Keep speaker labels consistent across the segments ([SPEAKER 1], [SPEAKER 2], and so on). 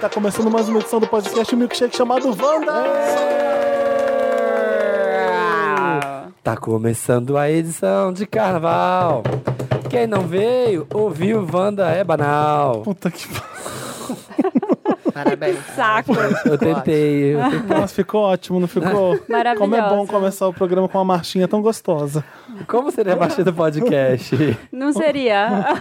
[SPEAKER 1] Tá começando mais uma edição do podcast Milkshake chamado Wanda!
[SPEAKER 2] Tá começando a edição de carnaval. Quem não veio, ouviu Wanda é banal.
[SPEAKER 1] Puta que pariu.
[SPEAKER 3] Parabéns.
[SPEAKER 4] Saco.
[SPEAKER 2] Eu tentei. eu tentei.
[SPEAKER 1] Nossa, ficou ótimo, não ficou?
[SPEAKER 4] Maravilhosa.
[SPEAKER 1] Como é bom começar o programa com uma marchinha tão gostosa.
[SPEAKER 2] Como seria a partida do podcast?
[SPEAKER 4] Não seria.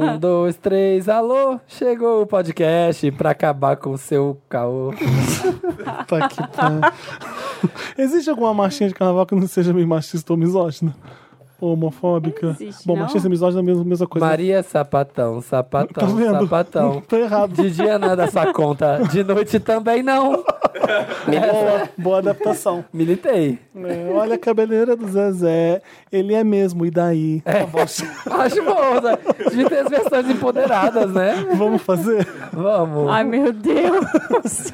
[SPEAKER 2] Um, dois, três, alô, chegou o podcast pra acabar com o seu caô.
[SPEAKER 1] Tá que tá. Existe alguma marchinha de carnaval que não seja meio machista ou misógina? Ou homofóbica?
[SPEAKER 4] Não existe,
[SPEAKER 1] Bom,
[SPEAKER 4] não.
[SPEAKER 1] machista e misógina é a mesma, mesma coisa.
[SPEAKER 2] Maria Sapatão,
[SPEAKER 1] tá
[SPEAKER 2] sapatão,
[SPEAKER 1] vendo?
[SPEAKER 2] sapatão.
[SPEAKER 1] Tô errado.
[SPEAKER 2] De dia nada sua conta, de noite também não.
[SPEAKER 1] Boa, boa adaptação.
[SPEAKER 2] Militei.
[SPEAKER 1] É, olha a cabeleira do Zezé. Ele é mesmo, e daí? Tá
[SPEAKER 2] É. Acho bom, né? Devia ter as versões empoderadas, né?
[SPEAKER 1] Vamos fazer?
[SPEAKER 2] Vamos.
[SPEAKER 4] Ai, meu Deus.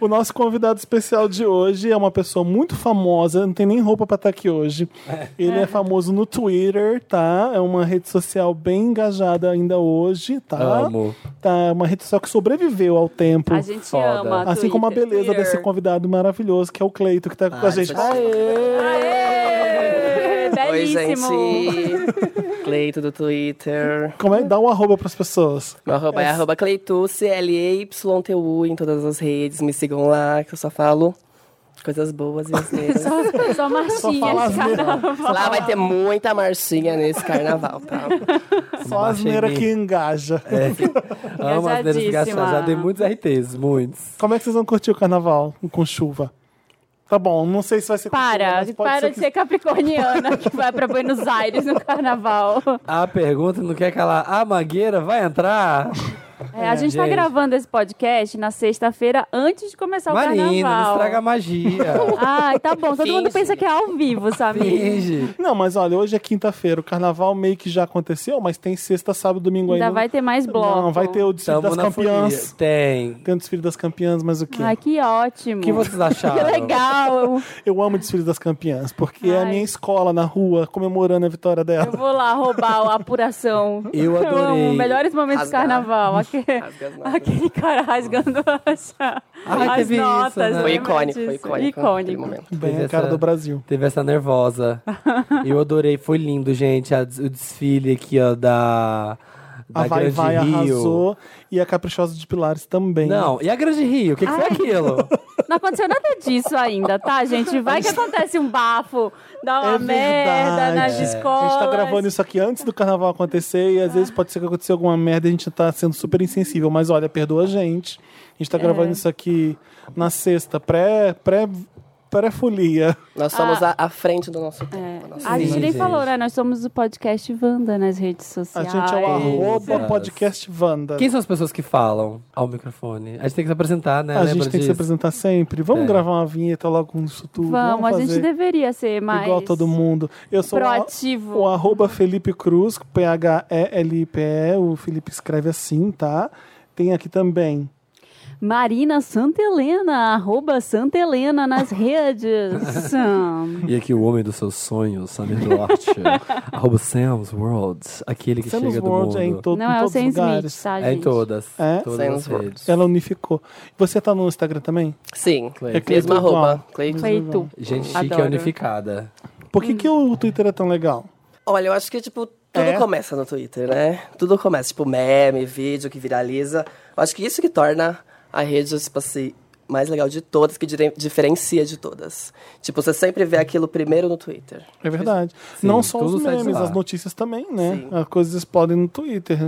[SPEAKER 1] O nosso convidado especial de hoje é uma pessoa muito famosa, não tem nem roupa pra estar aqui hoje. Ele é. famoso no Twitter, tá? É uma rede social bem engajada ainda hoje, tá?
[SPEAKER 2] Amo.
[SPEAKER 1] Tá, uma rede social que sobreviveu ao tempo.
[SPEAKER 4] A gente
[SPEAKER 2] Foda.
[SPEAKER 4] ama.
[SPEAKER 1] Assim como a
[SPEAKER 4] Twitter.
[SPEAKER 1] beleza
[SPEAKER 4] Twitter.
[SPEAKER 1] desse convidado maravilhoso, que é o Cleito, que tá com a gente.
[SPEAKER 2] é
[SPEAKER 3] isso aqui.
[SPEAKER 4] Aê!
[SPEAKER 3] Oi,
[SPEAKER 4] Belíssimo.
[SPEAKER 3] gente. Cleito do Twitter.
[SPEAKER 1] Como é? Dá um arroba pras pessoas.
[SPEAKER 3] Meu arroba é arroba Cleitu, C-L-E-Y-T-U, em todas as redes. Me sigam lá, que eu só falo coisas boas e asneiras.
[SPEAKER 4] Só, só
[SPEAKER 1] Só
[SPEAKER 4] marchinha.
[SPEAKER 1] fala asneira.
[SPEAKER 3] Lá vai ter muita marchinha nesse carnaval, tá?
[SPEAKER 1] Só asneira que engaja.
[SPEAKER 2] É. Amo as neiras
[SPEAKER 4] Engajadíssima.
[SPEAKER 2] engraçadas. Já dei muitos RTs, muitos.
[SPEAKER 1] Como é que vocês vão curtir o carnaval com chuva? Tá bom, não sei se vai ser com chuva,
[SPEAKER 4] Para,
[SPEAKER 1] mas pode
[SPEAKER 4] para
[SPEAKER 1] ser
[SPEAKER 4] de
[SPEAKER 1] que
[SPEAKER 4] ser capricorniana que vai pra Buenos Aires no carnaval.
[SPEAKER 2] A pergunta não quer calar. A mangueira vai entrar?
[SPEAKER 4] É, a gente, tá
[SPEAKER 2] gente.
[SPEAKER 4] gravando esse podcast na sexta-feira antes de começar o
[SPEAKER 2] Marina, não
[SPEAKER 4] carnaval.
[SPEAKER 2] estraga a magia.
[SPEAKER 4] Ai, tá bom. Todo mundo
[SPEAKER 3] Finge.
[SPEAKER 4] pensa que é ao vivo, sabe?
[SPEAKER 2] Finge.
[SPEAKER 1] Não, mas olha, hoje é quinta-feira, o carnaval meio que já aconteceu, mas tem sexta, sábado, domingo ainda.
[SPEAKER 4] Ainda vai ter mais bloco.
[SPEAKER 1] Não, vai ter o desfile
[SPEAKER 2] Tamo
[SPEAKER 1] das
[SPEAKER 2] na
[SPEAKER 1] campeãs.
[SPEAKER 2] folia. Tem.
[SPEAKER 1] Tem o desfile das campeãs, mas o quê?
[SPEAKER 4] Ai, que ótimo.
[SPEAKER 2] O que vocês acharam?
[SPEAKER 4] Que legal.
[SPEAKER 1] Eu amo o desfile das campeãs, porque é a
[SPEAKER 4] Ai.
[SPEAKER 1] minha escola na rua comemorando a vitória
[SPEAKER 4] Eu
[SPEAKER 1] dela.
[SPEAKER 4] vou lá roubar a apuração.
[SPEAKER 2] Eu adorei.
[SPEAKER 4] amo melhores momentos
[SPEAKER 3] Rasgar.
[SPEAKER 4] do carnaval. Aquele,
[SPEAKER 3] Rasga as notas.
[SPEAKER 4] aquele cara rasgando as,
[SPEAKER 2] Ai,
[SPEAKER 4] as
[SPEAKER 2] teve isso,
[SPEAKER 4] notas.
[SPEAKER 2] né?
[SPEAKER 4] lembra
[SPEAKER 3] Foi icônico, foi
[SPEAKER 4] disso?
[SPEAKER 3] icônico. naquele
[SPEAKER 4] Icônico.
[SPEAKER 3] momento.
[SPEAKER 1] Bem, a
[SPEAKER 2] essa-
[SPEAKER 1] cara do Brasil.
[SPEAKER 2] Teve essa nervosa. Eu adorei, foi lindo, gente. a- o desfile aqui, ó, da. Da
[SPEAKER 1] A Vai
[SPEAKER 2] Grande
[SPEAKER 1] Vai
[SPEAKER 2] Rio.
[SPEAKER 1] arrasou e a Caprichosa de Pilares também.
[SPEAKER 2] Não, e a Grande Rio? O que, que foi aquilo?
[SPEAKER 4] Não aconteceu nada disso ainda, tá, gente? Vai que acontece um bafo, dá uma
[SPEAKER 1] É
[SPEAKER 4] merda
[SPEAKER 1] verdade.
[SPEAKER 4] nas escolas.
[SPEAKER 1] A gente tá gravando isso aqui antes do carnaval acontecer e às vezes pode ser que aconteça alguma merda e a gente tá sendo super insensível. Mas olha, perdoa a gente. A
[SPEAKER 4] É.
[SPEAKER 1] gente tá gravando isso aqui na sexta, pré, pré, pré-folia.
[SPEAKER 3] Nós somos
[SPEAKER 4] Ah.
[SPEAKER 3] à à frente do nosso
[SPEAKER 4] É.
[SPEAKER 3] tempo. da nossa
[SPEAKER 4] A gente
[SPEAKER 2] Sim,
[SPEAKER 4] nem
[SPEAKER 2] gente.
[SPEAKER 4] falou, né? Nós somos o podcast Wanda nas redes
[SPEAKER 1] A
[SPEAKER 4] sociais.
[SPEAKER 1] gente é o arroba
[SPEAKER 2] Deus.
[SPEAKER 1] podcast Wanda.
[SPEAKER 2] Quem são as pessoas que falam ao microfone? A gente tem que se apresentar, né?
[SPEAKER 1] a
[SPEAKER 2] Lembra
[SPEAKER 1] gente tem que se
[SPEAKER 2] disso?
[SPEAKER 1] apresentar sempre. Vamos
[SPEAKER 2] É.
[SPEAKER 1] gravar uma vinheta logo no futuro.
[SPEAKER 4] Vamos, a gente
[SPEAKER 1] fazer
[SPEAKER 4] deveria ser mais
[SPEAKER 1] Igual todo mundo. Eu sou o a-
[SPEAKER 4] proativo.
[SPEAKER 1] o arroba Felipe Cruz, P-H-E-L-I-P-E. O Felipe escreve assim, tá? Tem aqui também.
[SPEAKER 4] Marina Santa Helena, arroba Santa Helena nas redes. Hum.
[SPEAKER 2] E aqui o homem dos seus sonhos, Samir Duarte. arroba Sam's World. Aquele que
[SPEAKER 1] Samus
[SPEAKER 2] chega
[SPEAKER 1] World
[SPEAKER 2] do mundo.
[SPEAKER 1] é em, to
[SPEAKER 4] Não
[SPEAKER 1] em
[SPEAKER 4] é o
[SPEAKER 1] todos os
[SPEAKER 4] Sam
[SPEAKER 1] lugares.
[SPEAKER 4] Smith, tá, gente?
[SPEAKER 2] É em todas.
[SPEAKER 1] É?
[SPEAKER 2] Todas
[SPEAKER 3] Sam's
[SPEAKER 2] as
[SPEAKER 3] World.
[SPEAKER 2] redes.
[SPEAKER 1] Ela unificou. Você tá no Instagram também?
[SPEAKER 3] Sim,
[SPEAKER 2] Cleiton.
[SPEAKER 3] mesma
[SPEAKER 1] Cleiton,
[SPEAKER 3] arroba. Cleiton.
[SPEAKER 4] Feito.
[SPEAKER 2] Gente chique
[SPEAKER 4] Adoro.
[SPEAKER 2] é unificada.
[SPEAKER 1] Por que, que o Twitter é tão legal?
[SPEAKER 3] Olha, eu acho que, tipo, tudo
[SPEAKER 1] É?
[SPEAKER 3] começa no Twitter, né? Tudo começa, tipo, meme, vídeo que viraliza. Eu acho que isso que torna a rede, tipo assim, mais legal de todas, que dire- diferencia de todas. Tipo, você sempre vê aquilo primeiro no Twitter.
[SPEAKER 1] É verdade.
[SPEAKER 2] Sim,
[SPEAKER 1] Não só os
[SPEAKER 2] tudo sai de
[SPEAKER 1] memes,
[SPEAKER 2] lá.
[SPEAKER 1] as notícias também, né?
[SPEAKER 3] Sim.
[SPEAKER 1] As coisas explodem no Twitter,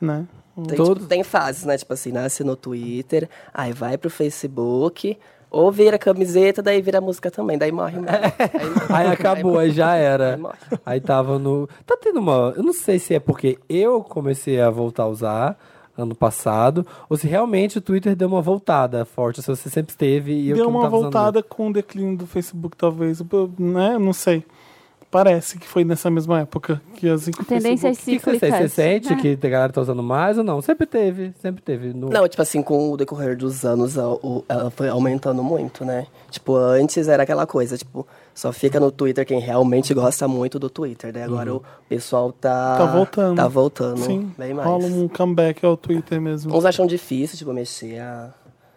[SPEAKER 1] né?
[SPEAKER 3] Tem,
[SPEAKER 2] Todo-
[SPEAKER 3] tipo, tem fases, né? Tipo assim, nasce no Twitter, aí vai pro Facebook, ou vira camiseta, daí vira música também, daí morre. mesmo.
[SPEAKER 2] Aí acabou, aí já era.
[SPEAKER 3] morre.
[SPEAKER 2] Aí tava no. Tá tendo uma. Eu não sei se é porque eu comecei a voltar a usar ano passado, ou se realmente o Twitter deu uma voltada forte. Se você sempre esteve e eu que não
[SPEAKER 1] Deu uma
[SPEAKER 2] tava usando muito.
[SPEAKER 1] voltada com o declínio do Facebook, talvez, eu- né? Não sei. Parece que foi nessa mesma época que as
[SPEAKER 5] A tendência é
[SPEAKER 2] O que, que você sente?
[SPEAKER 5] cíclica.
[SPEAKER 2] Você sente que a galera tá usando mais ou não? Sempre teve, sempre teve. No...
[SPEAKER 3] Não, tipo assim, com o decorrer dos anos, a- o- ela foi aumentando muito, né? Tipo, antes era aquela coisa, tipo, só fica no Twitter quem realmente gosta muito do Twitter, né? Agora o pessoal tá...
[SPEAKER 1] Tá voltando.
[SPEAKER 3] Tá voltando,
[SPEAKER 1] Sim,
[SPEAKER 3] bem mais.
[SPEAKER 1] rola um comeback ao Twitter mesmo.
[SPEAKER 3] Uns acham difícil, tipo, mexer a...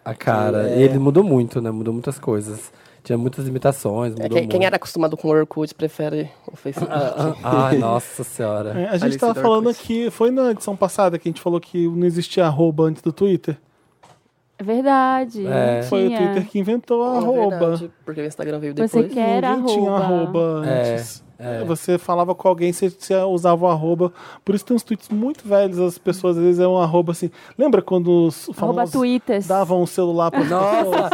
[SPEAKER 2] A cara.
[SPEAKER 3] É.
[SPEAKER 2] E ele mudou muito, né? Mudou muitas coisas. Tinha muitas limitações,
[SPEAKER 3] É,
[SPEAKER 2] mudou
[SPEAKER 3] quem,
[SPEAKER 2] muito.
[SPEAKER 3] quem era acostumado com o Orkut prefere o Facebook.
[SPEAKER 2] Ah, ah, Ai, nossa senhora.
[SPEAKER 1] É, a gente
[SPEAKER 3] Alice
[SPEAKER 1] tava
[SPEAKER 3] Dorcas.
[SPEAKER 1] falando aqui, foi na edição passada que a gente falou que não existia arroba antes do Twitter?
[SPEAKER 5] É Verdade.
[SPEAKER 2] É.
[SPEAKER 5] não
[SPEAKER 1] Foi o
[SPEAKER 5] tinha.
[SPEAKER 1] Twitter que inventou a
[SPEAKER 3] Na
[SPEAKER 1] arroba.
[SPEAKER 3] É verdade, porque o Instagram veio
[SPEAKER 5] Você
[SPEAKER 3] depois.
[SPEAKER 5] quer
[SPEAKER 1] Ninguém tinha
[SPEAKER 5] arroba.
[SPEAKER 1] arroba
[SPEAKER 2] É,
[SPEAKER 1] antes. Você falava com alguém, você, você usava o arroba. Por isso tem uns tweets muito velhos, as pessoas às vezes é um arroba assim. Lembra quando os
[SPEAKER 5] Arroba
[SPEAKER 1] famosos
[SPEAKER 5] Twitters.
[SPEAKER 1] davam o celular para
[SPEAKER 2] Nossa,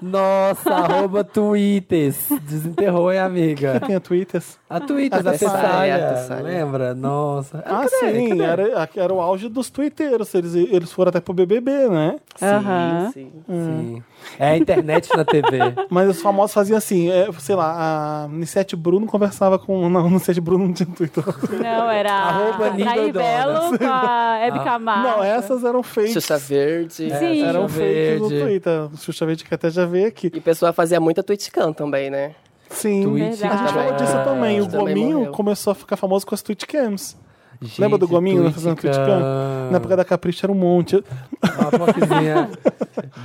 [SPEAKER 2] nossa, arroba twitters. Desenterrou, hein, amiga?
[SPEAKER 1] Tem a Twitters?
[SPEAKER 2] A twitters,
[SPEAKER 1] A
[SPEAKER 2] a
[SPEAKER 1] Tessalha,
[SPEAKER 2] Tessalha,
[SPEAKER 3] a Tessalha.
[SPEAKER 2] lembra? Nossa. É
[SPEAKER 1] Ah, sim, Era, era o auge dos twitteiros. Eles, eles foram até pro BBB, né?
[SPEAKER 5] Aham.
[SPEAKER 3] Sim, sim.
[SPEAKER 2] Sim. É a internet na TV.
[SPEAKER 1] Mas os famosos faziam assim, é, sei lá, a Nissete Bruno conversava com. Não, Nissete Bruno não tinha Twitter.
[SPEAKER 5] Não, era
[SPEAKER 2] Arroba Ah.
[SPEAKER 5] a Nair
[SPEAKER 2] Nidodona.
[SPEAKER 5] Belo com a Hebe Camargo.
[SPEAKER 1] Não, essas eram fakes.
[SPEAKER 3] Xuxa Verde.
[SPEAKER 2] É,
[SPEAKER 5] Sim.
[SPEAKER 1] Eram
[SPEAKER 2] Xuxa
[SPEAKER 1] fakes no
[SPEAKER 2] Verde.
[SPEAKER 1] um Twitter. Xuxa Verde que até já veio aqui.
[SPEAKER 3] E o pessoal fazia muita Twitchcam também, né?
[SPEAKER 1] Sim.
[SPEAKER 2] Twitch.
[SPEAKER 1] A gente
[SPEAKER 5] Ah,
[SPEAKER 1] falou disso
[SPEAKER 2] É,
[SPEAKER 1] também. O
[SPEAKER 3] também
[SPEAKER 1] Gominho
[SPEAKER 3] morreu.
[SPEAKER 1] começou a ficar famoso com as Twitch Cams.
[SPEAKER 2] Gente,
[SPEAKER 1] Lembra do Gominho
[SPEAKER 2] Twitch
[SPEAKER 1] fazendo Twitch
[SPEAKER 2] Cam.
[SPEAKER 1] Cam? Na época da Capricha era um monte.
[SPEAKER 2] Uma popzinha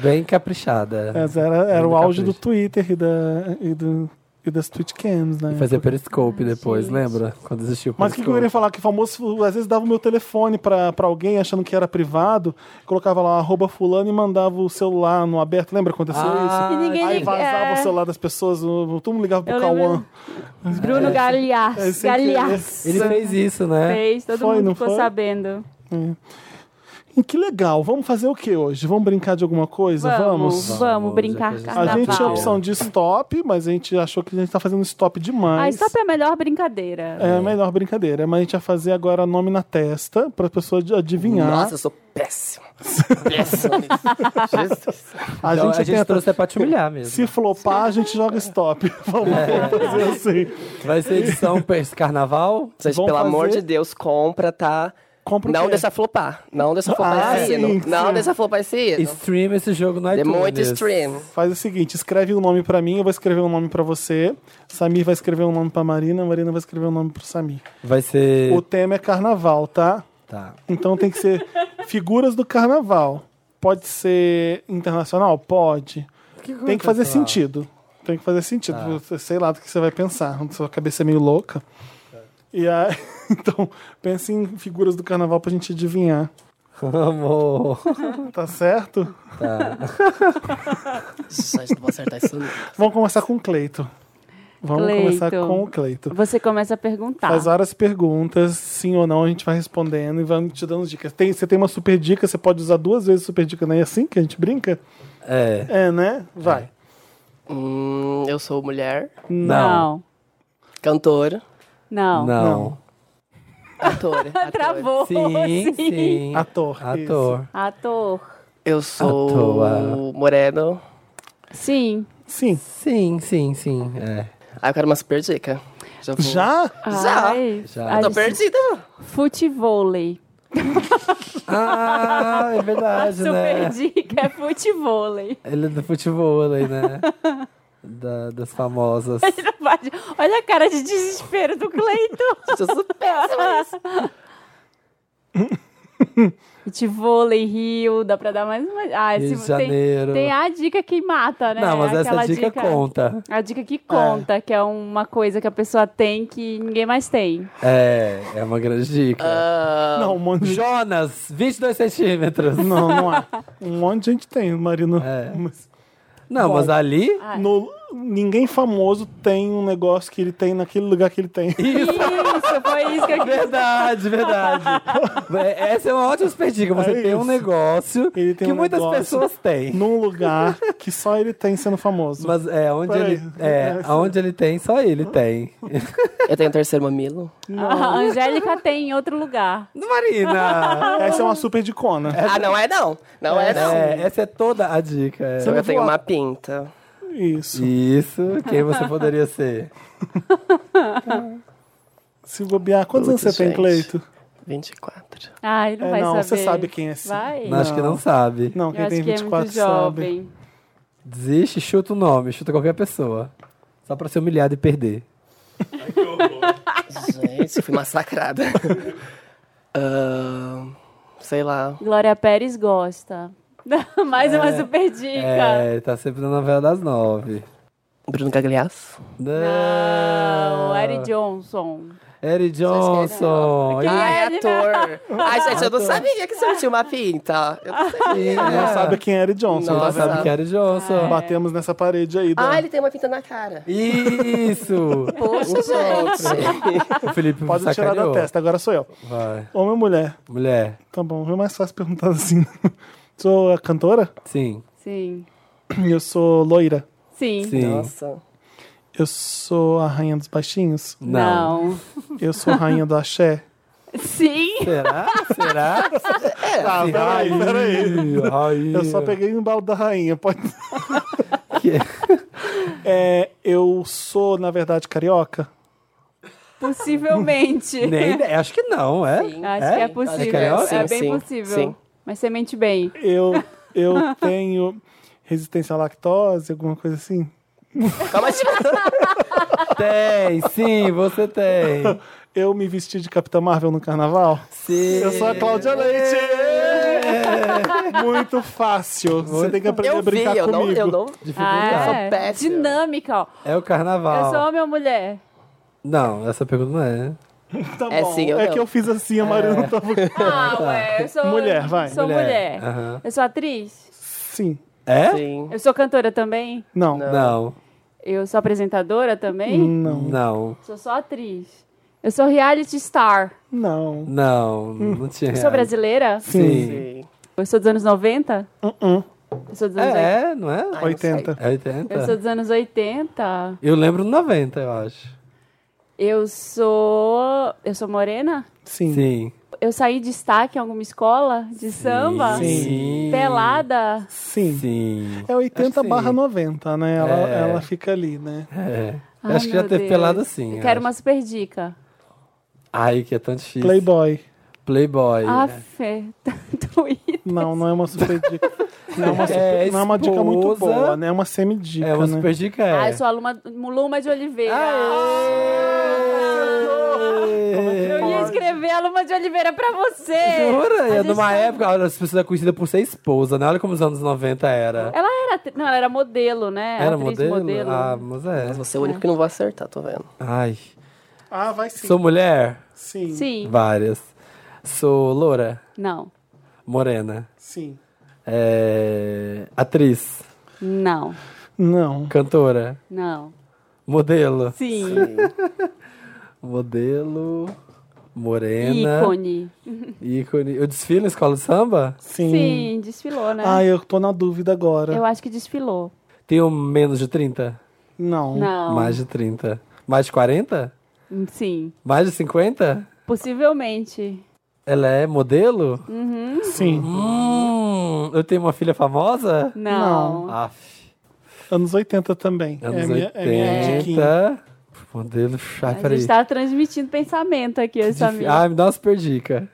[SPEAKER 2] bem caprichada.
[SPEAKER 1] Mas era, era o
[SPEAKER 2] do
[SPEAKER 1] auge do
[SPEAKER 2] Capricho.
[SPEAKER 1] Twitter e, da, e, do, e das Twitch Cams, né?
[SPEAKER 2] E fazer periscope depois,
[SPEAKER 5] gente.
[SPEAKER 2] lembra? Quando existiu o
[SPEAKER 1] Mas o que, que eu queria falar? Que famoso, às vezes dava o meu telefone pra, pra alguém achando que era privado, colocava lá arroba fulano e mandava o celular no aberto. Lembra quando aconteceu
[SPEAKER 2] Ah,
[SPEAKER 5] E ninguém
[SPEAKER 1] isso? Aí
[SPEAKER 5] liga-
[SPEAKER 1] vazava
[SPEAKER 5] é.
[SPEAKER 1] o celular das pessoas, o- todo mundo ligava pro
[SPEAKER 5] Eu
[SPEAKER 1] Cauã.
[SPEAKER 5] lembro. Bruno
[SPEAKER 1] Eu
[SPEAKER 5] Galeaz.
[SPEAKER 1] sei que-
[SPEAKER 5] Galeaz.
[SPEAKER 2] Ele fez isso, né?
[SPEAKER 5] Fez, todo
[SPEAKER 1] é Foi, não
[SPEAKER 5] mundo ficou
[SPEAKER 1] foi?
[SPEAKER 5] sabendo.
[SPEAKER 1] E que legal, vamos fazer o que hoje? Vamos brincar de alguma coisa?
[SPEAKER 5] Vamos, vamos,
[SPEAKER 2] Vamos,
[SPEAKER 5] brincar
[SPEAKER 2] já que a
[SPEAKER 1] A
[SPEAKER 5] carnaval.
[SPEAKER 1] gente tinha a opção de stop, mas a gente achou que a gente tá fazendo stop demais.
[SPEAKER 5] Ah, stop é a melhor brincadeira.
[SPEAKER 1] É a melhor brincadeira, mas a gente vai fazer agora nome na testa pra pessoa de- adivinhar.
[SPEAKER 3] Nossa, eu sou péssimo. péssimo. Jesus.
[SPEAKER 1] a
[SPEAKER 2] Então,
[SPEAKER 1] gente, tenta.
[SPEAKER 2] trouxe é pra te humilhar mesmo.
[SPEAKER 1] Se flopar, a gente joga stop. Vamos fazer assim.
[SPEAKER 2] Vai ser edição pers- carnaval?
[SPEAKER 3] Vocês,
[SPEAKER 1] Vão
[SPEAKER 3] pelo amor
[SPEAKER 1] fazer-
[SPEAKER 3] de Deus, compra, tá?
[SPEAKER 1] Compra o
[SPEAKER 3] não
[SPEAKER 1] quê?
[SPEAKER 3] deixa flopar. Não deixa flopar
[SPEAKER 1] Ah, sim,
[SPEAKER 3] esse hino.
[SPEAKER 1] sim.
[SPEAKER 3] Não deixa flopar esse hino.
[SPEAKER 2] Stream esse jogo no
[SPEAKER 3] É
[SPEAKER 2] iTunes.
[SPEAKER 3] muito stream.
[SPEAKER 1] Faz o seguinte, escreve um nome pra mim, eu vou escrever um nome pra você. Samir vai escrever um nome pra Marina, a Marina vai escrever um nome pro Samir.
[SPEAKER 2] Vai ser...
[SPEAKER 1] O tema é carnaval, tá?
[SPEAKER 2] Tá.
[SPEAKER 1] Então tem que ser figuras do carnaval. Pode ser internacional? Pode. tem que fazer sentido. Tem que fazer sentido. Você- Sei lá do que você vai pensar. Sua cabeça é meio louca. E aí, então, pense em figuras do carnaval pra gente adivinhar.
[SPEAKER 2] Amor.
[SPEAKER 1] Tá certo?
[SPEAKER 3] Gente, não vou acertar isso nunca.
[SPEAKER 1] Vamos começar com o Cleito. Vamos
[SPEAKER 5] Cleito.
[SPEAKER 1] começar com o Cleito.
[SPEAKER 5] Você começa a
[SPEAKER 4] Tá.
[SPEAKER 5] perguntar.
[SPEAKER 1] Faz várias perguntas, sim ou não, a gente vai respondendo e vamos te dando dicas. Tem, você tem uma super dica, você pode usar duas vezes super dica, não é assim que a gente brinca?
[SPEAKER 2] É.
[SPEAKER 1] É, né? Vai.
[SPEAKER 3] Hum, eu sou mulher,
[SPEAKER 2] Não.
[SPEAKER 3] cantora,
[SPEAKER 5] Não. não.
[SPEAKER 2] Não.
[SPEAKER 3] atora. atora.
[SPEAKER 5] Travou.
[SPEAKER 2] Sim, sim.
[SPEAKER 1] Ator.
[SPEAKER 2] Ator.
[SPEAKER 5] Ator.
[SPEAKER 3] Eu sou
[SPEAKER 2] Atua.
[SPEAKER 3] moreno.
[SPEAKER 5] Sim.
[SPEAKER 1] isso. Sim.
[SPEAKER 2] Sim, sim, sim. É.
[SPEAKER 3] Ah, eu quero uma super dica. Já? vou-
[SPEAKER 1] Já?
[SPEAKER 3] Já.
[SPEAKER 5] Ai,
[SPEAKER 2] Já.
[SPEAKER 5] ai,
[SPEAKER 3] Tô perdida.
[SPEAKER 5] Futevôlei.
[SPEAKER 2] Ah, é
[SPEAKER 5] A
[SPEAKER 2] verdade,
[SPEAKER 5] super
[SPEAKER 2] né?
[SPEAKER 5] dica é futevôlei.
[SPEAKER 2] Ele é do futebol aí, né? Da- das famosas.
[SPEAKER 5] Ele não vai- Olha a cara de desespero do Cleiton.
[SPEAKER 3] Eu sou péssima. nisso.
[SPEAKER 5] Futevôlei, Rio, dá pra dar mais uma. Ah,
[SPEAKER 2] Rio de
[SPEAKER 5] esse tem,
[SPEAKER 2] Janeiro.
[SPEAKER 5] tem a dica que mata, né?
[SPEAKER 2] Não, mas
[SPEAKER 5] Aquela
[SPEAKER 2] essa dica, conta.
[SPEAKER 5] A dica que conta, que é uma coisa que a pessoa tem que ninguém mais tem.
[SPEAKER 2] É, é uma grande dica.
[SPEAKER 4] Ah.
[SPEAKER 1] Não, um monte de...
[SPEAKER 2] Jonas, 22 centímetros.
[SPEAKER 1] Não, não há. Um monte de gente tem, Marina.
[SPEAKER 2] É.
[SPEAKER 1] Mas Ah.
[SPEAKER 4] Ah, é.
[SPEAKER 2] Não, mas ali.
[SPEAKER 1] No, ninguém famoso tem um negócio que ele tem naquele lugar que ele tem.
[SPEAKER 4] Isso, foi isso que eu quis.
[SPEAKER 2] Verdade, verdade. É, Essa é uma ótima perdica. Você
[SPEAKER 1] É
[SPEAKER 2] tem um
[SPEAKER 1] isso.
[SPEAKER 2] negócio
[SPEAKER 1] Ele tem
[SPEAKER 2] que
[SPEAKER 1] um
[SPEAKER 2] muitas
[SPEAKER 1] negócio.
[SPEAKER 2] pessoas têm.
[SPEAKER 1] Num lugar que só ele tem sendo famoso.
[SPEAKER 2] Mas é, onde
[SPEAKER 1] Peraí.
[SPEAKER 2] ele, é, aonde ele tem, só ele tem.
[SPEAKER 3] Eu tenho um terceiro mamilo.
[SPEAKER 4] A Angélica tem em outro lugar.
[SPEAKER 2] Marina!
[SPEAKER 4] Tá
[SPEAKER 1] Essa é uma super de Kona.
[SPEAKER 3] Ah, não é não. Não é, não.
[SPEAKER 2] É, essa é toda a dica. é.
[SPEAKER 3] Eu tenho
[SPEAKER 1] voa.
[SPEAKER 3] uma pinta.
[SPEAKER 1] Isso.
[SPEAKER 2] Isso, quem você poderia ser?
[SPEAKER 1] Se bobear, quantos
[SPEAKER 3] Putz,
[SPEAKER 1] anos você tem,
[SPEAKER 3] gente.
[SPEAKER 1] Cleito?
[SPEAKER 3] 24.
[SPEAKER 4] Ah, ele não
[SPEAKER 1] É,
[SPEAKER 4] vai
[SPEAKER 1] não,
[SPEAKER 4] saber.
[SPEAKER 1] você sabe quem é esse.
[SPEAKER 4] Vai.
[SPEAKER 2] Não, Acho que não sabe.
[SPEAKER 1] Não,
[SPEAKER 4] Eu
[SPEAKER 1] quem
[SPEAKER 4] acho
[SPEAKER 1] tem
[SPEAKER 4] que
[SPEAKER 1] 24
[SPEAKER 4] é muito
[SPEAKER 1] sabe.
[SPEAKER 4] jovem.
[SPEAKER 2] Desiste, chuta o nome, chuta qualquer pessoa. Só pra ser humilhado e perder.
[SPEAKER 3] Gente, fui massacrada. Ahn, sei lá.
[SPEAKER 4] Glória Pérez gosta. Mais
[SPEAKER 1] É.
[SPEAKER 4] uma super dica.
[SPEAKER 2] É, tá sempre na novela das nove.
[SPEAKER 3] Bruno Gagliasso.
[SPEAKER 1] É.
[SPEAKER 4] Não, Eric Johnson.
[SPEAKER 2] Eric Johnson.
[SPEAKER 4] Quem
[SPEAKER 3] Ah,
[SPEAKER 4] é
[SPEAKER 3] é
[SPEAKER 4] ele?
[SPEAKER 3] ator. Ah. Ai, gente, eu não sabia que você tinha uma pinta. Eu não
[SPEAKER 4] tá
[SPEAKER 3] sabia.
[SPEAKER 2] Ih,
[SPEAKER 1] Não
[SPEAKER 4] Ah.
[SPEAKER 1] sabe quem é Eric Johnson. tá
[SPEAKER 3] Não
[SPEAKER 2] né? Ela
[SPEAKER 1] vendo?
[SPEAKER 2] sabe que é Eric Johnson.
[SPEAKER 1] Batemos nessa parede aí. da-
[SPEAKER 3] Ah, ele tem uma pinta na cara.
[SPEAKER 2] Isso!
[SPEAKER 3] Poxa, gente.
[SPEAKER 2] O Felipe
[SPEAKER 1] Pode tirar da
[SPEAKER 2] sacaneou.
[SPEAKER 1] testa, agora sou eu.
[SPEAKER 2] Vai.
[SPEAKER 1] Homem ou mulher?
[SPEAKER 2] Mulher,
[SPEAKER 1] Tá bom, viu mais fácil perguntar assim. Sou a cantora?
[SPEAKER 2] sim,
[SPEAKER 4] Sim.
[SPEAKER 1] Eu sou loira.
[SPEAKER 4] Sim.
[SPEAKER 2] sim.
[SPEAKER 3] Nossa.
[SPEAKER 1] Eu sou a rainha dos baixinhos.
[SPEAKER 2] Não.
[SPEAKER 1] Eu sou a rainha do axé.
[SPEAKER 4] Sim.
[SPEAKER 2] Será? Será?
[SPEAKER 3] É,
[SPEAKER 1] Ah, peraí, peraí.
[SPEAKER 2] Ai,
[SPEAKER 1] Eu só peguei um balde da rainha. Pode...
[SPEAKER 2] Que-
[SPEAKER 1] É, eu sou, na verdade, carioca.
[SPEAKER 4] Possivelmente.
[SPEAKER 2] Nem, acho que não, é?
[SPEAKER 4] Acho
[SPEAKER 3] Sim.
[SPEAKER 4] que é
[SPEAKER 3] Acho que
[SPEAKER 4] possível.
[SPEAKER 2] é
[SPEAKER 4] É,
[SPEAKER 2] carioca?
[SPEAKER 4] bem
[SPEAKER 3] Sim, sim,
[SPEAKER 4] possível.
[SPEAKER 3] sim.
[SPEAKER 4] Mas você mente bem.
[SPEAKER 1] Eu, eu tenho resistência à lactose, alguma coisa assim.
[SPEAKER 3] Calma, gente.
[SPEAKER 2] Tem, sim, você tem.
[SPEAKER 1] Eu me vesti de Capitã Marvel no carnaval.
[SPEAKER 2] Sim.
[SPEAKER 1] Eu sou
[SPEAKER 3] É.
[SPEAKER 1] a Cláudia Leite. Muito fácil. Você tem que aprender a
[SPEAKER 3] Eu vi,
[SPEAKER 1] brincar
[SPEAKER 3] eu não,
[SPEAKER 1] comigo.
[SPEAKER 3] eu não.
[SPEAKER 2] Dificuldade.
[SPEAKER 4] Ah, é.
[SPEAKER 3] péssima.
[SPEAKER 4] Dinâmica, ó.
[SPEAKER 2] É o carnaval.
[SPEAKER 4] Ah, Eu sou homem ou mulher?
[SPEAKER 2] Não, essa pergunta não é.
[SPEAKER 1] Tá bom.
[SPEAKER 3] É sim, eu
[SPEAKER 1] é
[SPEAKER 3] não. É.
[SPEAKER 1] que eu fiz assim, a Maria não tava.
[SPEAKER 4] Ah, ué, eu sou
[SPEAKER 1] Mulher, Ah. vai.
[SPEAKER 4] Sou mulher.
[SPEAKER 2] Mulher, aham.
[SPEAKER 4] Eu sou atriz?
[SPEAKER 1] Sim.
[SPEAKER 2] É?
[SPEAKER 3] Sim.
[SPEAKER 4] Eu sou cantora também?
[SPEAKER 1] Não.
[SPEAKER 2] Né? Não,
[SPEAKER 4] Eu sou apresentadora também?
[SPEAKER 1] Não.
[SPEAKER 2] não,
[SPEAKER 4] Sou só atriz. Eu sou reality star.
[SPEAKER 1] Não.
[SPEAKER 2] não,
[SPEAKER 1] Hum.
[SPEAKER 2] não tinha.
[SPEAKER 4] Eu sou brasileira?
[SPEAKER 2] Sim.
[SPEAKER 3] Sim.
[SPEAKER 4] Eu sou dos anos 90?
[SPEAKER 1] Uh-uh.
[SPEAKER 4] Eu sou dos anos oit-
[SPEAKER 2] É, é, não é?
[SPEAKER 1] 80.
[SPEAKER 2] É 80?
[SPEAKER 4] Eu sou dos anos 80.
[SPEAKER 2] Eu lembro do 90, eu acho.
[SPEAKER 4] Eu sou. Eu sou morena?
[SPEAKER 1] Sim.
[SPEAKER 2] Sim.
[SPEAKER 4] Eu saí de destaque em alguma escola de samba?
[SPEAKER 2] Sim.
[SPEAKER 4] Pelada?
[SPEAKER 1] Sim.
[SPEAKER 2] Sim.
[SPEAKER 1] É
[SPEAKER 2] Acho
[SPEAKER 1] 80
[SPEAKER 2] que
[SPEAKER 1] barra
[SPEAKER 2] sim.
[SPEAKER 1] 90, né? Ela,
[SPEAKER 2] É.
[SPEAKER 1] ela fica ali, né?
[SPEAKER 2] É. Eu
[SPEAKER 4] Ai,
[SPEAKER 2] acho que já
[SPEAKER 4] meu
[SPEAKER 2] teve
[SPEAKER 4] Deus.
[SPEAKER 2] pelada sim.
[SPEAKER 4] Eu
[SPEAKER 2] eu
[SPEAKER 4] quero
[SPEAKER 2] acho.
[SPEAKER 4] uma super dica.
[SPEAKER 2] Ai, que é tão difícil.
[SPEAKER 1] Playboy.
[SPEAKER 2] Playboy. É.
[SPEAKER 4] Ah, fé. Twitter.
[SPEAKER 1] Não, não é uma super dica. Não é uma, super-
[SPEAKER 2] É,
[SPEAKER 1] não é uma dica muito
[SPEAKER 2] esposa.
[SPEAKER 1] boa, né? É uma semidica,
[SPEAKER 2] é uma
[SPEAKER 1] né?
[SPEAKER 2] super dica. É.
[SPEAKER 4] Ah, eu sou aluna Luma de Oliveira.
[SPEAKER 2] Aê!
[SPEAKER 1] é
[SPEAKER 4] Eu ia escrever a Luma de Oliveira pra você.
[SPEAKER 2] Jura?
[SPEAKER 4] A
[SPEAKER 2] E é
[SPEAKER 4] gente
[SPEAKER 2] numa
[SPEAKER 4] tá-
[SPEAKER 2] época, olha, as pessoas eram conhecidas por ser esposa, né? Olha como os anos 90 era.
[SPEAKER 4] Ela era. atri- Não, ela era modelo, né?
[SPEAKER 2] Era
[SPEAKER 4] Atriz
[SPEAKER 2] modelo? Ah, mas é.
[SPEAKER 3] Mas você é o único que não vou acertar, tô vendo.
[SPEAKER 2] Ai.
[SPEAKER 1] Ah, vai sim.
[SPEAKER 2] Sou mulher?
[SPEAKER 1] Sim. Sim.
[SPEAKER 4] Sim.
[SPEAKER 2] Várias. Sou loura?
[SPEAKER 4] Não.
[SPEAKER 2] Morena? É... Atriz?
[SPEAKER 4] Não.
[SPEAKER 1] Não.
[SPEAKER 2] Cantora?
[SPEAKER 4] Não.
[SPEAKER 2] Modelo?
[SPEAKER 4] Sim.
[SPEAKER 2] Modelo... Morena...
[SPEAKER 4] Ícone.
[SPEAKER 2] ícone. Eu desfilo em escola de samba?
[SPEAKER 1] Sim.
[SPEAKER 4] Sim, desfilou, né?
[SPEAKER 1] Ah, eu tô na dúvida agora.
[SPEAKER 4] Eu acho que desfilou.
[SPEAKER 2] Tenho menos de 30?
[SPEAKER 1] Não.
[SPEAKER 4] Não.
[SPEAKER 2] Mais de 30. Mais de 40?
[SPEAKER 4] Sim.
[SPEAKER 2] Mais de 50?
[SPEAKER 4] Possivelmente.
[SPEAKER 2] Ela é modelo?
[SPEAKER 1] Sim.
[SPEAKER 2] Hum, eu tenho uma filha famosa?
[SPEAKER 4] Não.
[SPEAKER 2] Af.
[SPEAKER 1] Anos 80 também. é,
[SPEAKER 2] Anos
[SPEAKER 1] minha, é minha diquinha.
[SPEAKER 2] 80. Modelo. Ai,
[SPEAKER 4] A
[SPEAKER 2] peraí.
[SPEAKER 4] gente tá transmitindo pensamento aqui, essa
[SPEAKER 2] Dif- Ai, me dá uma super dica.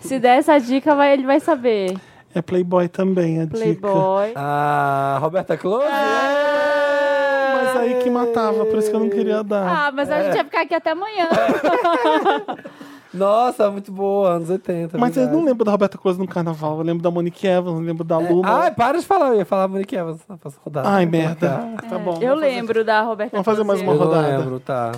[SPEAKER 4] Se der essa dica, vai- ele vai saber.
[SPEAKER 1] É Playboy também, a dica.
[SPEAKER 4] Playboy.
[SPEAKER 2] Ah, Roberta Close?
[SPEAKER 4] É.
[SPEAKER 1] Mas aí que matava, por isso que eu não queria dar.
[SPEAKER 4] Ah, mas a gente vai ficar aqui até amanhã.
[SPEAKER 2] Nossa, muito boa, anos 80.
[SPEAKER 1] Mas eu
[SPEAKER 2] verdade.
[SPEAKER 1] não lembro da Roberta Cruz no carnaval. Eu lembro da Monique Evans, eu lembro da Luma.
[SPEAKER 2] Ai, para de falar, eu ia falar Monique Evans. Não, posso rodar.
[SPEAKER 1] Ai, merda. Tá bom. vou fazer-
[SPEAKER 4] Eu lembro da Roberta.
[SPEAKER 1] Vamos fazer mais
[SPEAKER 2] Eu
[SPEAKER 1] uma
[SPEAKER 4] Cruzeiro.
[SPEAKER 2] não
[SPEAKER 1] rodada.
[SPEAKER 2] lembro, tá.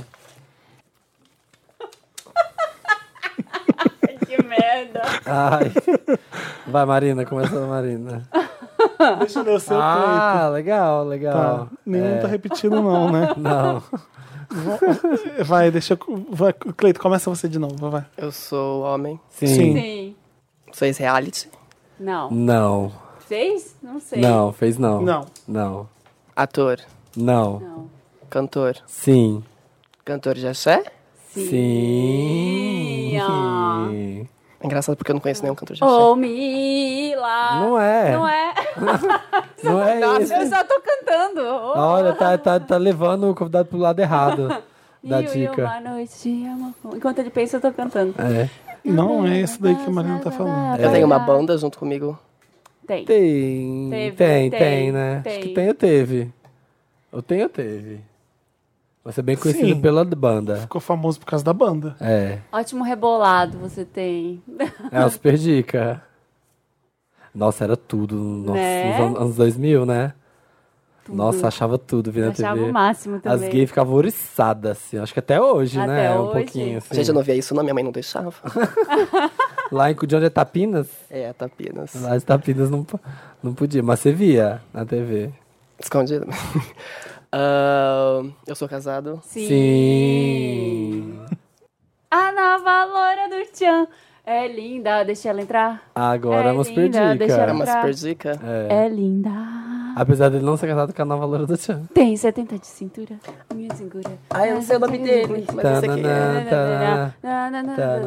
[SPEAKER 4] Que merda.
[SPEAKER 2] Ai. Vai, Marina, começa a Marina.
[SPEAKER 1] Deixa eu ler o seu clipe.
[SPEAKER 2] ah, legal, legal. É,
[SPEAKER 1] Tá. Nenhum tá repetido, não, né?
[SPEAKER 2] Não.
[SPEAKER 1] Vai, deixa eu. Vai, Cleito, começa você de novo, vai.
[SPEAKER 3] Eu sou homem.
[SPEAKER 2] Sim.
[SPEAKER 1] Sim.
[SPEAKER 4] Sim.
[SPEAKER 3] Sou ex-reality.
[SPEAKER 4] Não.
[SPEAKER 2] Não.
[SPEAKER 4] Fez? Não sei.
[SPEAKER 2] Não, fez não.
[SPEAKER 1] Não.
[SPEAKER 2] Não.
[SPEAKER 3] Ator.
[SPEAKER 2] Não.
[SPEAKER 4] Não.
[SPEAKER 3] Cantor.
[SPEAKER 2] Sim.
[SPEAKER 3] Cantor de axé?
[SPEAKER 4] Sim. Ah.
[SPEAKER 2] Sim.
[SPEAKER 3] É engraçado porque eu não conheço nenhum cantor de axé.
[SPEAKER 4] Ô, Oh, Mila!
[SPEAKER 2] Não é.
[SPEAKER 4] Não é.
[SPEAKER 2] Não é isso.
[SPEAKER 4] Eu só tô cantando. Ô,
[SPEAKER 2] Olha, tá, tá, tá levando o convidado pro lado errado da
[SPEAKER 4] mil e
[SPEAKER 2] dica.
[SPEAKER 4] uma noite, amor. Enquanto ele pensa, eu tô cantando.
[SPEAKER 2] É.
[SPEAKER 1] Não é esse daí que a Marina tá falando.
[SPEAKER 3] Eu tenho uma banda junto comigo.
[SPEAKER 4] Tem.
[SPEAKER 2] Tem.
[SPEAKER 4] Teve,
[SPEAKER 2] tem, tem,
[SPEAKER 4] tem,
[SPEAKER 2] né?
[SPEAKER 4] tem.
[SPEAKER 2] Acho que tem ou teve. Ou tem ou teve. Você é bem conhecido
[SPEAKER 1] Sim.
[SPEAKER 2] pela banda.
[SPEAKER 1] Ficou famoso por causa da banda.
[SPEAKER 2] É.
[SPEAKER 4] Ótimo rebolado você tem.
[SPEAKER 2] É uma super dica. Nossa, era tudo nossa,
[SPEAKER 4] Né?
[SPEAKER 2] nos an- anos 2000, né? Nossa, achava tudo vindo na
[SPEAKER 4] Achava
[SPEAKER 2] TV.
[SPEAKER 4] o máximo
[SPEAKER 2] As
[SPEAKER 4] também.
[SPEAKER 2] gays ficavam oriçadas, assim. Acho que até hoje,
[SPEAKER 4] Até
[SPEAKER 2] né? Um
[SPEAKER 4] hoje.
[SPEAKER 2] pouquinho, assim.
[SPEAKER 3] Gente, eu não via isso, não. Minha mãe não deixava.
[SPEAKER 2] Lá em de onde é Tapinas?
[SPEAKER 3] é, tá apenas.
[SPEAKER 2] Lá em Tapinas não, po- não podia, mas você via na TV.
[SPEAKER 3] Escondido. Ahn, Ah, eu sou casado.
[SPEAKER 4] Sim.
[SPEAKER 2] Sim.
[SPEAKER 4] A nova loira do Tchan. É linda, deixa ela entrar.
[SPEAKER 2] Agora é
[SPEAKER 4] É
[SPEAKER 2] uma super
[SPEAKER 4] linda, deixa
[SPEAKER 2] dica.
[SPEAKER 3] É uma
[SPEAKER 4] Pra-
[SPEAKER 3] super dica.
[SPEAKER 2] É.
[SPEAKER 4] É, linda.
[SPEAKER 2] Apesar dele não ser casado com a nova loira do Tchan.
[SPEAKER 4] Tem 70 de cintura. Minha cintura.
[SPEAKER 3] Ah, eu não sei o nome dele, mas eu sei quem é.
[SPEAKER 2] Tananã. Tá,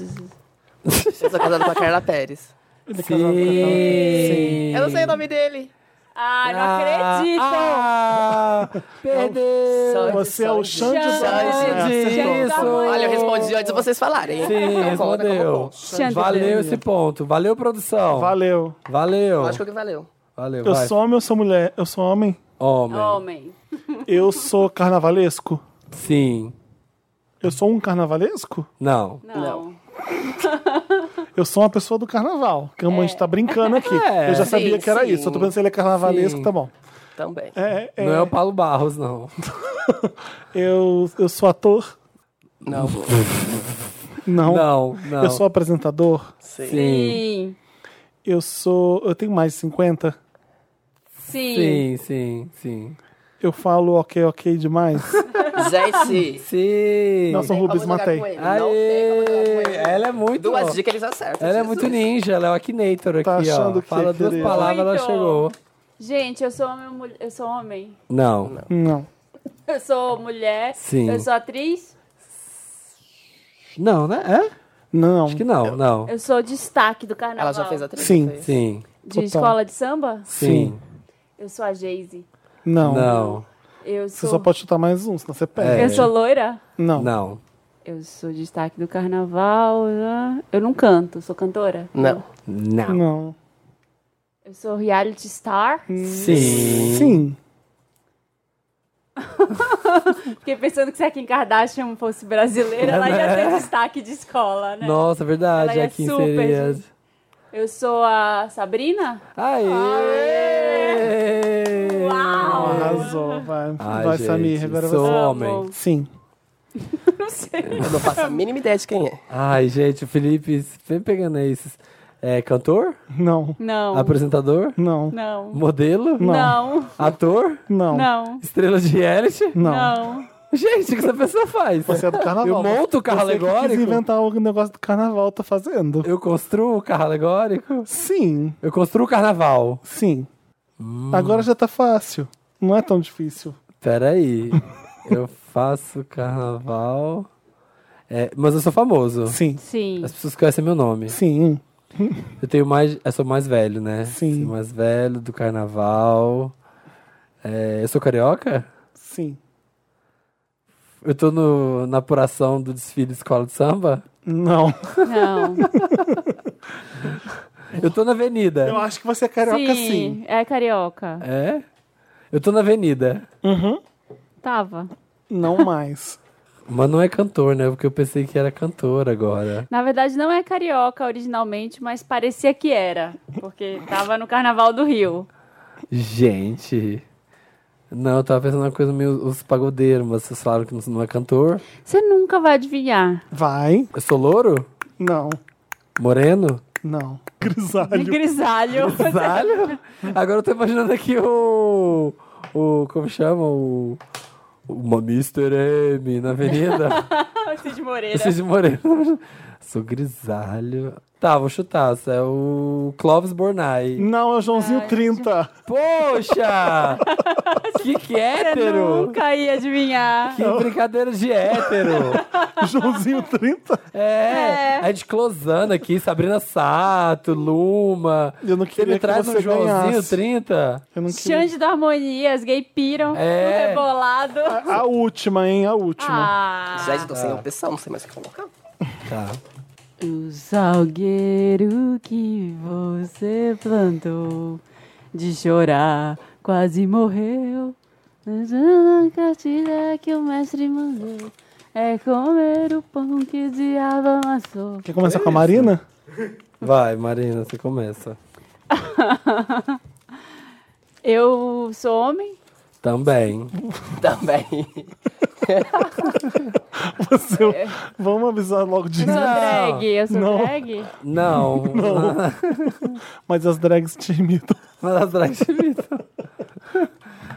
[SPEAKER 3] Eu sou casado com a Carla Pérez.
[SPEAKER 1] é
[SPEAKER 2] Sim.
[SPEAKER 3] Eu não sei o nome dele.
[SPEAKER 4] Ah, não acredito!
[SPEAKER 2] Ah, perdeu!
[SPEAKER 3] Sandy,
[SPEAKER 1] Você é o
[SPEAKER 3] Sandy.
[SPEAKER 1] Xande
[SPEAKER 4] Xande.
[SPEAKER 1] Zé. né?
[SPEAKER 2] Sandy.
[SPEAKER 4] Gente,
[SPEAKER 2] né? Isso.
[SPEAKER 3] Olha, eu respondi antes de vocês falarem.
[SPEAKER 2] Sim,
[SPEAKER 3] Então, conta como
[SPEAKER 2] respondeu.
[SPEAKER 3] ponto.
[SPEAKER 4] Xande.
[SPEAKER 2] Valeu esse ponto. Valeu, produção.
[SPEAKER 1] Valeu.
[SPEAKER 2] Valeu.
[SPEAKER 3] Eu Acho que alguém valeu.
[SPEAKER 2] Valeu,
[SPEAKER 1] Eu
[SPEAKER 2] vai.
[SPEAKER 1] sou homem, eu sou mulher, eu sou homem.
[SPEAKER 2] Homem.
[SPEAKER 4] Homem.
[SPEAKER 1] Eu sou carnavalesco?
[SPEAKER 2] Sim.
[SPEAKER 1] Eu sou um carnavalesco?
[SPEAKER 2] Não.
[SPEAKER 4] Não.
[SPEAKER 1] Eu sou uma pessoa do carnaval. Que a mãe está brincando aqui.
[SPEAKER 2] É.
[SPEAKER 1] Eu já sabia
[SPEAKER 3] Sim,
[SPEAKER 1] que era
[SPEAKER 3] sim.
[SPEAKER 1] isso. Eu tô pensando se ele é carnavalesco,
[SPEAKER 2] Sim.
[SPEAKER 1] tá bom.
[SPEAKER 3] Também.
[SPEAKER 1] É, é,
[SPEAKER 2] Não é o Paulo Barros, não.
[SPEAKER 1] eu, eu sou ator?
[SPEAKER 3] Não,
[SPEAKER 1] Não.
[SPEAKER 2] Não, não.
[SPEAKER 1] Eu sou apresentador?
[SPEAKER 3] sim.
[SPEAKER 2] Sim.
[SPEAKER 4] Sim.
[SPEAKER 1] Eu sou. Eu tenho mais de 50?
[SPEAKER 4] Sim.
[SPEAKER 2] Sim, sim, sim.
[SPEAKER 1] Eu falo ok, ok demais?
[SPEAKER 3] Gente,
[SPEAKER 2] Sim.
[SPEAKER 1] Nossa,
[SPEAKER 3] como
[SPEAKER 1] Rubens,
[SPEAKER 3] jogar
[SPEAKER 1] matei.
[SPEAKER 3] com ele. Não tem como jogar com
[SPEAKER 2] Aê!
[SPEAKER 3] ele.
[SPEAKER 2] Ela é muito.
[SPEAKER 3] Duas dicas eles acertam.
[SPEAKER 2] Ela é
[SPEAKER 3] Jesus.
[SPEAKER 2] muito ninja, ela é o Akinator aqui,
[SPEAKER 1] Tá achando
[SPEAKER 2] ó.
[SPEAKER 1] o quê,
[SPEAKER 2] Fala duas
[SPEAKER 1] querida?
[SPEAKER 2] palavras, ela
[SPEAKER 4] Muito.
[SPEAKER 2] chegou.
[SPEAKER 4] Gente, eu sou homem, ou mulher- eu sou homem.
[SPEAKER 2] Não.
[SPEAKER 1] Não.
[SPEAKER 4] Eu sou mulher.
[SPEAKER 2] Sim.
[SPEAKER 4] Eu sou atriz.
[SPEAKER 2] Não, né? É?
[SPEAKER 1] Não.
[SPEAKER 2] Acho que não, não.
[SPEAKER 4] Eu sou destaque do carnaval.
[SPEAKER 3] Ela já fez a trilha.
[SPEAKER 1] Sim.
[SPEAKER 3] fez.
[SPEAKER 2] Sim.
[SPEAKER 4] De
[SPEAKER 1] Total.
[SPEAKER 4] escola de samba?
[SPEAKER 2] Sim.
[SPEAKER 4] Eu sou a Geise.
[SPEAKER 1] Não.
[SPEAKER 2] Não.
[SPEAKER 4] Eu
[SPEAKER 1] Você
[SPEAKER 4] sou.
[SPEAKER 1] só pode chutar mais um, senão você perde.
[SPEAKER 2] É.
[SPEAKER 4] Eu sou loira?
[SPEAKER 1] Não.
[SPEAKER 2] Não.
[SPEAKER 4] Eu sou destaque do carnaval. né? Eu não canto, sou cantora.
[SPEAKER 3] Não.
[SPEAKER 2] Não.
[SPEAKER 1] Não.
[SPEAKER 4] Eu sou reality star.
[SPEAKER 1] Hum.
[SPEAKER 2] Sim.
[SPEAKER 1] Sim.
[SPEAKER 4] Fiquei pensando que se a Kim Kardashian fosse brasileira, ela ia ter destaque de escola, né?
[SPEAKER 2] Nossa, verdade.
[SPEAKER 4] Ela é
[SPEAKER 2] Aqui
[SPEAKER 4] super
[SPEAKER 2] seria.
[SPEAKER 4] gente. Eu sou a Sabrina?
[SPEAKER 2] Aê!
[SPEAKER 4] Uau!
[SPEAKER 1] Arrasou. Vai,
[SPEAKER 2] Ai,
[SPEAKER 1] vai
[SPEAKER 2] gente,
[SPEAKER 1] Samir. Agora
[SPEAKER 2] sou
[SPEAKER 1] você.
[SPEAKER 2] homem.
[SPEAKER 4] Amo.
[SPEAKER 1] Sim.
[SPEAKER 4] Não sei.
[SPEAKER 3] Eu não faço a mínima ideia de quem é.
[SPEAKER 2] Ai, gente, o Felipe vem pegando aí esses. É cantor?
[SPEAKER 1] Não.
[SPEAKER 4] Não.
[SPEAKER 2] Apresentador?
[SPEAKER 1] Não.
[SPEAKER 4] Não.
[SPEAKER 2] Modelo?
[SPEAKER 4] Não.
[SPEAKER 2] Ator?
[SPEAKER 1] Não.
[SPEAKER 4] Não.
[SPEAKER 2] Estrela de reality?
[SPEAKER 1] Não.
[SPEAKER 4] Não.
[SPEAKER 2] Gente, o que essa pessoa faz?
[SPEAKER 1] Você é do carnaval.
[SPEAKER 2] Eu monto o carro
[SPEAKER 1] Você que
[SPEAKER 2] alegórico?
[SPEAKER 1] quis inventar o negócio do carnaval, tá fazendo?
[SPEAKER 2] Eu construo o carro alegórico?
[SPEAKER 1] Sim.
[SPEAKER 2] Eu construo o carnaval.
[SPEAKER 1] Sim. Agora já tá fácil. Não é tão difícil.
[SPEAKER 2] Peraí. eu faço carnaval. É, mas eu sou famoso.
[SPEAKER 1] Sim.
[SPEAKER 4] Sim.
[SPEAKER 2] As pessoas conhecem meu nome.
[SPEAKER 1] Sim.
[SPEAKER 2] Eu tenho mais. Eu sou mais velho, né?
[SPEAKER 1] Sim.
[SPEAKER 2] Sou mais velho do carnaval. É, eu sou carioca?
[SPEAKER 1] Sim.
[SPEAKER 2] Eu tô no, na apuração do desfile de escola de samba?
[SPEAKER 1] Não.
[SPEAKER 4] Não.
[SPEAKER 2] Eu tô na avenida.
[SPEAKER 1] Eu acho que você é carioca sim.
[SPEAKER 4] sim. É carioca.
[SPEAKER 2] É? Eu tô na avenida.
[SPEAKER 1] Uhum.
[SPEAKER 4] Tava.
[SPEAKER 1] Não mais.
[SPEAKER 2] Mas não é cantor, né? Porque eu pensei que era cantor agora.
[SPEAKER 4] Na verdade, não é carioca originalmente, mas parecia que era. Porque tava no Carnaval do Rio.
[SPEAKER 2] Gente. Não, eu tava pensando uma coisa meio os pagodeiros, mas vocês falaram que não é cantor.
[SPEAKER 4] Você nunca vai adivinhar.
[SPEAKER 1] Vai.
[SPEAKER 2] Eu sou louro?
[SPEAKER 1] Não.
[SPEAKER 2] Moreno?
[SPEAKER 1] Não.
[SPEAKER 4] De
[SPEAKER 1] Grisalho.
[SPEAKER 4] grisalho.
[SPEAKER 2] Grisalho? Agora eu tô imaginando aqui o. o como chama? O. Uma Mr. M na avenida.
[SPEAKER 4] Cid Moreira.
[SPEAKER 2] Vocês é de Moreira. Sou grisalho. Tá, vou chutar. Essa é o Clóvis Bornai.
[SPEAKER 1] Não, é o Joãozinho 30.
[SPEAKER 2] Poxa! que que é,
[SPEAKER 4] Você
[SPEAKER 2] hétero!
[SPEAKER 4] nunca ia adivinhar.
[SPEAKER 2] Que brincadeira de hétero!
[SPEAKER 1] Joãozinho 30?
[SPEAKER 2] É,
[SPEAKER 4] É.
[SPEAKER 2] a gente closando aqui, Sabrina Sato, Luma.
[SPEAKER 1] Eu não
[SPEAKER 2] Você
[SPEAKER 1] queria
[SPEAKER 2] me
[SPEAKER 1] que
[SPEAKER 2] traz
[SPEAKER 1] você
[SPEAKER 2] um Joãozinho
[SPEAKER 1] ganhasse.
[SPEAKER 2] 30?
[SPEAKER 1] Eu não queria.
[SPEAKER 4] Xande da Harmonia, as gay piram.
[SPEAKER 2] É.
[SPEAKER 4] No rebolado.
[SPEAKER 1] A última, hein? A última.
[SPEAKER 4] Ah.
[SPEAKER 3] Gente, eu tô sem opção, não sei mais o que colocar.
[SPEAKER 2] Tá.
[SPEAKER 4] O salgueiro que você plantou de chorar quase morreu. Mas a cartilha que o mestre mandou é comer o pão que o diabo amassou.
[SPEAKER 1] Quer começar com a Marina?
[SPEAKER 2] Vai, Marina, você começa.
[SPEAKER 4] Eu sou homem?
[SPEAKER 2] Também.
[SPEAKER 3] Também.
[SPEAKER 1] Você- Vamos avisar logo de
[SPEAKER 4] Eu sou
[SPEAKER 2] Não.
[SPEAKER 4] drag? Eu sou
[SPEAKER 1] Não.
[SPEAKER 4] drag?
[SPEAKER 2] Não. Não.
[SPEAKER 1] Mas as drags te imitam.
[SPEAKER 2] Mas atrás de mim. tá.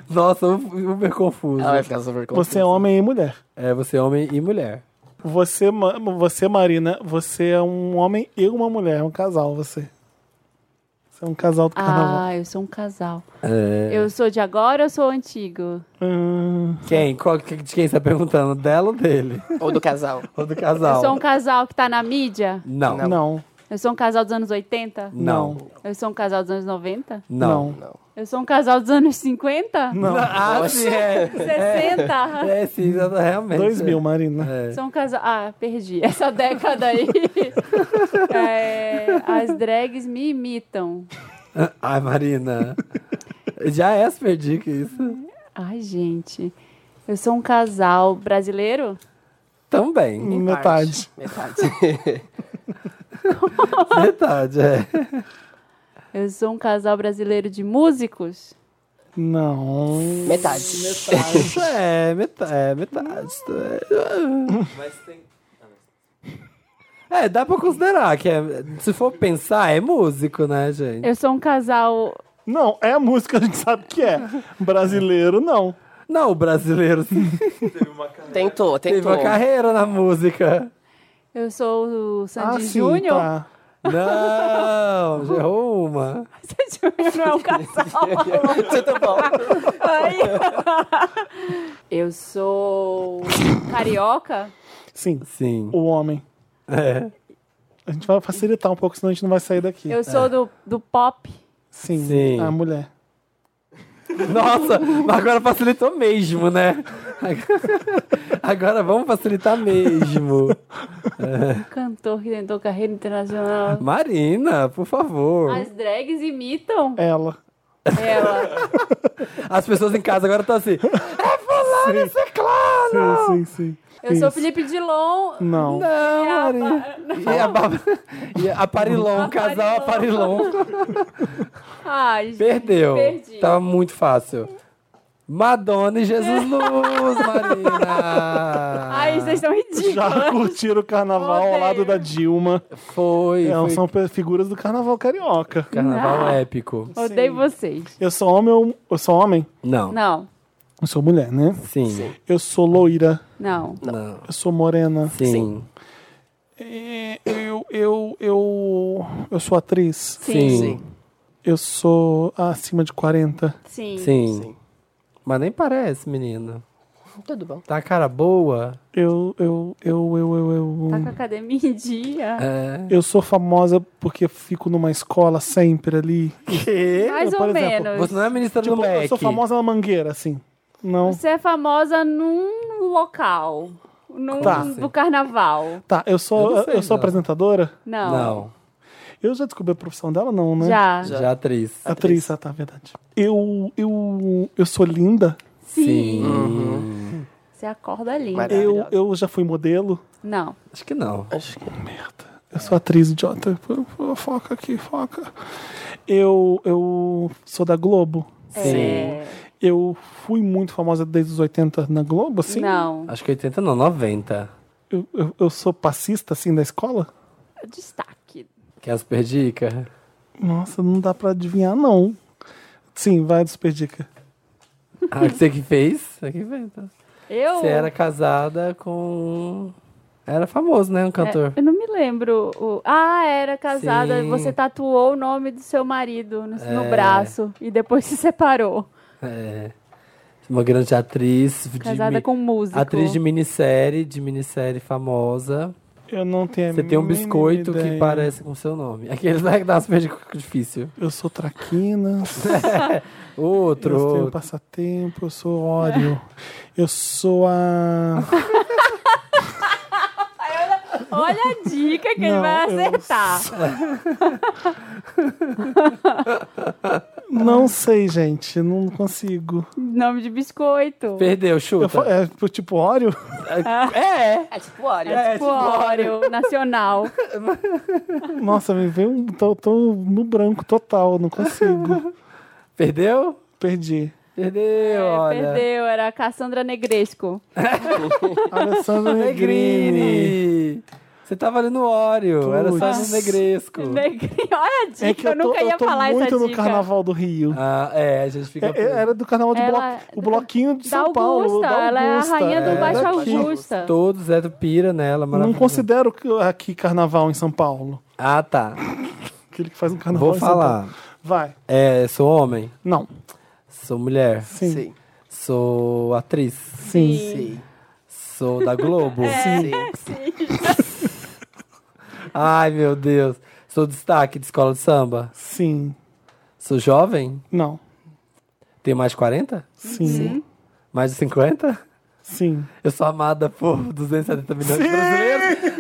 [SPEAKER 2] Nossa, uber confuso.
[SPEAKER 3] Ela vai ficar super confusa.
[SPEAKER 1] Você é homem e mulher.
[SPEAKER 2] É, você é homem e mulher.
[SPEAKER 1] Você, ma- você, Marina, você é um homem e uma mulher. É um casal, você. Você é um casal do carnaval.
[SPEAKER 4] Ah, eu sou um casal.
[SPEAKER 2] É.
[SPEAKER 4] Eu sou de agora ou sou antigo?
[SPEAKER 1] Hum,
[SPEAKER 2] Quem? Qual, que- de quem você tá perguntando? Dela ou dele?
[SPEAKER 3] Ou do casal.
[SPEAKER 2] Ou do
[SPEAKER 4] Eu
[SPEAKER 2] casal?
[SPEAKER 4] sou um casal que tá na mídia?
[SPEAKER 2] Não. Não.
[SPEAKER 1] não.
[SPEAKER 4] Eu sou um casal dos anos 80?
[SPEAKER 2] Não.
[SPEAKER 4] Eu sou um casal dos anos 90?
[SPEAKER 1] Não.
[SPEAKER 2] Não.
[SPEAKER 3] Não.
[SPEAKER 4] Eu sou um casal dos anos 50?
[SPEAKER 2] Ah, sim, é.
[SPEAKER 4] 60?
[SPEAKER 2] É, sim, realmente.
[SPEAKER 1] 2000, Marina.
[SPEAKER 2] É.
[SPEAKER 4] Sou um casal. Ah, perdi. Essa década aí. É, as drags me imitam.
[SPEAKER 2] Ai, Marina. Já é essa perdi que isso.
[SPEAKER 4] Ai, gente. Eu sou um casal brasileiro?
[SPEAKER 2] Também.
[SPEAKER 1] Hum, Metade.
[SPEAKER 3] Parte. Metade.
[SPEAKER 2] Verdade, é.
[SPEAKER 4] Eu sou um casal brasileiro de músicos?
[SPEAKER 1] Não.
[SPEAKER 3] Metade.
[SPEAKER 2] Isso é, metade. É, metade. Isso é. É, dá pra considerar que é, se for pensar, é músico, né, gente?
[SPEAKER 4] Eu sou um casal.
[SPEAKER 1] Não, é a música, a gente sabe que é. Brasileiro, não.
[SPEAKER 2] Não, o brasileiro sim,
[SPEAKER 3] Tentou,
[SPEAKER 2] teve
[SPEAKER 3] tentou.
[SPEAKER 2] uma carreira na música.
[SPEAKER 4] Eu sou o
[SPEAKER 1] Ah,
[SPEAKER 4] Sandy
[SPEAKER 1] sim,
[SPEAKER 4] É Júnior?
[SPEAKER 1] tá.
[SPEAKER 2] Não, já errou uma.
[SPEAKER 4] Sandy Júnior não é um casal.
[SPEAKER 3] Tudo bom.
[SPEAKER 4] Ai. Eu sou carioca?
[SPEAKER 1] Sim,
[SPEAKER 2] Sim.
[SPEAKER 1] o homem.
[SPEAKER 2] É.
[SPEAKER 1] A gente vai facilitar um pouco, senão a gente não vai sair daqui.
[SPEAKER 4] Eu sou do, do pop.
[SPEAKER 1] Sim,
[SPEAKER 2] Sim.
[SPEAKER 1] a mulher.
[SPEAKER 2] Nossa, mas agora facilitou mesmo, né? Agora vamos facilitar mesmo.
[SPEAKER 4] Cantor que tentou carreira internacional.
[SPEAKER 2] Marina, por favor.
[SPEAKER 4] As drags imitam
[SPEAKER 1] Ela.
[SPEAKER 4] ela.
[SPEAKER 2] As pessoas em casa agora estão assim. É fulano, é ciclano!
[SPEAKER 1] Sim, sim, sim.
[SPEAKER 4] Ah, Eu sou
[SPEAKER 1] Isso.
[SPEAKER 4] Felipe Dilon.
[SPEAKER 1] Não.
[SPEAKER 4] É
[SPEAKER 2] Não, Marina. E a, Bárbara- e a Parilon, o casal Parilon.
[SPEAKER 4] Ai, gente,
[SPEAKER 2] Perdeu.
[SPEAKER 4] Perdi.
[SPEAKER 2] Tava muito fácil. Madonna e Jesus Luz, Marina.
[SPEAKER 4] Ai, vocês estão
[SPEAKER 1] Já
[SPEAKER 4] ridículos.
[SPEAKER 1] curtiram o carnaval ao
[SPEAKER 4] Odeio.
[SPEAKER 1] lado da Dilma.
[SPEAKER 2] Foi,
[SPEAKER 1] É,
[SPEAKER 2] foi
[SPEAKER 1] são pe- figuras do carnaval carioca.
[SPEAKER 2] carnaval
[SPEAKER 4] Não.
[SPEAKER 2] épico.
[SPEAKER 4] Odeio vocês.
[SPEAKER 1] Eu sou homem ou eu sou homem?
[SPEAKER 2] Não.
[SPEAKER 4] Não,
[SPEAKER 1] Eu sou mulher, né?
[SPEAKER 2] Sim.
[SPEAKER 1] Eu sou loira.
[SPEAKER 4] não.
[SPEAKER 2] Não.
[SPEAKER 1] Eu sou morena.
[SPEAKER 2] Sim.
[SPEAKER 1] É, Eu, eu, eu, eu sou atriz.
[SPEAKER 4] Sim.
[SPEAKER 2] Sim.
[SPEAKER 1] Eu sou acima de 40.
[SPEAKER 4] Sim.
[SPEAKER 2] Sim.
[SPEAKER 3] Sim.
[SPEAKER 2] Mas nem parece, menino.
[SPEAKER 3] Tudo bom.
[SPEAKER 2] Tá a cara boa.
[SPEAKER 1] Eu, eu, eu, eu, eu, eu.
[SPEAKER 4] Tá com a academia em dia.
[SPEAKER 2] É.
[SPEAKER 1] Eu sou famosa porque fico numa escola sempre ali.
[SPEAKER 2] Tá Que?
[SPEAKER 4] Mais
[SPEAKER 1] eu,
[SPEAKER 4] ou
[SPEAKER 1] por exemplo,
[SPEAKER 4] menos.
[SPEAKER 2] Você não é ministra
[SPEAKER 1] Tipo,
[SPEAKER 2] do MEC.
[SPEAKER 1] eu sou famosa na mangueira, assim. Não.
[SPEAKER 4] Você é famosa num local. Num,
[SPEAKER 1] Tá.
[SPEAKER 4] Do carnaval.
[SPEAKER 1] Tá, eu
[SPEAKER 2] Eu
[SPEAKER 1] sou,
[SPEAKER 2] não
[SPEAKER 1] eu,
[SPEAKER 2] sei,
[SPEAKER 1] sou
[SPEAKER 2] não.
[SPEAKER 1] apresentadora?
[SPEAKER 4] Não.
[SPEAKER 2] Não.
[SPEAKER 1] Eu já descobri a profissão dela, não, né?
[SPEAKER 4] Já.
[SPEAKER 2] Já, atriz.
[SPEAKER 1] Atriz, ah, tá, verdade. Eu, eu, eu sou linda.
[SPEAKER 4] Sim.
[SPEAKER 2] Uhum.
[SPEAKER 4] Você acorda linda.
[SPEAKER 3] Mas-
[SPEAKER 1] Eu,
[SPEAKER 3] Maravilhosa.
[SPEAKER 1] eu já fui modelo.
[SPEAKER 4] Não.
[SPEAKER 2] Acho que não.
[SPEAKER 3] Acho que
[SPEAKER 1] Merda. Eu sou atriz idiota. Pô, pô, Foca aqui, foca. Eu, eu sou da Globo.
[SPEAKER 2] Sim.
[SPEAKER 4] É,
[SPEAKER 1] Eu fui muito famosa desde os 80 na Globo, assim?
[SPEAKER 4] Não.
[SPEAKER 2] Acho que 80 não, 90.
[SPEAKER 1] Eu, eu, eu sou passista, assim, da escola?
[SPEAKER 4] Destaque.
[SPEAKER 2] Que é a super dica.
[SPEAKER 1] Nossa, não dá pra adivinhar, não. Sim, vai do Super Dica.
[SPEAKER 2] Ah, você que fez? Você que fez. tá?
[SPEAKER 4] Eu?
[SPEAKER 2] Você era casada com. Era famoso, né? Um cantor.
[SPEAKER 4] É, eu não me lembro. o- Ah, era casada.
[SPEAKER 2] Sim.
[SPEAKER 4] Você tatuou o nome do seu marido no, no
[SPEAKER 2] É.
[SPEAKER 4] braço e depois se separou.
[SPEAKER 2] É. Uma grande atriz. de
[SPEAKER 4] Casada
[SPEAKER 2] mi-
[SPEAKER 4] com um músico.
[SPEAKER 2] Atriz de minissérie, de minissérie famosa.
[SPEAKER 1] Eu não tenho a
[SPEAKER 2] Você tem um
[SPEAKER 1] mínima
[SPEAKER 2] biscoito que
[SPEAKER 1] ideia.
[SPEAKER 2] parece com seu nome. Aquele lá que dá umas pernas difícil.
[SPEAKER 1] Eu sou traquina,
[SPEAKER 2] Outro.
[SPEAKER 1] eu tenho
[SPEAKER 2] outro.
[SPEAKER 1] passatempo, eu sou óleo. Eu sou a.
[SPEAKER 4] Olha a dica que ele
[SPEAKER 1] Não,
[SPEAKER 4] vai
[SPEAKER 1] eu
[SPEAKER 4] acertar.
[SPEAKER 1] Não sei, gente, não consigo.
[SPEAKER 4] Nome de biscoito.
[SPEAKER 2] Perdeu, chuta.
[SPEAKER 1] Eu fa- é tipo óleo?
[SPEAKER 2] É,
[SPEAKER 3] É tipo, olha.
[SPEAKER 4] É tipo óleo nacional.
[SPEAKER 1] Nossa, me veio um. Tô, tô no branco total, não consigo.
[SPEAKER 2] Perdeu?
[SPEAKER 1] Perdi.
[SPEAKER 2] Perdeu,
[SPEAKER 4] É,
[SPEAKER 2] olha.
[SPEAKER 4] perdeu, era a Cassandra Negresco.
[SPEAKER 1] Alessandro Negrini.
[SPEAKER 2] Negrini. Você tava ali no óleo, era só no
[SPEAKER 1] Putz.
[SPEAKER 2] negresco.
[SPEAKER 4] Negri- Olha a dica,
[SPEAKER 1] É que eu, tô,
[SPEAKER 4] nunca
[SPEAKER 1] eu
[SPEAKER 4] ia
[SPEAKER 1] tô
[SPEAKER 4] falar
[SPEAKER 1] muito
[SPEAKER 4] essa
[SPEAKER 1] no
[SPEAKER 4] dica.
[SPEAKER 1] carnaval do Rio.
[SPEAKER 2] Ah, é, a gente fica.
[SPEAKER 1] É, é, era do carnaval de
[SPEAKER 4] Ela-
[SPEAKER 1] bloco, o bloquinho de
[SPEAKER 4] Da
[SPEAKER 1] São Paulo.
[SPEAKER 4] Augusta,
[SPEAKER 1] da
[SPEAKER 4] ela é a
[SPEAKER 1] Augusta,
[SPEAKER 4] rainha do
[SPEAKER 1] é,
[SPEAKER 4] Baixo
[SPEAKER 1] daqui.
[SPEAKER 4] Augusta.
[SPEAKER 2] Todos é do Pira nela,
[SPEAKER 1] Não
[SPEAKER 2] maravilhoso.
[SPEAKER 1] considero que- aqui carnaval em São Paulo.
[SPEAKER 2] Ah, tá.
[SPEAKER 1] Aquele que faz um carnaval
[SPEAKER 2] Vou
[SPEAKER 1] em São Paulo.
[SPEAKER 2] falar.
[SPEAKER 1] Vai.
[SPEAKER 2] É, sou homem,
[SPEAKER 1] Não.
[SPEAKER 2] sou mulher,
[SPEAKER 1] Sim. Sim.
[SPEAKER 2] sou atriz,
[SPEAKER 1] Sim.
[SPEAKER 3] Sim.
[SPEAKER 2] sou da
[SPEAKER 4] É,
[SPEAKER 2] Globo.
[SPEAKER 3] Sim.
[SPEAKER 2] Ai, meu Deus. Sou destaque de escola de samba. Sou jovem?
[SPEAKER 1] Não.
[SPEAKER 2] Tenho mais de 40?
[SPEAKER 1] Sim. Sim.
[SPEAKER 2] Mais de 50?
[SPEAKER 1] Sim.
[SPEAKER 2] Eu sou amada por 270 milhões de brasileiros.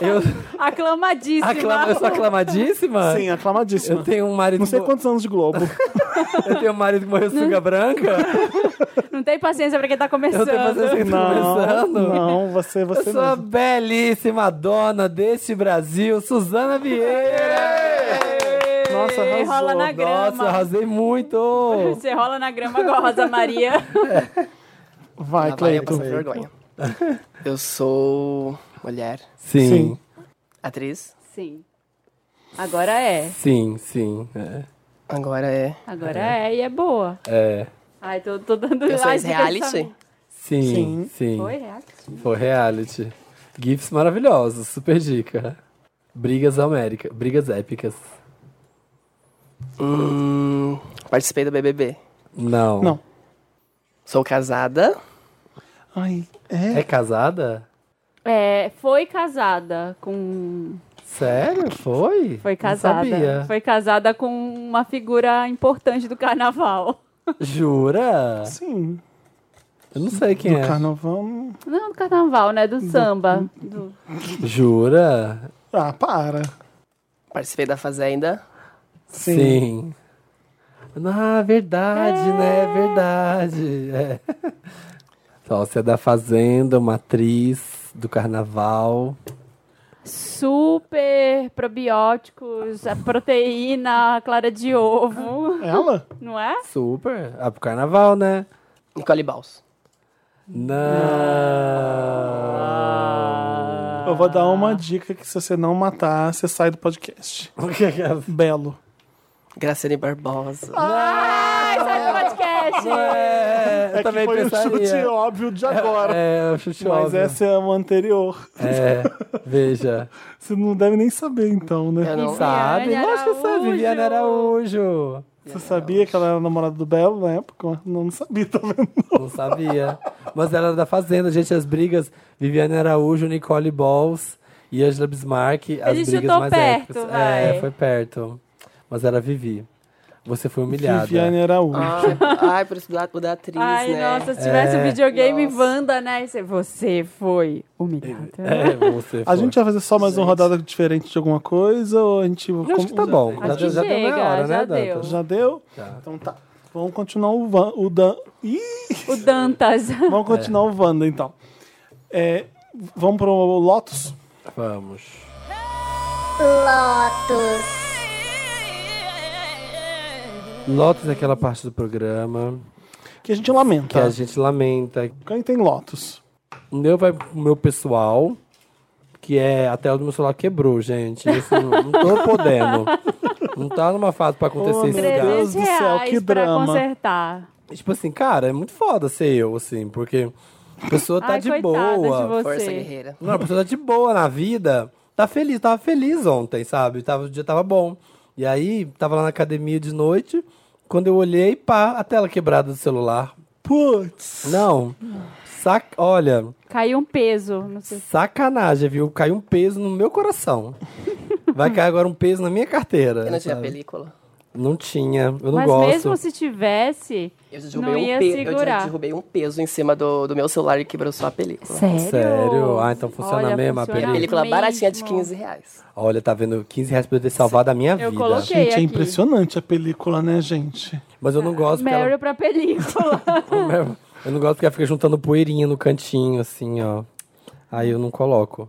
[SPEAKER 2] Eu,
[SPEAKER 4] Aclamadíssima.
[SPEAKER 2] aclamo, eu sou aclamadíssima?
[SPEAKER 1] aclamadíssima.
[SPEAKER 2] Ah, Eu tenho um marido.
[SPEAKER 1] é Não sei
[SPEAKER 2] que mo-
[SPEAKER 1] quantos anos de Globo.
[SPEAKER 2] Eu tenho um marido que morreu suga branca.
[SPEAKER 4] Não tem paciência pra quem tá
[SPEAKER 2] Eu
[SPEAKER 4] começando.
[SPEAKER 2] tenho paciência que tá
[SPEAKER 1] não,
[SPEAKER 2] começando.
[SPEAKER 1] não, você,
[SPEAKER 2] Eu
[SPEAKER 1] você
[SPEAKER 2] sou a
[SPEAKER 1] mesmo.
[SPEAKER 2] belíssima dona deste Brasil, Suzana Vieira.
[SPEAKER 1] Nossa,
[SPEAKER 4] Ei,
[SPEAKER 1] arrasou.
[SPEAKER 4] rola na grama.
[SPEAKER 2] Nossa, arrasei muito.
[SPEAKER 4] Você rola na grama igual a Rosa Maria.
[SPEAKER 1] Vai,
[SPEAKER 3] Lá Ah, vai eu
[SPEAKER 1] Cleiton.
[SPEAKER 3] passando vergonha. Eu sou mulher,
[SPEAKER 2] Sim,
[SPEAKER 3] atriz.
[SPEAKER 4] Sim. Agora é.
[SPEAKER 2] sim, sim. é,
[SPEAKER 3] Agora é.
[SPEAKER 4] Agora é, e é boa.
[SPEAKER 2] É.
[SPEAKER 4] Ai, tô, tô dando
[SPEAKER 3] Eu sou
[SPEAKER 4] as dicas
[SPEAKER 3] reality.
[SPEAKER 4] dessa-
[SPEAKER 2] Sim, sim.
[SPEAKER 1] Sim.
[SPEAKER 4] Foi reality.
[SPEAKER 2] Foi reality. GIFs maravilhosos, super dica. Brigas América, brigas épicas.
[SPEAKER 3] Hum, participei do BBB.
[SPEAKER 2] Não.
[SPEAKER 1] Não.
[SPEAKER 3] Sou casada.
[SPEAKER 1] Ai, é?
[SPEAKER 2] É casada?
[SPEAKER 4] É, foi casada com.
[SPEAKER 2] Sério? Foi?
[SPEAKER 4] Foi
[SPEAKER 2] Não sabia.
[SPEAKER 4] casada. Foi casada com uma figura importante do carnaval.
[SPEAKER 2] Jura?
[SPEAKER 1] Sim.
[SPEAKER 2] Eu não sei quem
[SPEAKER 1] do
[SPEAKER 2] é.
[SPEAKER 1] carnaval. não-
[SPEAKER 4] Não do carnaval, né? Do samba. Do-
[SPEAKER 2] Jura?
[SPEAKER 1] Ah, para.
[SPEAKER 3] Participei da Fazenda.
[SPEAKER 1] Sim.
[SPEAKER 2] Ah, verdade, né?
[SPEAKER 4] É.
[SPEAKER 2] Verdade. É. Sócia da Fazenda, uma atriz do carnaval.
[SPEAKER 4] Super probióticos, a proteína, a clara de ovo,
[SPEAKER 1] Ela?
[SPEAKER 4] não é?
[SPEAKER 2] Super. Ah, pro carnaval, né?
[SPEAKER 3] Nicole Baus. Ah.
[SPEAKER 2] Não.
[SPEAKER 1] Eu vou dar uma dica que se você não matar, você sai do podcast.
[SPEAKER 2] O que é que é?
[SPEAKER 1] Belo.
[SPEAKER 3] Graciane Barbosa.
[SPEAKER 4] Ai, sai do podcast!
[SPEAKER 2] É, eu
[SPEAKER 1] é que
[SPEAKER 2] também
[SPEAKER 1] foi
[SPEAKER 2] pensaria.
[SPEAKER 1] um chute óbvio de agora.
[SPEAKER 2] É, o chute
[SPEAKER 1] Mas
[SPEAKER 2] óbvio.
[SPEAKER 1] essa é uma anterior.
[SPEAKER 2] É, veja.
[SPEAKER 1] Você não deve nem saber, então, né?
[SPEAKER 3] Eu não.
[SPEAKER 2] Sabe?
[SPEAKER 4] Viviane
[SPEAKER 2] Lógico que sabe,
[SPEAKER 4] Araújo.
[SPEAKER 2] Viviane Araújo.
[SPEAKER 3] é,
[SPEAKER 1] Você sabia que ela era namorada do Belo na época? Não, não sabia também.
[SPEAKER 2] Não sabia. Mas ela era da Fazenda, gente. As brigas, Viviane Araújo, Nicole Balls e Angela Bismarck. As
[SPEAKER 4] Ele
[SPEAKER 2] brigas
[SPEAKER 4] chutou
[SPEAKER 2] mais
[SPEAKER 4] perto,
[SPEAKER 2] épicas. É,
[SPEAKER 4] vai.
[SPEAKER 2] foi perto. Mas era Vivi. Você foi humilhada.
[SPEAKER 1] Viviane Araújo.
[SPEAKER 3] Ah, Ai, ai, por isso da, da atriz,
[SPEAKER 4] Ai,
[SPEAKER 3] né?
[SPEAKER 4] nossa, se tivesse
[SPEAKER 2] É.
[SPEAKER 4] um videogame
[SPEAKER 3] Nossa.
[SPEAKER 4] Wanda, né? Você- Você foi humilhada.
[SPEAKER 2] É, você
[SPEAKER 1] A
[SPEAKER 2] foi.
[SPEAKER 1] gente vai fazer só mais uma rodada diferente de alguma coisa? Ou a gente.
[SPEAKER 2] Eu acho que tá bom.
[SPEAKER 4] Acho
[SPEAKER 2] já
[SPEAKER 4] que
[SPEAKER 2] já deu
[SPEAKER 4] chega,
[SPEAKER 2] meia hora,
[SPEAKER 4] já
[SPEAKER 2] né, Dantas?
[SPEAKER 4] deu.
[SPEAKER 1] Já deu?
[SPEAKER 2] Tá.
[SPEAKER 1] Então tá. Vamos continuar o, Van, o Dan. Ih,
[SPEAKER 4] O Dantas.
[SPEAKER 1] vamos
[SPEAKER 2] É.
[SPEAKER 1] continuar o Wanda, então. É, vamos pro Lotus?
[SPEAKER 2] Vamos. Lotus. Lotus é aquela parte do programa
[SPEAKER 1] Que a gente
[SPEAKER 2] que
[SPEAKER 4] Tá.
[SPEAKER 2] a
[SPEAKER 1] lamenta.
[SPEAKER 2] gente lamenta,
[SPEAKER 1] Quem tem Lotus?
[SPEAKER 2] O meu vai pro meu pessoal, que é a tela do meu celular quebrou, gente. Isso não, não tô podendo. Não tá numa fase pra acontecer
[SPEAKER 1] Oh,
[SPEAKER 2] esse é
[SPEAKER 1] meu
[SPEAKER 2] lugar.
[SPEAKER 1] Deus
[SPEAKER 4] 300
[SPEAKER 1] do céu,
[SPEAKER 4] reais
[SPEAKER 1] que
[SPEAKER 4] pra
[SPEAKER 1] drama.
[SPEAKER 4] consertar.
[SPEAKER 2] E, Tipo assim, cara, é muito foda ser eu, assim, porque a pessoa tá
[SPEAKER 4] Ai,
[SPEAKER 2] de
[SPEAKER 4] coitada
[SPEAKER 2] boa.
[SPEAKER 4] de você.
[SPEAKER 3] Força guerreira.
[SPEAKER 2] Não, a pessoa tá de boa na vida, tá feliz, tava feliz ontem, sabe? Tava, o dia tava bom. E aí, tava lá na academia de noite, quando eu olhei, pá, a tela quebrada do celular.
[SPEAKER 1] Putz.
[SPEAKER 2] Não, sac... olha,
[SPEAKER 4] Caiu um peso. Não sei.
[SPEAKER 2] sacanagem, viu? Caiu um peso no meu coração. Vai cair agora um peso na minha carteira.
[SPEAKER 3] Eu não tinha
[SPEAKER 2] sabe?
[SPEAKER 3] película.
[SPEAKER 2] Não tinha, eu não
[SPEAKER 4] Mas
[SPEAKER 2] gosto.
[SPEAKER 4] mesmo assim- se tivesse.
[SPEAKER 3] Eu
[SPEAKER 4] Não
[SPEAKER 3] derrubei,
[SPEAKER 4] ia
[SPEAKER 3] um pe... eu
[SPEAKER 4] segurar.
[SPEAKER 3] derrubei um peso em cima do, do meu celular e quebrou só a película.
[SPEAKER 4] Sério?
[SPEAKER 2] Sério? Ah, então funciona mesmo a
[SPEAKER 4] funciona
[SPEAKER 2] pele?
[SPEAKER 3] Película
[SPEAKER 4] mesmo.
[SPEAKER 3] baratinha de 15 reais.
[SPEAKER 2] Olha, tá vendo? 15 reais pra eu ter salvado a minha
[SPEAKER 4] Eu
[SPEAKER 2] vida.
[SPEAKER 4] coloquei.
[SPEAKER 1] Gente, é
[SPEAKER 4] aqui.
[SPEAKER 1] impressionante a película, né, gente?
[SPEAKER 2] Mas eu não gosto porque
[SPEAKER 4] Meryl
[SPEAKER 2] ela...
[SPEAKER 4] pra película.
[SPEAKER 1] É
[SPEAKER 2] Eu não gosto porque ela fica juntando poeirinha no cantinho, assim, ó. Aí eu não coloco.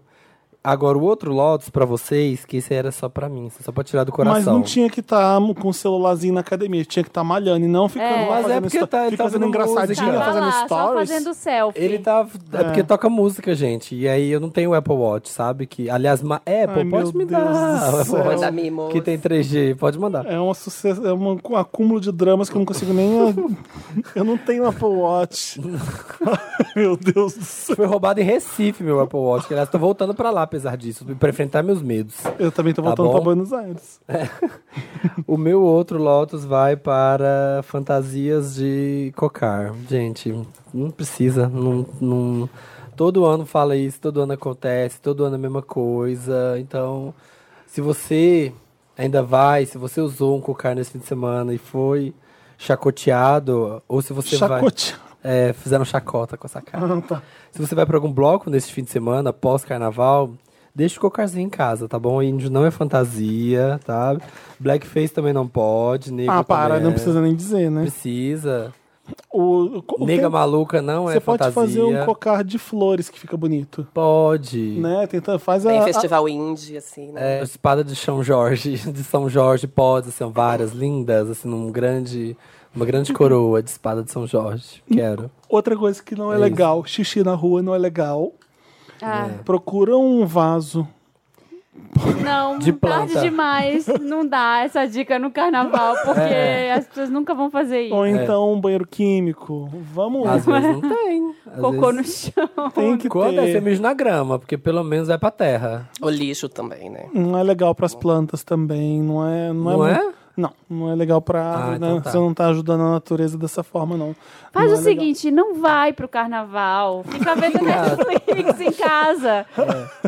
[SPEAKER 2] Agora, o outro Lotus pra vocês, que esse era só pra mim, só pra tirar do coração.
[SPEAKER 1] Mas não tinha que estar com o celularzinho na academia, tinha que estar malhando e não ficando
[SPEAKER 4] É.
[SPEAKER 1] lá
[SPEAKER 2] Mas é
[SPEAKER 1] fazendo
[SPEAKER 2] porque
[SPEAKER 1] histó-
[SPEAKER 2] tá- ele
[SPEAKER 1] fica
[SPEAKER 2] tá
[SPEAKER 1] fazendo
[SPEAKER 2] ouvindo
[SPEAKER 1] engraçadinha,
[SPEAKER 2] música.
[SPEAKER 1] fazendo
[SPEAKER 4] Tava Tá lá, só
[SPEAKER 1] stories.
[SPEAKER 4] fazendo selfie.
[SPEAKER 2] Ele tá. É.
[SPEAKER 1] É.
[SPEAKER 2] porque toca música, gente. E aí eu não tenho Apple Watch, sabe? Que, aliás, ma... é, Apple,
[SPEAKER 1] Ai, meu
[SPEAKER 2] pode me
[SPEAKER 1] Deus
[SPEAKER 2] dar.
[SPEAKER 1] do
[SPEAKER 2] o Apple
[SPEAKER 1] céu.
[SPEAKER 2] Watch
[SPEAKER 3] Manda mimos.
[SPEAKER 2] Que tem 3G, pode mandar.
[SPEAKER 1] É, uma sucess- é um acúmulo de dramas que eu não consigo nem. eu não tenho Apple Watch. Meu Deus do céu.
[SPEAKER 2] Foi roubado em Recife, meu Apple Watch. Que, aliás, tô voltando pra lá, apesar disso, pra enfrentar meus medos.
[SPEAKER 1] Eu também tô
[SPEAKER 2] Tá
[SPEAKER 1] voltando
[SPEAKER 2] bom.
[SPEAKER 1] pra Buenos Aires.
[SPEAKER 2] O meu outro Lotus vai para fantasias de cocar. Gente, não precisa. Não, não- Todo ano fala isso, todo ano acontece, todo ano é a mesma coisa. Então, se você ainda vai, se você usou um cocar nesse fim de semana e foi chacoteado, ou se você vai.
[SPEAKER 1] Chacote.
[SPEAKER 2] É, fizeram chacota com essa cara.
[SPEAKER 1] Ah, tá.
[SPEAKER 2] Se você vai pra algum bloco nesse fim de semana, pós-carnaval, deixa o cocarzinho em casa, tá bom? Índio não é fantasia, tá? Blackface também não pode, negro
[SPEAKER 1] Ah, para,
[SPEAKER 2] também
[SPEAKER 1] não
[SPEAKER 2] é.
[SPEAKER 1] precisa nem dizer, né?
[SPEAKER 2] Precisa.
[SPEAKER 1] O, o-
[SPEAKER 2] Nega
[SPEAKER 1] tem-
[SPEAKER 2] maluca não é
[SPEAKER 1] Você pode
[SPEAKER 2] fantasia.
[SPEAKER 1] fazer um cocar de flores que fica bonito.
[SPEAKER 2] Pode.
[SPEAKER 1] Né? Tenta, faz a,
[SPEAKER 3] Tem
[SPEAKER 1] a-
[SPEAKER 3] festival indie, assim, né?
[SPEAKER 2] É, espada de São Jorge, de São Jorge pode, são várias lindas, assim, num grande, uma grande
[SPEAKER 1] Tipo-
[SPEAKER 2] coroa de espada de São Jorge. Quero.
[SPEAKER 1] Outra coisa que não é,
[SPEAKER 2] É isso. É.
[SPEAKER 1] legal, xixi na rua não é legal.
[SPEAKER 4] Ah,
[SPEAKER 1] Procura um vaso.
[SPEAKER 4] Não,
[SPEAKER 2] De
[SPEAKER 4] tarde
[SPEAKER 2] planta. É.
[SPEAKER 4] demais. Não dá essa dica no carnaval, porque as pessoas nunca vão fazer isso.
[SPEAKER 1] Ou então um banheiro químico. Vamos.
[SPEAKER 2] Às vezes não tem. Às
[SPEAKER 4] Cocô
[SPEAKER 2] vezes...
[SPEAKER 4] no chão.
[SPEAKER 1] Tem né? que
[SPEAKER 2] Quando é, você
[SPEAKER 1] ter.
[SPEAKER 2] mijo na grama, porque pelo menos vai pra terra.
[SPEAKER 3] O lixo também, né?
[SPEAKER 1] Não é legal pras plantas também. Não é. Não,
[SPEAKER 2] Não
[SPEAKER 1] é?
[SPEAKER 2] é?
[SPEAKER 1] muito- Não, não é legal pra árvore, né?
[SPEAKER 2] então tá.
[SPEAKER 1] Você não tá ajudando a natureza dessa forma, não.
[SPEAKER 4] Faz
[SPEAKER 1] Não
[SPEAKER 4] o
[SPEAKER 1] é legal.
[SPEAKER 4] seguinte, não vai pro carnaval. Fica vendo Netflix em casa.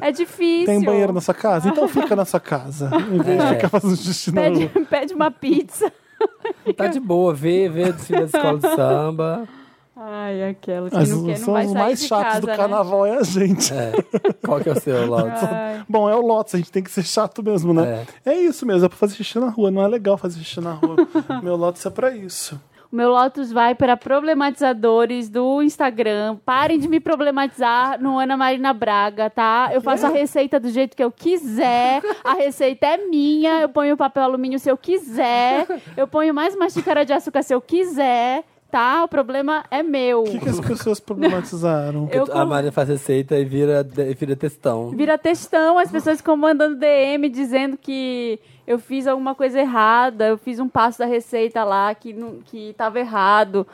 [SPEAKER 4] É, difícil.
[SPEAKER 1] Tem banheiro na sua casa? Então fica na sua casa. Em vez de
[SPEAKER 2] É.
[SPEAKER 1] ficar fazendo xixi na rua.
[SPEAKER 4] pede, pede uma pizza.
[SPEAKER 2] Tá de boa, vê, vê a desfile da escola de samba.
[SPEAKER 4] Ai, aquela que
[SPEAKER 1] As-
[SPEAKER 4] assim, não quer, não
[SPEAKER 1] são
[SPEAKER 4] vai
[SPEAKER 1] os
[SPEAKER 4] sair
[SPEAKER 1] mais
[SPEAKER 4] de
[SPEAKER 1] chatos
[SPEAKER 4] casa,
[SPEAKER 1] do
[SPEAKER 4] né?
[SPEAKER 1] carnaval é a gente.
[SPEAKER 2] É. Qual que é o seu, Lotus?
[SPEAKER 4] Ai.
[SPEAKER 1] Bom, é o Lotus, a gente tem que ser chato mesmo, né? É, isso mesmo, é pra fazer xixi na rua. Não é legal fazer xixi na rua. Meu Lotus é pra isso.
[SPEAKER 4] O meu Lotus vai para problematizadores do Instagram. Parem de me problematizar no Ana Marina Braga, tá? Eu faço a receita do jeito que eu quiser. A receita é minha. Eu ponho papel alumínio se eu quiser. Eu ponho mais uma xícara de açúcar se eu quiser, tá? O problema é meu.
[SPEAKER 1] O que, que as pessoas problematizaram?
[SPEAKER 4] Eu
[SPEAKER 2] A
[SPEAKER 4] colo-
[SPEAKER 2] Maria faz receita e vira, e vira textão.
[SPEAKER 4] Vira textão, as pessoas ficam mandando DM dizendo que eu fiz alguma coisa errada, eu fiz um passo da receita lá que, não, que tava errado.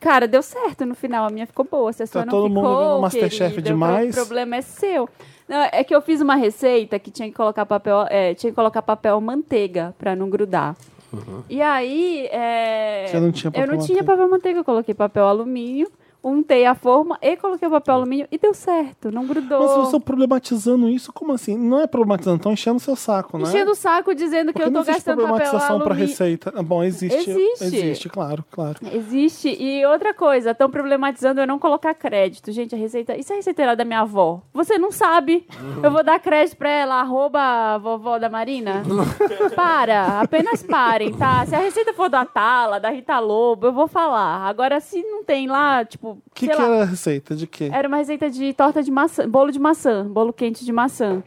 [SPEAKER 4] Cara, deu certo no final, a minha ficou boa, se a sua
[SPEAKER 1] Tá
[SPEAKER 4] não
[SPEAKER 1] todo
[SPEAKER 4] ficou,
[SPEAKER 1] mundo vendo Masterchef
[SPEAKER 4] querida,
[SPEAKER 1] demais?
[SPEAKER 4] O problema é seu. Não, é que eu fiz uma receita que tinha que colocar papel, é, tinha que colocar papel manteiga para não grudar. E aí, é,
[SPEAKER 1] Você não tinha
[SPEAKER 4] eu
[SPEAKER 1] papel
[SPEAKER 4] não tinha
[SPEAKER 1] manteiga.
[SPEAKER 4] papel manteiga, eu coloquei papel alumínio, untei a forma e coloquei o papel alumínio e deu certo, não grudou.
[SPEAKER 1] Mas vocês estão problematizando isso? Como assim? Não é problematizando, estão enchendo o seu saco, né?
[SPEAKER 4] Enchendo o saco dizendo que
[SPEAKER 1] Porque
[SPEAKER 4] eu
[SPEAKER 1] não
[SPEAKER 4] tô
[SPEAKER 1] existe
[SPEAKER 4] gastando papel
[SPEAKER 1] problematização pra
[SPEAKER 4] alumínio.
[SPEAKER 1] receita. Ah, Bom, existe.
[SPEAKER 4] Existe.
[SPEAKER 1] Existe, claro, claro.
[SPEAKER 4] Existe. E outra coisa, estão problematizando eu não colocar crédito. Gente, a receita. Isso é a receita era da minha avó. Você não sabe.
[SPEAKER 1] Hum.
[SPEAKER 4] Eu vou dar crédito pra ela, arroba vovó da Marina. Para, apenas parem, tá? Se a receita for da Tala, da Rita Lobo, eu vou falar. Agora, se não tem lá, tipo, tipo.
[SPEAKER 1] O que,
[SPEAKER 4] sei
[SPEAKER 1] que é?
[SPEAKER 4] lá, É
[SPEAKER 1] era a receita? De quê?
[SPEAKER 4] Era uma receita de torta de maçã, bolo de maçã, bolo quente de maçã.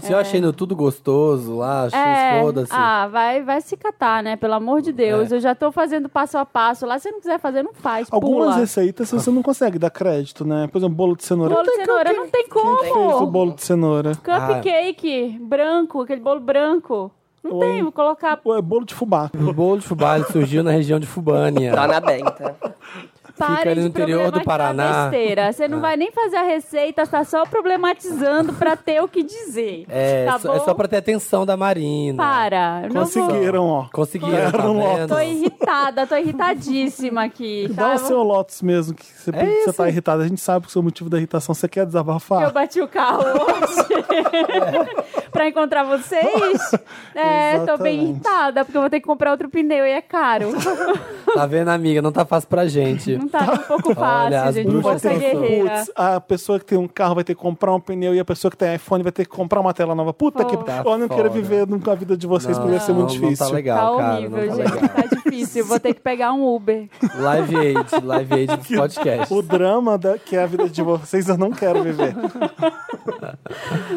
[SPEAKER 2] Se eu achei no tudo gostoso lá, achei
[SPEAKER 4] É,
[SPEAKER 2] foda-se.
[SPEAKER 4] ah, vai, vai se catar, né? Pelo amor
[SPEAKER 2] É.
[SPEAKER 4] de Deus, eu já tô fazendo passo a passo lá. Se não quiser fazer, não faz,
[SPEAKER 1] Algumas
[SPEAKER 4] pula.
[SPEAKER 1] receitas você não consegue dar crédito, né? Por exemplo, bolo de cenoura.
[SPEAKER 4] Bolo de cenoura não tem
[SPEAKER 1] Quem fez o
[SPEAKER 4] como.
[SPEAKER 1] é bolo de cenoura?
[SPEAKER 4] Cupcake branco, aquele bolo branco. Não
[SPEAKER 1] Ou-
[SPEAKER 4] tem, vou colocar
[SPEAKER 1] Ou é bolo de fubá?
[SPEAKER 2] O bolo de fubá ele surgiu na região de Fubânia.
[SPEAKER 3] Tá na benta.
[SPEAKER 4] Parem
[SPEAKER 2] ali no
[SPEAKER 4] de
[SPEAKER 2] interior do
[SPEAKER 4] problematizar
[SPEAKER 2] Paraná. Ah.
[SPEAKER 4] Besteira. Você não vai nem fazer a receita, tá só problematizando pra ter o que dizer.
[SPEAKER 2] É,
[SPEAKER 4] tá
[SPEAKER 2] só, é
[SPEAKER 4] bom? Tá.
[SPEAKER 2] só pra ter atenção da Marina.
[SPEAKER 4] Para. eu Não vou.
[SPEAKER 1] Conseguiram, ó.
[SPEAKER 2] Conseguiram, tá
[SPEAKER 1] Era um
[SPEAKER 2] vendo?
[SPEAKER 4] Tô irritada, tô irritadíssima aqui.
[SPEAKER 1] Dá
[SPEAKER 4] Tá?
[SPEAKER 1] o seu Lotus mesmo, que você,
[SPEAKER 2] É
[SPEAKER 1] você
[SPEAKER 2] isso.
[SPEAKER 1] tá irritado. A gente sabe que o seu motivo da irritação você quer
[SPEAKER 4] Eu
[SPEAKER 1] desabafar.
[SPEAKER 4] bati o carro hoje pra encontrar vocês. É, tô bem
[SPEAKER 1] Exatamente.
[SPEAKER 4] irritada, porque eu vou ter que comprar outro pneu e é caro.
[SPEAKER 2] Tá vendo, amiga? Não tá fácil pra gente.
[SPEAKER 4] Não tá nem um pouco fácil,
[SPEAKER 2] as
[SPEAKER 4] gente. Não
[SPEAKER 2] bruxas
[SPEAKER 4] sou essa
[SPEAKER 2] pensou.
[SPEAKER 4] guerreira.
[SPEAKER 1] Putz, a pessoa que tem um carro vai ter que comprar um pneu e a pessoa que tem iPhone vai ter que comprar uma tela nova. Puta
[SPEAKER 4] Oh.
[SPEAKER 1] que.
[SPEAKER 2] Tá
[SPEAKER 1] eu não quero
[SPEAKER 2] foda.
[SPEAKER 1] viver nunca a vida de vocês, porque vai ser muito
[SPEAKER 2] não
[SPEAKER 1] difícil.
[SPEAKER 2] tá legal,
[SPEAKER 4] tá
[SPEAKER 2] cara.
[SPEAKER 4] horrível,
[SPEAKER 2] não tá
[SPEAKER 4] gente.
[SPEAKER 2] legal.
[SPEAKER 4] Tá difícil. Vou ter que pegar um Uber.
[SPEAKER 2] Live Aid, Live Aid dos podcasts.
[SPEAKER 1] O drama da, que é a vida de vocês, eu não quero viver.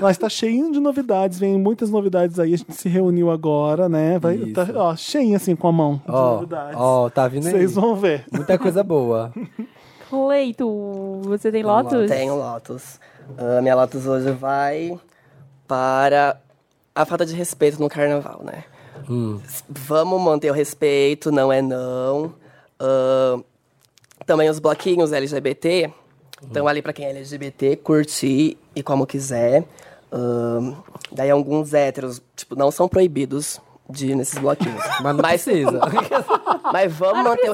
[SPEAKER 1] Mas tá cheio de novidades, vem muitas novidades aí. A gente se reuniu agora, né? Vai,
[SPEAKER 2] Isso.
[SPEAKER 1] tá, ó, cheio assim com a mão de
[SPEAKER 2] Ó,
[SPEAKER 1] novidades.
[SPEAKER 2] ó, tá vindo aí.
[SPEAKER 1] Vocês vão ver.
[SPEAKER 2] Muita coisa boa.
[SPEAKER 4] Cleito, você tem Lotus?
[SPEAKER 3] Tenho Lotus. Ah, minha Lotus hoje vai para a falta de respeito no carnaval, né?
[SPEAKER 2] Hum.
[SPEAKER 3] S- Vamos manter o respeito, não é não. Ah, também os bloquinhos LGBT.
[SPEAKER 2] Hum.
[SPEAKER 3] Então, ali para quem é LGBT, curtir e como quiser. Ah, daí, alguns héteros, tipo, não são proibidos de ir nesses bloquinhos.
[SPEAKER 2] Mas não precisa.
[SPEAKER 3] Mas vamos manter o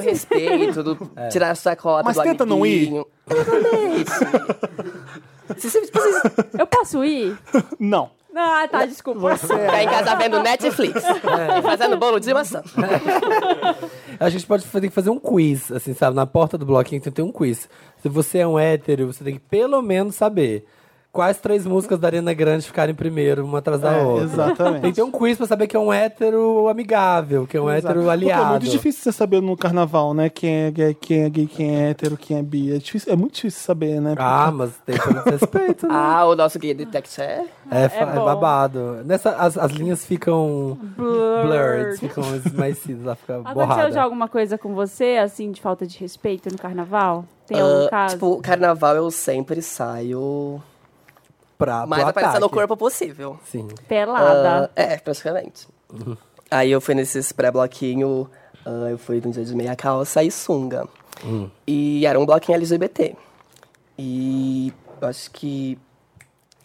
[SPEAKER 3] respeito, do- tirar a sacota
[SPEAKER 1] É. Mas
[SPEAKER 3] do
[SPEAKER 1] tenta não ir.
[SPEAKER 3] amiguinho. Se você- tipo, você
[SPEAKER 4] Eu posso ir?
[SPEAKER 1] Não.
[SPEAKER 4] Ah, tá, desculpa.
[SPEAKER 3] tá em casa vendo Netflix,
[SPEAKER 1] É.
[SPEAKER 3] fazendo bolo de maçã.
[SPEAKER 2] A gente pode fazer, tem que fazer um quiz, assim, sabe? Na porta do bloquinho tem que ter um quiz. Se você é um hétero, você tem que pelo menos saber quais três músicas da Arena Grande ficarem primeiro, uma atrás da
[SPEAKER 1] É,
[SPEAKER 2] outra.
[SPEAKER 1] exatamente.
[SPEAKER 2] Tem que ter um quiz pra saber que é um hétero amigável, que é um hétero aliado.
[SPEAKER 1] Porque é muito difícil você saber no carnaval, né? Quem é gay, quem é gay, quem é hétero, quem é bi. É, difícil- é muito difícil saber, né?
[SPEAKER 2] Ah, mas tem pelo respeito, né?
[SPEAKER 3] Ah, o nosso guia detective é...
[SPEAKER 2] É, fa- é
[SPEAKER 4] bom.
[SPEAKER 2] babado. Nessa, as, as linhas ficam blurred, ficam esmaecidas, ela fica
[SPEAKER 4] Aconteceu
[SPEAKER 2] borrada.
[SPEAKER 4] já alguma coisa com você, assim, de falta de respeito no carnaval? Tem algum
[SPEAKER 3] Ah,
[SPEAKER 4] caso?
[SPEAKER 3] Tipo, carnaval eu sempre saio
[SPEAKER 1] Ah,
[SPEAKER 2] Pra,
[SPEAKER 3] mais
[SPEAKER 2] pro
[SPEAKER 3] aparecendo o
[SPEAKER 2] ataque.
[SPEAKER 3] corpo possível.
[SPEAKER 2] Sim.
[SPEAKER 4] Pelada.
[SPEAKER 3] Ah, é, praticamente.
[SPEAKER 2] Uhum.
[SPEAKER 3] Aí eu fui nesses pré-bloquinho, ah, eu fui num dia de meia calça e sunga.
[SPEAKER 2] Hum.
[SPEAKER 3] E era um bloquinho LGBT. E eu acho que.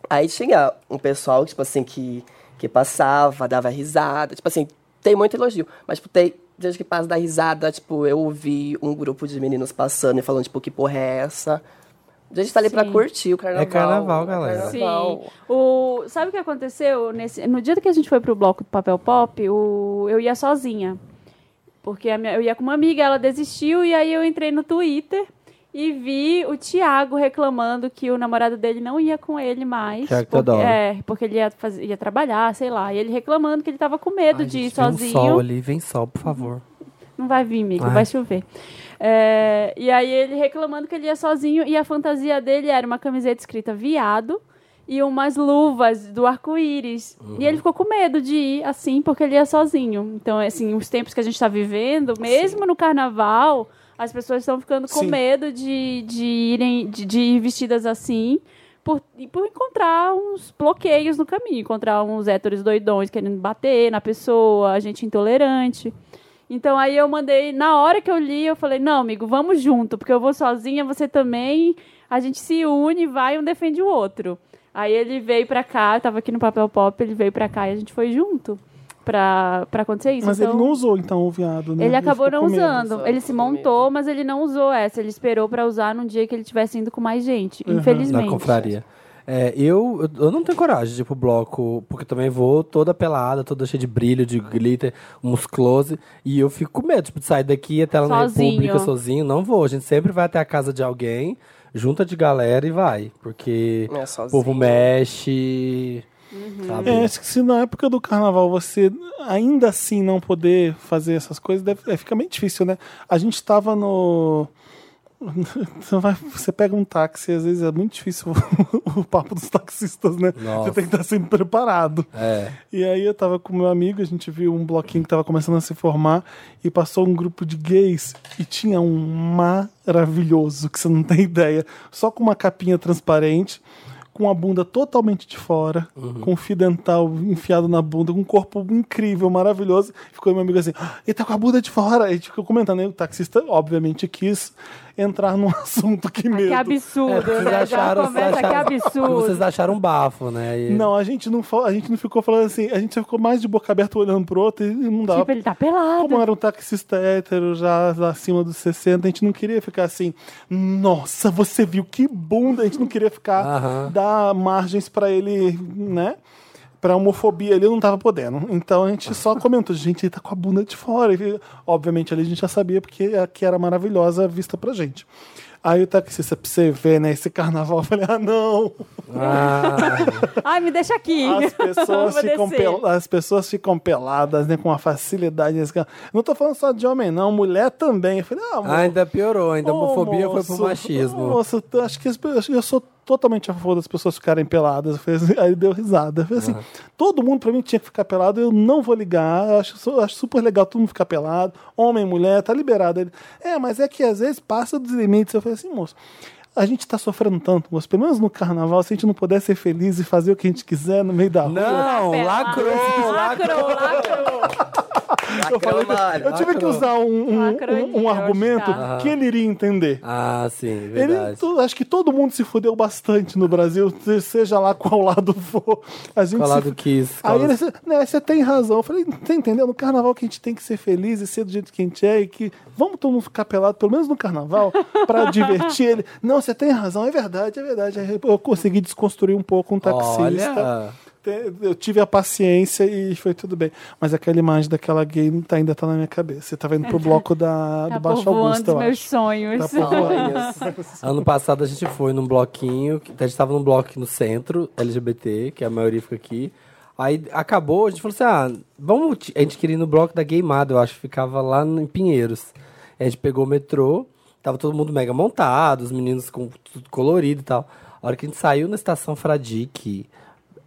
[SPEAKER 3] Aí tinha um pessoal, tipo assim, que, que passava, dava risada. Tipo assim, tem muito elogio. Mas, tipo, tem gente que passa da risada. Tipo, eu ouvi um grupo de meninos passando e falando, tipo, que porra é essa? A gente tá ali pra
[SPEAKER 4] Sim.
[SPEAKER 3] curtir o carnaval.
[SPEAKER 2] É
[SPEAKER 3] né?
[SPEAKER 2] carnaval, galera.
[SPEAKER 3] carnaval.
[SPEAKER 4] Sim. O, sabe o que aconteceu? Nesse, no dia que a gente foi pro bloco do Papel Pop, o, eu ia sozinha. Porque a minha- eu ia com uma amiga, ela desistiu, e aí eu entrei no Twitter e vi o Thiago reclamando que o namorado dele não ia com ele mais.
[SPEAKER 2] Thiago
[SPEAKER 4] porque,
[SPEAKER 2] Teodoro.
[SPEAKER 4] é, porque ele ia, fazer, ia trabalhar, sei lá. E ele reclamando que ele tava com medo
[SPEAKER 2] Ai,
[SPEAKER 4] de ir
[SPEAKER 2] gente, Vem um
[SPEAKER 4] sozinho.
[SPEAKER 2] sol ali, vem sol, por favor.
[SPEAKER 4] Não vai vir, amigo,
[SPEAKER 2] Ai.
[SPEAKER 4] vai chover. É, e aí ele reclamando que ele ia sozinho e a fantasia dele era uma camiseta escrita viado e umas luvas do arco-íris. E ele ficou com medo de ir assim porque ele ia sozinho. Então, assim, os tempos que a gente está vivendo, mesmo no carnaval, as pessoas estão ficando com
[SPEAKER 1] Sim.
[SPEAKER 4] medo de, de irem de, de ir vestidas assim. Por, e por encontrar uns bloqueios no caminho, encontrar uns héteros doidões querendo bater na pessoa, gente intolerante. Então aí eu mandei, na hora que eu li, eu falei, não, amigo, vamos junto, porque eu vou sozinha, você também, a gente se une, vai, um defende o outro. Aí ele veio pra cá, eu tava aqui no Papel Pop, ele veio pra cá e a gente foi junto pra, pra acontecer isso.
[SPEAKER 1] Mas
[SPEAKER 4] Então,
[SPEAKER 1] ele não usou, então, o viado, né?
[SPEAKER 4] ele acabou
[SPEAKER 1] ficou
[SPEAKER 4] não
[SPEAKER 1] com medo.
[SPEAKER 4] usando.
[SPEAKER 3] Só
[SPEAKER 4] Ele se
[SPEAKER 3] ficou com
[SPEAKER 4] montou, mas ele não usou essa. Ele esperou pra usar num dia que ele tivesse indo com mais gente,
[SPEAKER 1] Uhum.
[SPEAKER 2] Na
[SPEAKER 4] infelizmente.
[SPEAKER 2] confraria. É, eu, eu não tenho coragem de ir pro bloco, porque também vou toda pelada, toda cheia de brilho, de glitter, uns close. E eu fico com medo, tipo, de sair daqui até lá na
[SPEAKER 4] Sozinho.
[SPEAKER 2] República sozinho. Não vou. A gente sempre vai até a casa de alguém, junta de galera e vai. Porque
[SPEAKER 3] É,
[SPEAKER 2] o
[SPEAKER 3] sozinho.
[SPEAKER 2] povo mexe.
[SPEAKER 5] Uhum.
[SPEAKER 2] Sabe?
[SPEAKER 1] É, acho que se na época do carnaval você ainda assim não poder fazer essas coisas, deve, é, fica meio difícil, né? A gente tava no. Você, vai- você pega um táxi, às vezes é muito difícil o, o papo dos taxistas, né?
[SPEAKER 2] Nossa.
[SPEAKER 1] Você tem que estar sempre preparado.
[SPEAKER 2] É.
[SPEAKER 1] E aí eu tava com meu amigo, a gente viu um bloquinho que tava começando a se formar e passou um grupo de gays e tinha um maravilhoso, que você não tem ideia, só com uma capinha transparente, com a bunda totalmente de fora, com o fio dental enfiado na bunda, com um corpo incrível, maravilhoso. Ficou meu amigo assim, "Ah, ele tá com a bunda de fora. Aí a gente ficou comentando, aí o taxista obviamente quis entrar num assunto que
[SPEAKER 4] Ah,
[SPEAKER 1] medo.
[SPEAKER 5] Que é
[SPEAKER 2] É,
[SPEAKER 5] absurdo, né? Já começa que absurdo.
[SPEAKER 2] vocês acharam um bafo, né? E-
[SPEAKER 1] Não, a gente não, fa- a gente não ficou falando assim, a gente ficou mais de boca aberta olhando pro outro e não dava
[SPEAKER 5] Tipo, ele tá pelado.
[SPEAKER 1] Como era um taxista hétero já lá acima dos 60, a gente não queria ficar assim, nossa, você viu que bunda, a gente não queria ficar,
[SPEAKER 2] Aham.
[SPEAKER 1] dar margens pra ele, né? Pra homofobia ele não tava podendo. Então a gente só comentou, gente, ele tá com a bunda de fora. E, obviamente ali a gente já sabia, porque aqui era maravilhosa a vista pra gente. Aí o taxista, pra você ver, né? Esse carnaval, eu falei, ah, não!
[SPEAKER 2] Ah,
[SPEAKER 5] Ai, me deixa aqui.
[SPEAKER 1] As pessoas,
[SPEAKER 5] Vou
[SPEAKER 1] ficam
[SPEAKER 5] descer.
[SPEAKER 1] pel- as pessoas ficam peladas, né? Com uma facilidade. Não tô falando só de homem, não. Mulher também. Eu falei, ah, amor,
[SPEAKER 2] ainda piorou, ainda a
[SPEAKER 1] ô,
[SPEAKER 2] homofobia foi
[SPEAKER 1] moço,
[SPEAKER 2] pro machismo.
[SPEAKER 1] ô, Moço, tu- acho que as pe- acho que eu sou totalmente a favor das pessoas ficarem peladas. Eu falei assim, aí deu risada. Eu falei assim, todo mundo pra mim tinha que ficar pelado, eu não vou ligar. Eu acho, eu acho super legal todo mundo ficar pelado. Homem, mulher, tá liberado. Ele, é, mas é que às vezes passa dos limites. Eu falei assim, moço. A gente tá sofrendo tanto, moço. Pelo menos no carnaval, se a gente não puder ser feliz e fazer o que a gente quiser no meio da rua.
[SPEAKER 2] Não,
[SPEAKER 5] Tá
[SPEAKER 4] Tá
[SPEAKER 5] Pelado.
[SPEAKER 2] lacrou,
[SPEAKER 5] Lacrou, lacrou.
[SPEAKER 1] Eu, falei,
[SPEAKER 3] mano.
[SPEAKER 1] eu tive que usar um, um-
[SPEAKER 5] Lacrou,
[SPEAKER 1] um- um
[SPEAKER 5] eu acho,
[SPEAKER 1] argumento
[SPEAKER 5] tá.
[SPEAKER 1] que ele iria entender.
[SPEAKER 2] Ah, sim,
[SPEAKER 1] Ele, é um
[SPEAKER 2] verdade.
[SPEAKER 1] tu- acho que todo mundo se fudeu bastante no Brasil, se- seja lá qual lado for. A gente
[SPEAKER 2] Qual
[SPEAKER 1] se
[SPEAKER 2] lado quis? Qual...
[SPEAKER 1] Aí ele, "Cê- né, você tem razão. Eu falei, você entendeu? No carnaval que a gente tem que ser feliz e ser do jeito que a gente é e que vamos todo mundo ficar pelado, pelo menos no carnaval, pra divertir ele. Não, você tem razão, é verdade, é verdade. Aí Eu consegui desconstruir um pouco um taxista.
[SPEAKER 2] Olha,
[SPEAKER 1] Te- Eu tive a paciência e foi tudo bem. Mas aquela imagem daquela gay tá- ainda tá na minha cabeça. Você tava indo pro bloco da,
[SPEAKER 5] Tá
[SPEAKER 1] do Baixo
[SPEAKER 5] povoando
[SPEAKER 1] Augusto,
[SPEAKER 5] os
[SPEAKER 1] eu
[SPEAKER 5] meus
[SPEAKER 1] acho.
[SPEAKER 5] sonhos.
[SPEAKER 1] Tá povoando.
[SPEAKER 2] ano passado a gente foi num bloquinho, que- a gente tava num bloco no centro, LGBT, que é a maioria fica aqui. Aí acabou, a gente falou assim, ah, vamos, ti- a gente queria ir no bloco da Gaymada, eu acho, ficava lá no- em Pinheiros. Aí a gente pegou o metrô, tava todo mundo mega montado, os meninos com tudo colorido e tal. A hora que a gente saiu na estação Fradique,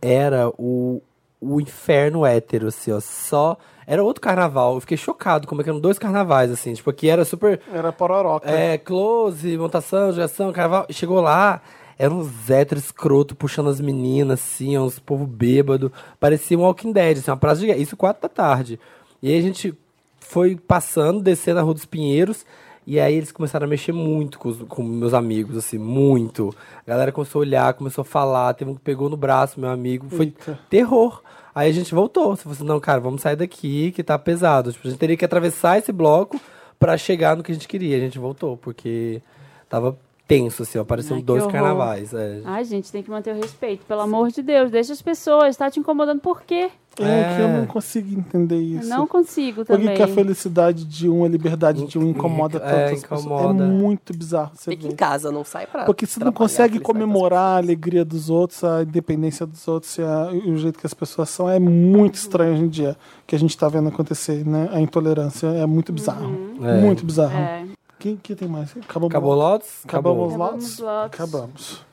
[SPEAKER 2] era o, o inferno hétero, assim, ó, só... Era outro carnaval, eu fiquei chocado como é que eram dois carnavais, assim, tipo, aqui era super...
[SPEAKER 1] Era pororoca.
[SPEAKER 2] É, close, montação, geração, carnaval. Chegou lá, era uns héteros escroto puxando as meninas, assim, uns povo bêbado. Parecia um Walking Dead, assim, uma praça de guerra. Isso quatro da tarde. E aí a gente foi passando, descendo a Rua dos Pinheiros. E aí eles começaram a mexer muito com, os- com meus amigos, assim, muito. A galera começou a olhar, começou a falar. Teve um que pegou no braço, meu amigo. Foi
[SPEAKER 1] Eita.
[SPEAKER 2] terror. Aí a gente voltou. Você falou assim, não, cara, vamos sair daqui que tá pesado. Tipo, a gente teria que atravessar esse bloco pra chegar no que a gente queria. A gente voltou, porque tava tenso, assim, ó. Pareciam
[SPEAKER 5] Ai, que
[SPEAKER 2] dois
[SPEAKER 5] horror.
[SPEAKER 2] carnavais.
[SPEAKER 1] Ah,
[SPEAKER 2] É.
[SPEAKER 1] tá
[SPEAKER 5] Ai, gente, tem que manter o respeito, pelo amor de Deus. Deixa as pessoas, tá te incomodando por quê?
[SPEAKER 1] É, que eu
[SPEAKER 2] É.
[SPEAKER 1] não consigo entender
[SPEAKER 5] Eu
[SPEAKER 1] isso.
[SPEAKER 5] não consigo
[SPEAKER 1] Por que
[SPEAKER 5] também.
[SPEAKER 1] que a felicidade de um, a liberdade de um incomoda
[SPEAKER 2] É,
[SPEAKER 1] tanto as
[SPEAKER 2] incomoda.
[SPEAKER 1] pessoas? É muito bizarro você
[SPEAKER 3] Fica
[SPEAKER 1] ver.
[SPEAKER 3] em casa, não sai pra.
[SPEAKER 1] Uhum. Porque você não
[SPEAKER 3] atrapalhar
[SPEAKER 1] consegue
[SPEAKER 3] aquele site das
[SPEAKER 1] comemorar a alegria dos outros, a independência dos outros e, a- e o jeito que as pessoas são. É muito estranho hoje em dia que a gente está vendo acontecer, né? A intolerância é muito bizarro.
[SPEAKER 2] É.
[SPEAKER 1] Muito bizarro.
[SPEAKER 5] É.
[SPEAKER 1] Quem que tem mais? Acabou,
[SPEAKER 2] Acabou Lotus?
[SPEAKER 1] Acabamos
[SPEAKER 2] Acabou.
[SPEAKER 1] lá?
[SPEAKER 5] Acabamos lotes.
[SPEAKER 1] Acabamos.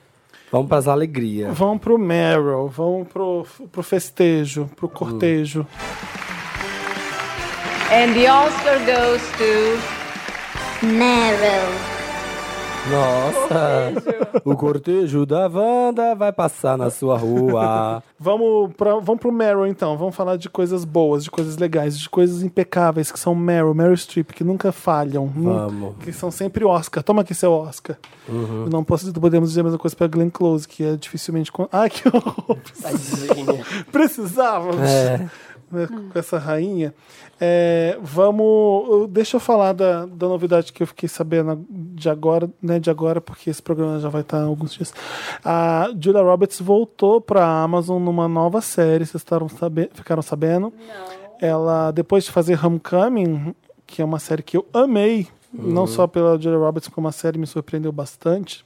[SPEAKER 2] Vamos pras alegrias.
[SPEAKER 1] Vamos pro Meryl, vamos pro, pro festejo,
[SPEAKER 2] Hum.
[SPEAKER 1] pro cortejo.
[SPEAKER 6] And the Oscar goes to
[SPEAKER 7] Meryl.
[SPEAKER 2] Nossa! O cortejo da Wanda vai passar na sua rua.
[SPEAKER 1] Vamos, pra, vamos pro Meryl, então. Vamos falar de coisas boas, de coisas legais, de coisas impecáveis, que são Meryl, Meryl Streep, que nunca falham. nunca-
[SPEAKER 2] Vamos.
[SPEAKER 1] que são sempre Oscar. Toma aqui seu Oscar. Não posso, podemos dizer a mesma coisa pra Glenn Close, que é dificilmente... con- Ai, que horror!
[SPEAKER 3] Tadinha.
[SPEAKER 1] Precisávamos!
[SPEAKER 2] É.
[SPEAKER 1] né, com essa rainha. É, vamos. eu- Deixa eu falar da, da novidade que eu fiquei sabendo ag- de agora, né? De agora, porque esse programa já vai estar há alguns dias. A Julia Roberts voltou para a Amazon numa nova série, vocês estavam sabe- ficaram sabendo. Ela, depois de fazer Homecoming, que é uma série que eu amei, não só pela Julia Roberts, como a série me surpreendeu bastante.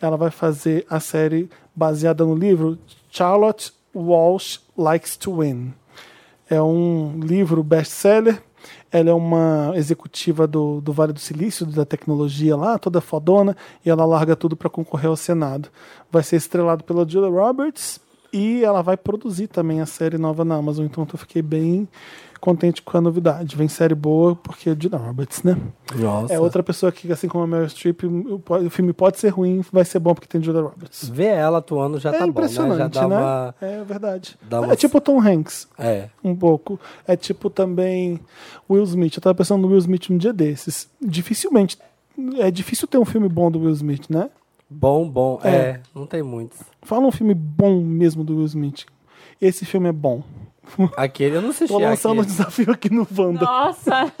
[SPEAKER 1] Ela vai fazer a série baseada no livro Charlotte Walsh Likes to Win. É um livro best-seller Ela é uma executiva do, do Vale do Silício, da tecnologia lá, toda fodona, e ela larga tudo para concorrer ao Senado. Vai ser estrelado pela Julia Roberts e ela vai produzir também a série nova na Amazon, então eu fiquei bem contente com a novidade. Vem série boa, porque é Julia Roberts, né?
[SPEAKER 2] Nossa.
[SPEAKER 1] É outra pessoa que, assim como a Meryl Streep, o po- o filme pode ser ruim, vai ser bom porque tem Julia Roberts.
[SPEAKER 2] Ver ela atuando já
[SPEAKER 1] é
[SPEAKER 2] tá bom, né?
[SPEAKER 1] impressionante,
[SPEAKER 2] Já dá
[SPEAKER 1] né?
[SPEAKER 2] uma.
[SPEAKER 1] É verdade.
[SPEAKER 2] dá uma-
[SPEAKER 1] É tipo Tom Hanks,
[SPEAKER 2] É.
[SPEAKER 1] um pouco. É tipo também Will Smith. Eu tava pensando no Will Smith um dia desses. Dificilmente. É difícil ter um filme bom do Will Smith, né?
[SPEAKER 2] Bom, bom.
[SPEAKER 1] É.
[SPEAKER 2] É. não tem muitos.
[SPEAKER 1] Fala um filme bom mesmo do Will Smith. Esse filme é bom.
[SPEAKER 2] Aquele eu não assisti.
[SPEAKER 1] Tô lançando um
[SPEAKER 2] aquele.
[SPEAKER 1] desafio aqui no Wanda.
[SPEAKER 5] Nossa!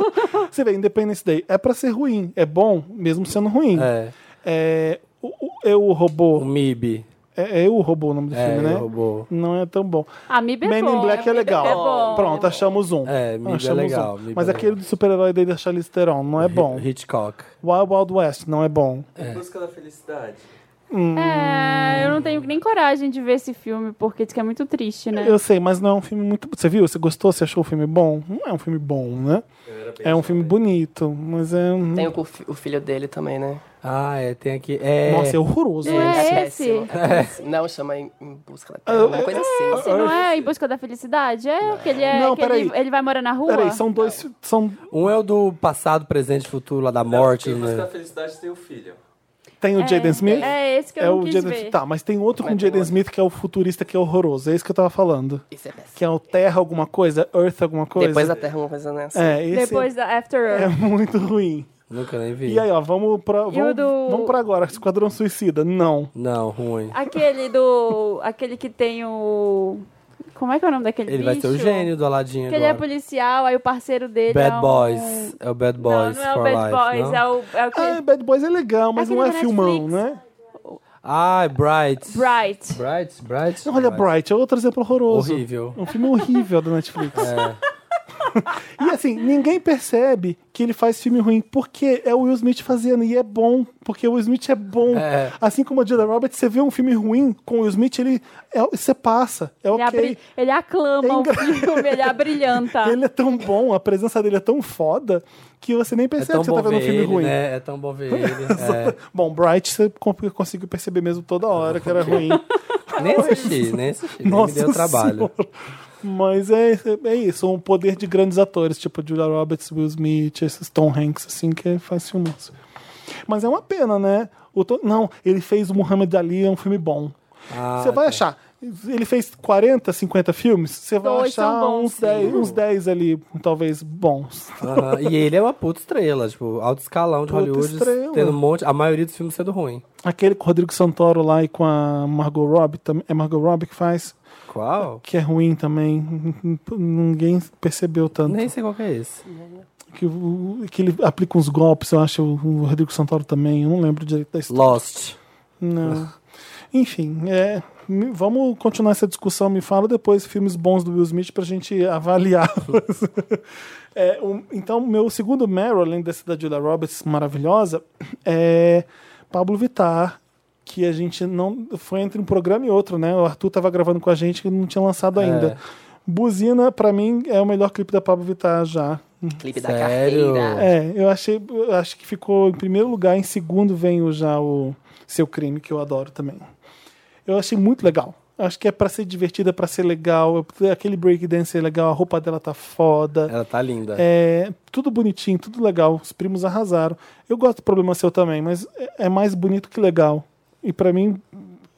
[SPEAKER 1] Você vê, Independence Day é pra ser ruim. É bom, mesmo sendo ruim.
[SPEAKER 2] É.
[SPEAKER 1] É, o, o- eu, o
[SPEAKER 2] O
[SPEAKER 1] robô.
[SPEAKER 2] MIB.
[SPEAKER 1] É, é eu, o robô o nome do
[SPEAKER 2] É,
[SPEAKER 1] filme, né?
[SPEAKER 2] o robô.
[SPEAKER 1] Não é tão bom.
[SPEAKER 5] A Mib é
[SPEAKER 1] Men
[SPEAKER 5] bom,
[SPEAKER 1] in Black é
[SPEAKER 5] Mib
[SPEAKER 1] legal.
[SPEAKER 5] É bom.
[SPEAKER 1] Pronto, achamos um.
[SPEAKER 2] É, Mib é
[SPEAKER 1] achamos
[SPEAKER 2] legal,
[SPEAKER 1] Um.
[SPEAKER 2] Mib
[SPEAKER 1] Mas
[SPEAKER 2] é
[SPEAKER 1] aquele do super-herói dele da Charlize Theron não é bom.
[SPEAKER 2] Hitchcock.
[SPEAKER 1] Wild Wild West não é bom.
[SPEAKER 8] Busca da felicidade.
[SPEAKER 5] É, eu não tenho nem coragem de ver esse filme, porque diz que é muito triste, né?
[SPEAKER 1] Eu sei, mas não é um filme muito. Você viu? Você gostou? Você achou o filme bom? Não é um filme bom, né? É um filme bonito, mas é. um-
[SPEAKER 3] Tem o, cu- o filho dele também, né?
[SPEAKER 2] Ah, é, tem aqui. É,
[SPEAKER 1] Nossa, é horroroso.
[SPEAKER 5] Não é esse?
[SPEAKER 3] péssimo. É péssimo. Não, chama em, em busca da
[SPEAKER 1] Ah,
[SPEAKER 3] Terra, uma coisa assim.
[SPEAKER 5] Esse não é Em Busca da Felicidade? É, que ele é.
[SPEAKER 1] Não,
[SPEAKER 5] que ele,
[SPEAKER 1] peraí.
[SPEAKER 5] ele vai morar na rua?
[SPEAKER 1] Peraí, são dois. São,
[SPEAKER 2] Um é o do passado, presente e futuro, lá da morte.
[SPEAKER 8] Quem busca a
[SPEAKER 2] Né?
[SPEAKER 8] felicidade tem o filho.
[SPEAKER 1] tem o Jaden Smith?
[SPEAKER 5] É esse que eu
[SPEAKER 1] é
[SPEAKER 5] não
[SPEAKER 1] o
[SPEAKER 5] quis
[SPEAKER 1] Jaden
[SPEAKER 5] ver.
[SPEAKER 1] Smith. Tá, mas tem outro
[SPEAKER 3] Mas
[SPEAKER 1] com o
[SPEAKER 3] tem
[SPEAKER 1] Jaden
[SPEAKER 3] outro.
[SPEAKER 1] Smith que é o futurista que é horroroso. É isso que eu tava falando.
[SPEAKER 3] Isso é péssimo.
[SPEAKER 1] Que é o Terra alguma coisa, Earth alguma coisa.
[SPEAKER 3] Depois da Terra, uma coisa né, assim, nessa.
[SPEAKER 1] É, esse
[SPEAKER 5] Depois da After
[SPEAKER 1] é
[SPEAKER 5] Earth.
[SPEAKER 1] muito ruim.
[SPEAKER 2] Nunca nem vi.
[SPEAKER 1] E aí, ó, vamos pra, vamos,
[SPEAKER 5] do-
[SPEAKER 1] vamos pra agora. Esquadrão Suicida. Não.
[SPEAKER 2] Não, ruim.
[SPEAKER 5] Aquele do. Aquele que tem o. Como é que é o nome daquele
[SPEAKER 2] Ele
[SPEAKER 5] bicho?
[SPEAKER 2] vai ser o gênio do Aladdin
[SPEAKER 5] Que
[SPEAKER 2] agora.
[SPEAKER 5] ele é policial, aí o parceiro dele é um...
[SPEAKER 2] Bad Boys. É o Bad Boys
[SPEAKER 5] não, não é o
[SPEAKER 2] for
[SPEAKER 5] Bad
[SPEAKER 2] Life,
[SPEAKER 5] Boys,
[SPEAKER 2] não?
[SPEAKER 5] é o, é o que...
[SPEAKER 1] Ah, Bad Boys é legal, mas
[SPEAKER 5] Aquele
[SPEAKER 1] não é
[SPEAKER 5] da
[SPEAKER 1] filmão,
[SPEAKER 5] Netflix.
[SPEAKER 1] né?
[SPEAKER 2] Ah, é Bright.
[SPEAKER 5] Bright.
[SPEAKER 2] Bright? Bright?
[SPEAKER 1] Olha, Bright é outro exemplo horroroso.
[SPEAKER 2] Horrível.
[SPEAKER 1] É um filme horrível da Netflix.
[SPEAKER 2] É.
[SPEAKER 1] E assim, ninguém percebe que ele faz filme ruim, porque é o Will Smith fazendo, e é bom, porque o Will Smith é bom.
[SPEAKER 2] É.
[SPEAKER 1] Assim como a Julia Roberts, você vê um filme ruim com o Will Smith, ele é, você passa, é
[SPEAKER 5] Ele,
[SPEAKER 1] ok.
[SPEAKER 5] abri- ele aclama
[SPEAKER 1] É engra-
[SPEAKER 5] o filme, ele abrilhanta.
[SPEAKER 1] Ele é tão bom, a presença dele é tão foda, que você nem
[SPEAKER 2] É
[SPEAKER 1] percebe
[SPEAKER 2] tão
[SPEAKER 1] que você tá
[SPEAKER 2] bom
[SPEAKER 1] vendo um
[SPEAKER 2] ver
[SPEAKER 1] filme
[SPEAKER 2] ele,
[SPEAKER 1] ruim.
[SPEAKER 2] né? É tão bom ver ele. é.
[SPEAKER 1] Bom, Bright você con- conseguiu perceber mesmo toda hora que era ruim.
[SPEAKER 2] É. Nem assisti, nem assisti. nem
[SPEAKER 1] Nossa
[SPEAKER 2] me deu trabalho.
[SPEAKER 1] Senhora. Mas é, é isso, um poder de grandes atores, tipo Julia Roberts, Will Smith, esses Tom Hanks, assim, que faz filmaço. Mas é uma pena, né? O Tom- não, ele fez o Muhammad Ali, é um filme bom.
[SPEAKER 2] Ah,
[SPEAKER 1] Você vai achar. Ele fez 40, 50 filmes, você vai
[SPEAKER 5] Dois
[SPEAKER 1] achar
[SPEAKER 5] são bons,
[SPEAKER 1] uns, 10, uns 10 ali, talvez, bons.
[SPEAKER 2] Aham, E ele é uma puta estrela, tipo, alto escalão de
[SPEAKER 1] Puta
[SPEAKER 2] Hollywood,
[SPEAKER 1] estrela.
[SPEAKER 2] tendo um monte, a maioria dos filmes sendo ruim.
[SPEAKER 1] Aquele com o Rodrigo Santoro lá e com a Margot Robbie, tam- é Margot Robbie que faz,
[SPEAKER 2] Qual?
[SPEAKER 1] que é ruim também. Ninguém percebeu tanto.
[SPEAKER 2] Nem sei qual que é esse.
[SPEAKER 1] que, o- que ele aplica uns golpes, eu acho, o o Rodrigo Santoro também, eu não lembro direito da história.
[SPEAKER 2] Lost.
[SPEAKER 1] Não. Enfim, é, me- vamos continuar essa discussão, me fala depois filmes bons do Will Smith pra gente avaliá-los. É, o- então, meu segundo Meryl, além desse da Julia Roberts maravilhosa, é Pablo Vittar, que a gente não. Foi entre um programa e outro, né? O Arthur tava gravando com a gente que não tinha lançado
[SPEAKER 2] É.
[SPEAKER 1] ainda. Buzina, pra mim, é o melhor clipe da Pablo Vittar já.
[SPEAKER 3] Clipe da
[SPEAKER 2] Sério?
[SPEAKER 3] carreira.
[SPEAKER 1] É, eu achei, eu acho que ficou em primeiro lugar, em segundo vem o já o Seu Crime, que eu adoro também. Eu achei muito legal. Eu Acho que é pra ser divertida, pra ser legal. Aquele breakdance é legal, a roupa dela tá foda.
[SPEAKER 2] Ela tá linda.
[SPEAKER 1] É, tudo bonitinho, tudo legal. Os primos arrasaram. Eu gosto do Problema Seu também, mas é- é mais bonito que legal. E pra mim,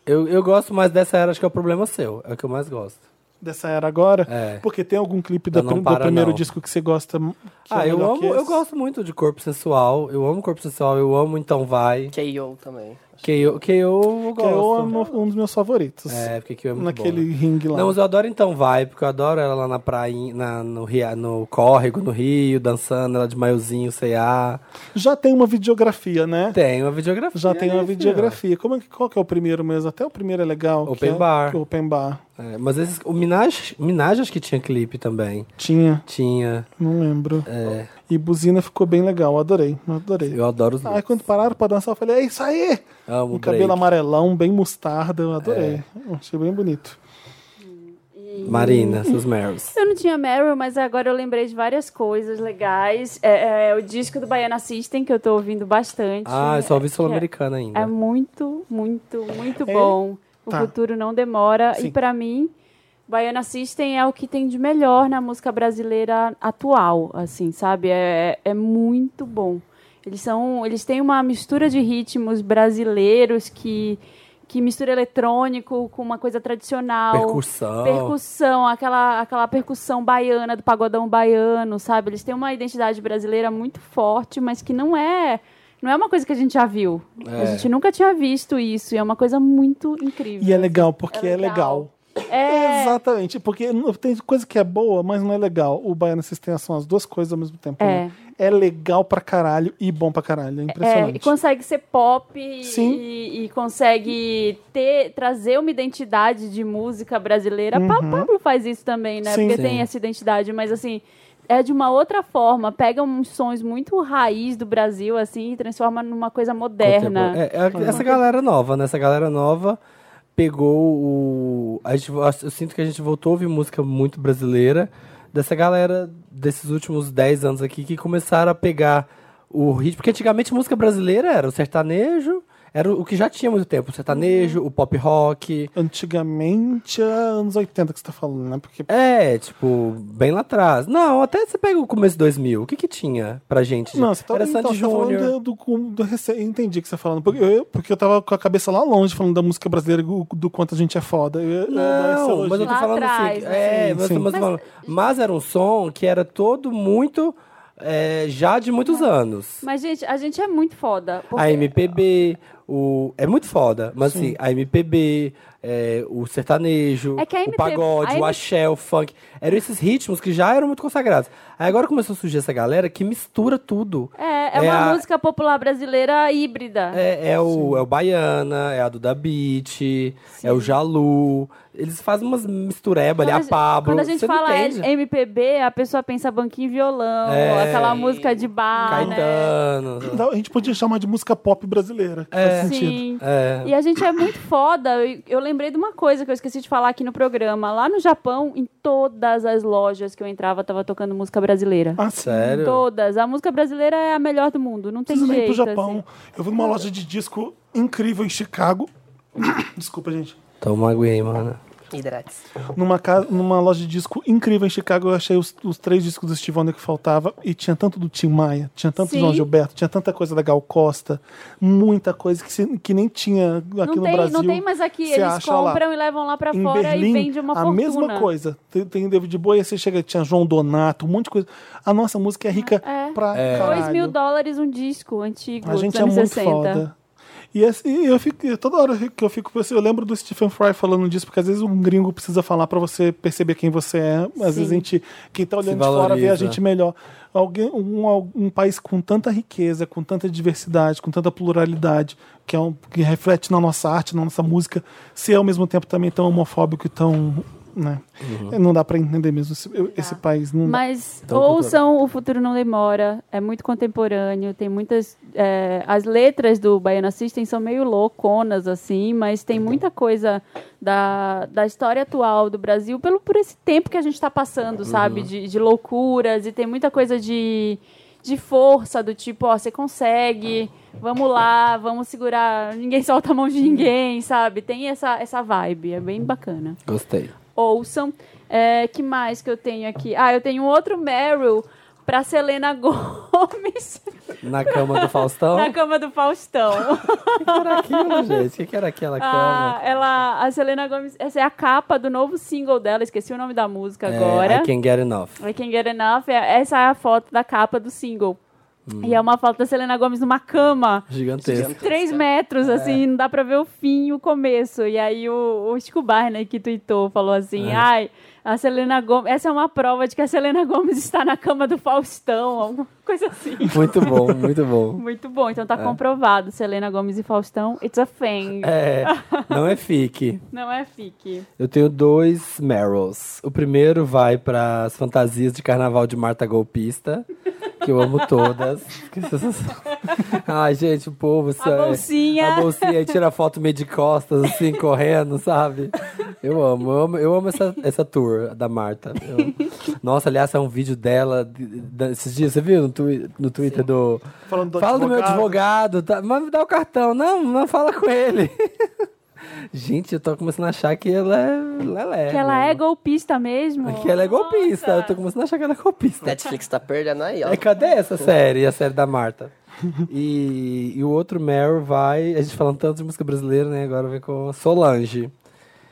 [SPEAKER 2] Eu, eu gosto mais dessa era, acho que é o problema seu. É o que eu mais gosto.
[SPEAKER 1] dessa era agora,
[SPEAKER 2] É.
[SPEAKER 1] porque tem algum clipe
[SPEAKER 2] Não,
[SPEAKER 1] da
[SPEAKER 2] não
[SPEAKER 1] prim- do
[SPEAKER 2] para,
[SPEAKER 1] primeiro
[SPEAKER 2] não.
[SPEAKER 1] disco que você gosta. que
[SPEAKER 2] ah,
[SPEAKER 1] é
[SPEAKER 2] eu
[SPEAKER 1] melhor
[SPEAKER 2] amo,
[SPEAKER 1] que
[SPEAKER 2] eu
[SPEAKER 1] esse?
[SPEAKER 2] gosto muito de corpo sensual. Eu amo corpo sensual, eu amo então vai.
[SPEAKER 3] K.O. também.
[SPEAKER 2] Que eu, que eu, eu
[SPEAKER 1] Que eu
[SPEAKER 2] gosto.
[SPEAKER 1] amo um dos meus favoritos.
[SPEAKER 2] É, porque que eu amo
[SPEAKER 1] naquele ringue lá.
[SPEAKER 2] Não, mas eu adoro então vai, porque eu adoro ela lá na praia, na, no, ria, no córrego, no rio, dançando, ela de maiozinho, CA.
[SPEAKER 1] Já tem uma videografia, né?
[SPEAKER 2] Tem uma videografia.
[SPEAKER 1] Já tem uma
[SPEAKER 2] né,
[SPEAKER 1] videografia. Como é que, qual que é o primeiro mesmo? Até o primeiro é legal. que
[SPEAKER 2] Open
[SPEAKER 1] é-
[SPEAKER 2] Bar.
[SPEAKER 1] que open Bar.
[SPEAKER 2] filha? É, mas esses, o Minaj, Minaj acho que tinha clipe também.
[SPEAKER 1] Tinha,
[SPEAKER 2] Tinha.
[SPEAKER 1] não lembro.
[SPEAKER 2] É,
[SPEAKER 1] E Buzina ficou bem legal, adorei, adorei.
[SPEAKER 2] eu adoro os
[SPEAKER 1] Aí
[SPEAKER 2] dois.
[SPEAKER 1] quando pararam pra dançar, eu falei, é isso aí!
[SPEAKER 2] Amo
[SPEAKER 1] Um
[SPEAKER 2] o
[SPEAKER 1] Ah, cabelo
[SPEAKER 2] break. É.
[SPEAKER 1] amarelão, bem mostarda, eu adorei. Achei bem bonito.
[SPEAKER 5] E
[SPEAKER 2] Marina, seus Meryls.
[SPEAKER 4] Eu não tinha Meryl, mas agora eu lembrei de várias coisas legais. É, é, o disco do Baiana System, que eu tô ouvindo bastante.
[SPEAKER 2] Ah, eu só ouvi
[SPEAKER 4] É,
[SPEAKER 2] sul-americana
[SPEAKER 4] que É, é
[SPEAKER 2] ainda.
[SPEAKER 4] muito, muito, muito bom. O
[SPEAKER 1] tá.
[SPEAKER 4] futuro não demora.
[SPEAKER 1] Sim.
[SPEAKER 4] E pra mim, Baiana System é o que tem de melhor na música brasileira atual, assim, sabe? É, é muito bom. Eles são, eles têm uma mistura de ritmos brasileiros que que mistura eletrônico com uma coisa tradicional
[SPEAKER 2] Percussão.
[SPEAKER 4] percussão, aquela, aquela percussão baiana, do pagodão baiano, sabe? Eles têm uma identidade brasileira muito forte, mas que não é. Não é uma coisa que a gente já viu.
[SPEAKER 2] É.
[SPEAKER 4] A gente nunca tinha visto isso. E é uma coisa muito incrível.
[SPEAKER 1] E é legal, porque é
[SPEAKER 4] É
[SPEAKER 1] legal.
[SPEAKER 4] legal. É,
[SPEAKER 1] Exatamente, porque não- tem coisa que é boa, mas não é legal. O Baiana Sistema são as duas coisas ao mesmo tempo.
[SPEAKER 4] É.
[SPEAKER 1] né? é legal pra caralho e bom pra caralho. É
[SPEAKER 4] é, e
[SPEAKER 1] impressionante.
[SPEAKER 4] consegue ser pop e-
[SPEAKER 1] Sim.
[SPEAKER 4] e, e consegue ter, trazer uma identidade de música brasileira. Pa- Pablo faz isso também, né?
[SPEAKER 1] Sim.
[SPEAKER 4] Porque
[SPEAKER 2] Uhum. Sim.
[SPEAKER 4] tem essa identidade, mas assim, é de uma outra forma. Pega uns sons muito raiz do Brasil, assim, e transforma numa coisa moderna.
[SPEAKER 2] É, é, essa galera nova, né? Essa galera nova pegou o. A gente, vo- eu sinto que a gente voltou a ouvir música muito brasileira dessa galera desses últimos 10 anos aqui que começaram a pegar o ritmo. Porque antigamente música brasileira era o sertanejo, era o que já tinha há muito tempo: o sertanejo, o pop rock.
[SPEAKER 1] Antigamente, é anos 80 que você tá falando, né? Porque
[SPEAKER 2] É, tipo, bem lá atrás. Não, até você pega o começo 2000. O que que tinha pra gente?
[SPEAKER 1] Não, você tá,
[SPEAKER 2] Era
[SPEAKER 1] então,
[SPEAKER 2] Sandy
[SPEAKER 1] você tá falando
[SPEAKER 2] Júnior.
[SPEAKER 1] do, do, do rece- Entendi o que você tá falando. Porque eu, porque eu tava com a cabeça lá longe falando da música brasileira, do, do quanto a gente é foda. Eu- eu- dá esse
[SPEAKER 2] Não,
[SPEAKER 1] elogio.
[SPEAKER 2] mas eu tô
[SPEAKER 4] Lá
[SPEAKER 2] falando
[SPEAKER 4] atrás,
[SPEAKER 2] assim.
[SPEAKER 4] né?
[SPEAKER 2] É,
[SPEAKER 1] Sim,
[SPEAKER 2] mas,
[SPEAKER 1] sim.
[SPEAKER 2] mas, eu tô falando- mas era um som que era todo muito. é, já de muitos anos.
[SPEAKER 4] Mas, gente, a gente é muito foda. porque-
[SPEAKER 2] A MPB, o. É muito foda, mas assim, a MPB, é, o sertanejo,
[SPEAKER 4] É que a
[SPEAKER 2] o
[SPEAKER 4] MPB
[SPEAKER 2] pagode, o
[SPEAKER 4] a M-
[SPEAKER 2] axé, o funk. Eram esses ritmos que já eram muito consagrados. Aí agora começou a surgir essa galera que mistura tudo.
[SPEAKER 4] É, é uma
[SPEAKER 2] a-
[SPEAKER 4] música popular brasileira híbrida.
[SPEAKER 2] É, é o, é o Baiana, é a Duda Beat, é o Jalu. Eles fazem umas misturebas ali,
[SPEAKER 4] Quando
[SPEAKER 2] a
[SPEAKER 4] gen-
[SPEAKER 2] Pablo.
[SPEAKER 4] Quando a gente
[SPEAKER 2] você não
[SPEAKER 4] fala
[SPEAKER 2] entende.
[SPEAKER 4] MPB, a pessoa pensa banquinho e violão,
[SPEAKER 2] É.
[SPEAKER 4] aquela música de bar, né?
[SPEAKER 2] Caetano.
[SPEAKER 1] Então, a gente podia chamar de música pop brasileira. que Faz sentido.
[SPEAKER 4] É. Sim.
[SPEAKER 2] É.
[SPEAKER 4] E a gente é muito foda. Eu- Eu lembrei de uma coisa que eu esqueci de falar aqui no programa. Lá no Japão, em todas as lojas que eu entrava, tava tocando música brasileira.
[SPEAKER 1] Ah, sim.
[SPEAKER 2] Sério?
[SPEAKER 4] Todas. A música brasileira é a melhor do mundo. Não tem
[SPEAKER 1] Preciso ir
[SPEAKER 4] jeito.
[SPEAKER 1] pro Japão.
[SPEAKER 4] assim.
[SPEAKER 1] Eu vi uma loja de disco incrível em Chicago. Desculpa, gente.
[SPEAKER 2] Toma uma aguinha aí, mano.
[SPEAKER 3] Hidrates.
[SPEAKER 1] Numa, casa, numa loja de disco incrível em Chicago, eu achei os, os três discos do Steve Wonder que faltava. E tinha tanto do Tim Maia, tinha tanto do
[SPEAKER 4] Sim.
[SPEAKER 1] João Gilberto, tinha tanta coisa da Gal Costa, muita coisa que, se- que nem tinha aqui
[SPEAKER 4] Não
[SPEAKER 1] no
[SPEAKER 4] tem,
[SPEAKER 1] Brasil.
[SPEAKER 4] não tem mais aqui.
[SPEAKER 1] Você
[SPEAKER 4] Eles
[SPEAKER 1] acha lá.
[SPEAKER 4] compram e levam lá pra
[SPEAKER 1] em
[SPEAKER 4] fora
[SPEAKER 1] Berlim,
[SPEAKER 4] e vende uma
[SPEAKER 1] a
[SPEAKER 4] fortuna.
[SPEAKER 1] mesma coisa. Tem, tem David Bowie, você chega, tinha João Donato, um monte de coisa. A nossa música é rica
[SPEAKER 4] É.
[SPEAKER 1] pra caralho.
[SPEAKER 4] 2 mil dólares um disco antigo,
[SPEAKER 1] A gente
[SPEAKER 4] dos
[SPEAKER 1] é
[SPEAKER 4] anos
[SPEAKER 1] muito
[SPEAKER 4] 60.
[SPEAKER 1] foda. E assim, eu fico, toda hora que eu fico, eu lembro do Stephen Fry falando disso, porque às vezes um gringo precisa falar pra você perceber quem você é. Às
[SPEAKER 4] Sim.
[SPEAKER 1] vezes a gente, quem tá olhando de fora
[SPEAKER 2] valoriza.
[SPEAKER 1] vê a gente melhor. Alguém, um, um país com tanta riqueza, com tanta diversidade, com tanta pluralidade, que, é um, que reflete na nossa arte, na nossa música, ser ao mesmo tempo também tão homofóbico e tão. Né?
[SPEAKER 2] Uhum.
[SPEAKER 1] Não dá pra entender mesmo esse, eu- esse país. Não dá.
[SPEAKER 4] Tá. Mas
[SPEAKER 2] Então,
[SPEAKER 4] ouçam O Futuro Não Demora, é muito contemporâneo, tem muitas... é, as letras do Baiano System são meio louconas, assim, mas tem muita coisa da, da história atual do Brasil pelo, por esse tempo que a gente está passando, sabe? De, de loucuras, e tem muita coisa de, de força, do tipo, ó, você consegue... Vamos lá, vamos segurar. Ninguém solta a mão de ninguém, sabe? Tem essa, essa vibe, é bem bacana
[SPEAKER 2] Gostei.
[SPEAKER 4] ouçam. É, que mais que eu tenho aqui? Ah, eu tenho um outro Meryl pra Selena Gomes
[SPEAKER 2] Na cama do Faustão?
[SPEAKER 4] na cama do Faustão.
[SPEAKER 2] O que era aquilo, gente? O que que era aquela
[SPEAKER 4] Ah,
[SPEAKER 2] cama?
[SPEAKER 4] ela, a Selena Gomes, essa é a capa do novo single dela, esqueci o nome da música
[SPEAKER 2] É,
[SPEAKER 4] agora.
[SPEAKER 2] I can't get enough.
[SPEAKER 4] I Can't Get Enough, é- essa é a foto da capa do single.
[SPEAKER 2] Hum.
[SPEAKER 4] E é uma foto da Selena Gomes numa cama.
[SPEAKER 2] Gigantesco.
[SPEAKER 4] Três metros,
[SPEAKER 2] É.
[SPEAKER 4] assim, não dá pra ver o fim e o começo. E aí o, o Chico Barney que tweetou, falou assim,
[SPEAKER 2] É.
[SPEAKER 4] ai, a Selena Gomes... Essa é uma prova de que a Selena Gomes está na cama do Faustão, alguma coisa assim.
[SPEAKER 2] Muito bom, muito bom.
[SPEAKER 4] Muito bom, então tá comprovado. Selena Gomes e Faustão, it's a thing.
[SPEAKER 2] É, não é fique.
[SPEAKER 4] Não é fique.
[SPEAKER 2] Eu tenho dois Merrills. O primeiro vai para as fantasias de carnaval de Marta Golpista, que eu amo todas. Que sensação. Ai, gente, o povo. isso é-
[SPEAKER 4] bolsinha.
[SPEAKER 2] A bolsinha e tira foto meio de costas, assim, correndo, sabe? Eu amo, eu amo, eu amo essa, essa tour da Marta. Eu- Nossa, aliás, é um vídeo dela de- de- esses dias, você viu no, twi- no Twitter do.
[SPEAKER 1] Falando do
[SPEAKER 2] fala do meu
[SPEAKER 1] advogado."
[SPEAKER 2] advogado, tá, mas me dá o cartão. Não, não fala com ele. Gente, eu tô começando a achar que ela é lelé.
[SPEAKER 4] Que ela é
[SPEAKER 2] mesmo.
[SPEAKER 4] golpista mesmo.
[SPEAKER 2] Que ela é golpista.
[SPEAKER 4] Nossa.
[SPEAKER 2] Eu tô começando a achar que ela é golpista.
[SPEAKER 3] Netflix tá perdendo aí, ó.
[SPEAKER 2] É, cadê essa série? A série da Marta. E, e o outro Meryl vai. A gente falando tanto de música brasileira, né? Agora vem com Solange.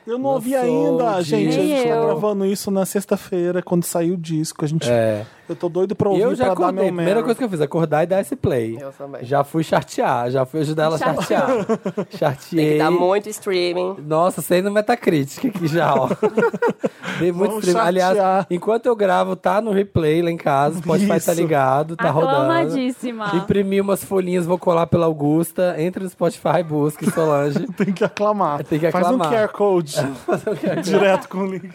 [SPEAKER 1] Eu não ouvi
[SPEAKER 2] Lançou
[SPEAKER 1] ainda,
[SPEAKER 2] o
[SPEAKER 1] gente. A
[SPEAKER 4] disco.
[SPEAKER 1] gente tá
[SPEAKER 4] Eu.
[SPEAKER 1] gravando isso na sexta-feira, quando saiu o disco. A gente,
[SPEAKER 2] É.
[SPEAKER 1] Eu tô doido pra ouvir
[SPEAKER 2] Eu já
[SPEAKER 1] pra dar
[SPEAKER 2] acordei.
[SPEAKER 1] meu
[SPEAKER 2] A primeira
[SPEAKER 1] Meryl.
[SPEAKER 2] coisa que eu fiz, acordar e dar esse play.
[SPEAKER 3] Eu também.
[SPEAKER 2] Já fui chartear, já fui ajudar ela a chartear. Charteei.
[SPEAKER 3] Tem que dar muito streaming.
[SPEAKER 2] Nossa, sei no Metacritic aqui já, ó. Dei muito
[SPEAKER 1] Vamos
[SPEAKER 2] stream. Aliás,
[SPEAKER 1] chatear.
[SPEAKER 2] enquanto eu gravo, tá no replay lá em casa. O Spotify tá
[SPEAKER 1] Isso.
[SPEAKER 2] ligado, tá rodando.
[SPEAKER 4] Aclamadíssima.
[SPEAKER 2] Imprimi umas folhinhas, vou colar pela Augusta. Entra no Spotify, busca Solange.
[SPEAKER 1] Tem que aclamar.
[SPEAKER 2] É, Tem que
[SPEAKER 1] Faz um
[SPEAKER 2] aclamar. um
[SPEAKER 1] QR Code direto com o link.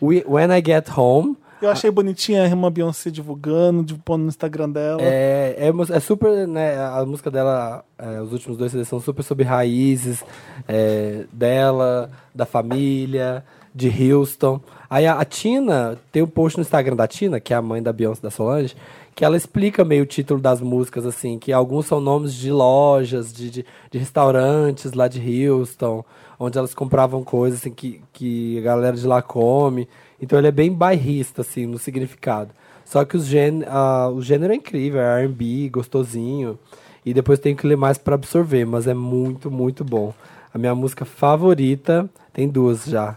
[SPEAKER 2] We- When I Get Home.
[SPEAKER 1] Eu achei bonitinha a irmã Beyoncé divulgando, de- pondo no Instagram dela.
[SPEAKER 2] É, é, mu- é super, né? A música dela, é, os últimos dois CDs são super sobre raízes é, dela, da família, de Houston. Aí a, a Tina, tem um post no Instagram da Tina, que é a mãe da Beyoncé da Solange, que ela explica meio o título das músicas, assim, que alguns são nomes de lojas, de, de, de restaurantes lá de Houston, onde elas compravam coisas assim, que, que a galera de lá come. Então ele é bem bairrista, assim, no significado. Só que os gên ah, o gênero é incrível, é R&B, gostosinho. E depois tem que ler mais pra absorver, mas é muito, muito bom. A minha música favorita tem duas já.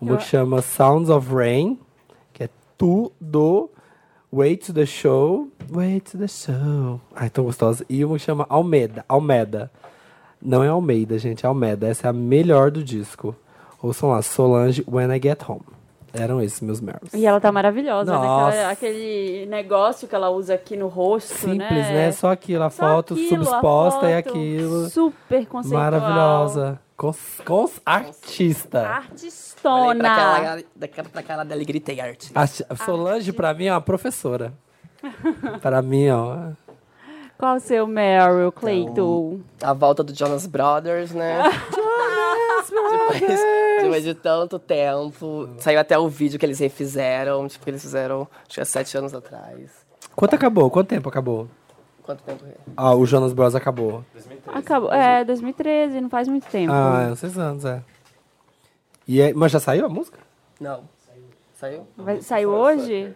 [SPEAKER 2] Uma que chama Sounds of Rain, que é tudo. Wait to the Show. Wait to the Show. Ai, tão gostosa. E uma que chama Almeda. Almeda. Não é Almeida, gente, é Almeda. Essa é a melhor do disco. Ouçam lá, Solange When I Get Home. Eram esses meus meros.
[SPEAKER 4] E ela tá maravilhosa, né?
[SPEAKER 2] Nossa.
[SPEAKER 4] Aquela- Aquele negócio que ela usa aqui no rosto, né?
[SPEAKER 2] Simples, né? Só aquilo, a
[SPEAKER 4] Só
[SPEAKER 2] foto
[SPEAKER 4] aquilo, a
[SPEAKER 2] subexposta e
[SPEAKER 4] foto
[SPEAKER 2] aquilo.
[SPEAKER 4] Super conceitual.
[SPEAKER 2] Maravilhosa. Com, com os artista.
[SPEAKER 3] Olhei pra
[SPEAKER 4] Artistona.
[SPEAKER 3] cara- da cara- pra cara dela e gritei arte.
[SPEAKER 2] Arti- Solange, pra mim, é uma professora. pra mim, ó.
[SPEAKER 4] Qual o seu Meryl, Clayton?
[SPEAKER 2] Então,
[SPEAKER 3] A volta do Jonas Brothers, né? depois, depois de tanto tempo. Saiu até o vídeo que eles refizeram. Tipo, que eles fizeram, acho que há sete anos atrás.
[SPEAKER 2] Quanto acabou? Quanto tempo acabou?
[SPEAKER 3] Quanto tempo? é?
[SPEAKER 2] Ah, o Jonas Bros acabou.
[SPEAKER 4] Acabou. É, 2013, não faz muito tempo.
[SPEAKER 2] Ah, é uns seis anos, é. E é- mas já saiu a música?
[SPEAKER 3] Não. Saiu?
[SPEAKER 4] Vai- saiu hoje?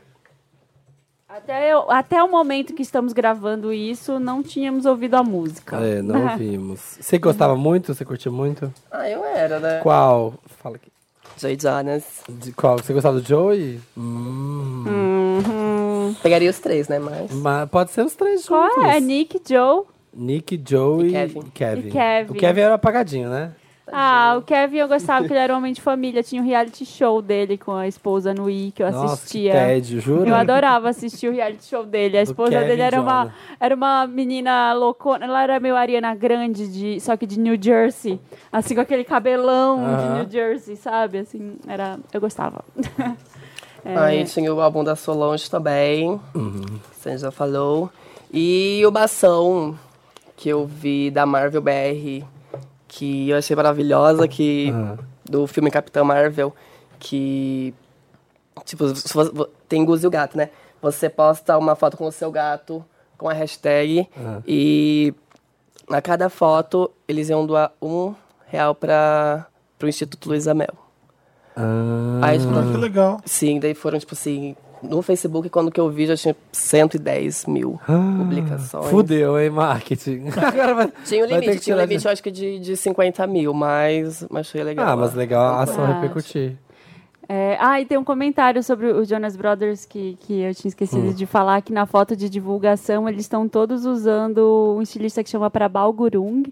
[SPEAKER 4] Até, eu- até o momento que estamos gravando isso, não tínhamos ouvido a música.
[SPEAKER 2] É, não ouvimos. Você gostava muito? Você curtiu muito?
[SPEAKER 3] Ah, eu era, né?
[SPEAKER 2] Qual? Fala aqui.
[SPEAKER 3] Joy Jonas.
[SPEAKER 2] De qual? Você gostava do Joey? Hum.
[SPEAKER 3] Pegaria os três, né? Mas.
[SPEAKER 2] Mas pode ser os três
[SPEAKER 4] Qual
[SPEAKER 2] juntos.
[SPEAKER 4] é? Nick, Joe?
[SPEAKER 2] Nick, Joey
[SPEAKER 3] E
[SPEAKER 2] e
[SPEAKER 3] Kevin.
[SPEAKER 2] Kevin.
[SPEAKER 4] E Kevin.
[SPEAKER 2] O Kevin era apagadinho, né?
[SPEAKER 4] Ah, o Kevin eu gostava que ele era um homem de família. Tinha o reality show dele com a esposa no I que eu
[SPEAKER 2] Nossa, que
[SPEAKER 4] assistia.
[SPEAKER 2] tédio, jura?
[SPEAKER 4] Eu adorava assistir o reality show dele. A
[SPEAKER 2] Do
[SPEAKER 4] esposa
[SPEAKER 2] Kevin
[SPEAKER 4] dele era uma,
[SPEAKER 2] Jordan.
[SPEAKER 4] era uma menina loucona. Ela era meio Ariana Grande, de, só que de New Jersey. Assim, com aquele cabelão de
[SPEAKER 2] Aham.
[SPEAKER 4] New Jersey, sabe? Assim, era... Eu gostava. É,
[SPEAKER 3] Aí tinha o álbum da Solange também. Você já falou. E o Bação, que eu vi da Marvel BR, que eu achei maravilhosa, que. Do filme Capitão Marvel, que. Tipo, se você- vo- tem Guzi e o gato, né? Você posta uma foto com o seu gato, com a hashtag, e a cada foto eles iam doar um real para o Instituto Luísa Mel.
[SPEAKER 2] Ah,
[SPEAKER 3] Aí, tipo,
[SPEAKER 1] Ah, que legal.
[SPEAKER 3] Sim, daí foram, tipo assim, no Facebook, quando que eu vi, já tinha 110 mil publicações.
[SPEAKER 2] Ah, Fudeu, hein, marketing. Agora vai,
[SPEAKER 3] Tinha um
[SPEAKER 2] vai ter
[SPEAKER 3] limite,
[SPEAKER 2] que tirar
[SPEAKER 3] tinha um
[SPEAKER 2] de-
[SPEAKER 3] limite, eu acho que de, de 50 mil, mas, mas foi legal.
[SPEAKER 2] Ah, mas legal a ação
[SPEAKER 4] Ah,
[SPEAKER 2] repercutir.
[SPEAKER 4] É, ah, e tem um comentário sobre o Jonas Brothers que, que eu tinha esquecido
[SPEAKER 2] Hum.
[SPEAKER 4] de falar, que na foto de divulgação eles estão todos usando um estilista que chama Prabal Gurung,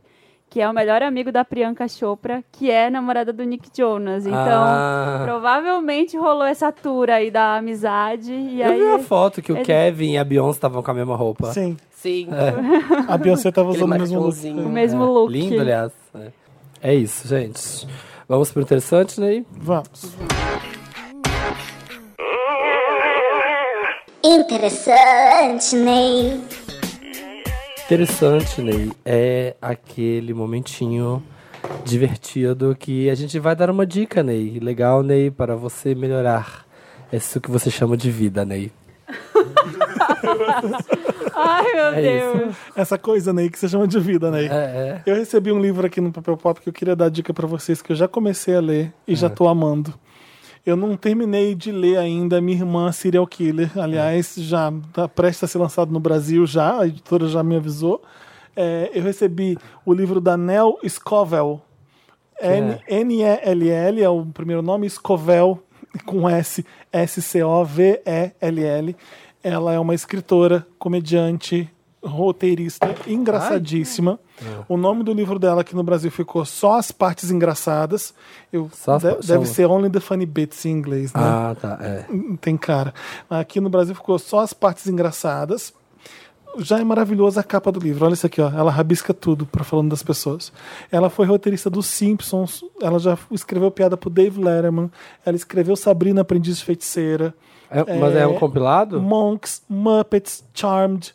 [SPEAKER 4] que é o melhor amigo da Priyanka Chopra, que é namorada do Nick Jonas. Então,
[SPEAKER 2] Ah.
[SPEAKER 4] provavelmente rolou essa tour aí da amizade. E
[SPEAKER 2] Eu
[SPEAKER 4] aí,
[SPEAKER 2] vi uma foto que o
[SPEAKER 4] ele-
[SPEAKER 2] Kevin e a Beyoncé estavam com a mesma roupa.
[SPEAKER 1] Sim.
[SPEAKER 3] Sim,
[SPEAKER 2] É.
[SPEAKER 1] A Beyoncé tava
[SPEAKER 3] aquele
[SPEAKER 1] usando o mesmo look.
[SPEAKER 4] o
[SPEAKER 3] macacãozinho.
[SPEAKER 4] mesmo look.
[SPEAKER 2] Lindo,
[SPEAKER 1] né?
[SPEAKER 2] aliás. É. É isso, gente. Vamos pro interessante, né? Ney?
[SPEAKER 1] Vamos.
[SPEAKER 7] Interessante. Interessante, Ney.
[SPEAKER 2] Interessante, Ney, é aquele momentinho divertido que a gente vai dar uma dica, Ney. Legal, Ney, para você melhorar. É isso que você chama de vida, Ney.
[SPEAKER 4] Ai, meu
[SPEAKER 2] É
[SPEAKER 4] Deus.
[SPEAKER 2] isso.
[SPEAKER 1] Essa coisa, Ney, que você chama de vida, Ney.
[SPEAKER 2] É, é.
[SPEAKER 1] Eu recebi um livro aqui no Papel Pop que eu queria dar dica pra vocês, que eu já comecei a ler e
[SPEAKER 2] É.
[SPEAKER 1] já tô amando. Eu não terminei de ler ainda Minha Irmã Serial Killer. Aliás,
[SPEAKER 2] É.
[SPEAKER 1] já tá prestes a ser lançado no Brasil, já, a editora já me avisou. É, eu recebi o livro da Nell Scovell. N- N-E-L-L é o primeiro nome, Scovell, com S, S-C-O-V-E-L-L. Ela é uma escritora, comediante, roteirista, engraçadíssima. O nome do livro dela aqui no Brasil ficou Só as Partes Engraçadas. Eu,
[SPEAKER 2] Só as
[SPEAKER 1] de-
[SPEAKER 2] partes-
[SPEAKER 1] deve
[SPEAKER 2] só-
[SPEAKER 1] ser Only the Funny Bits em inglês, né?
[SPEAKER 2] Ah, tá. É.
[SPEAKER 1] Tem cara. Aqui no Brasil ficou Só as Partes Engraçadas. Já é maravilhosa a capa do livro. Olha isso aqui, ó. Ela rabisca tudo para falando das pessoas. Ela foi roteirista dos Simpsons. Ela já escreveu piada pro Dave Letterman. Ela escreveu Sabrina Aprendiz de Feiticeira.
[SPEAKER 2] É, mas é um compilado?
[SPEAKER 1] Monks, Muppets, Charmed.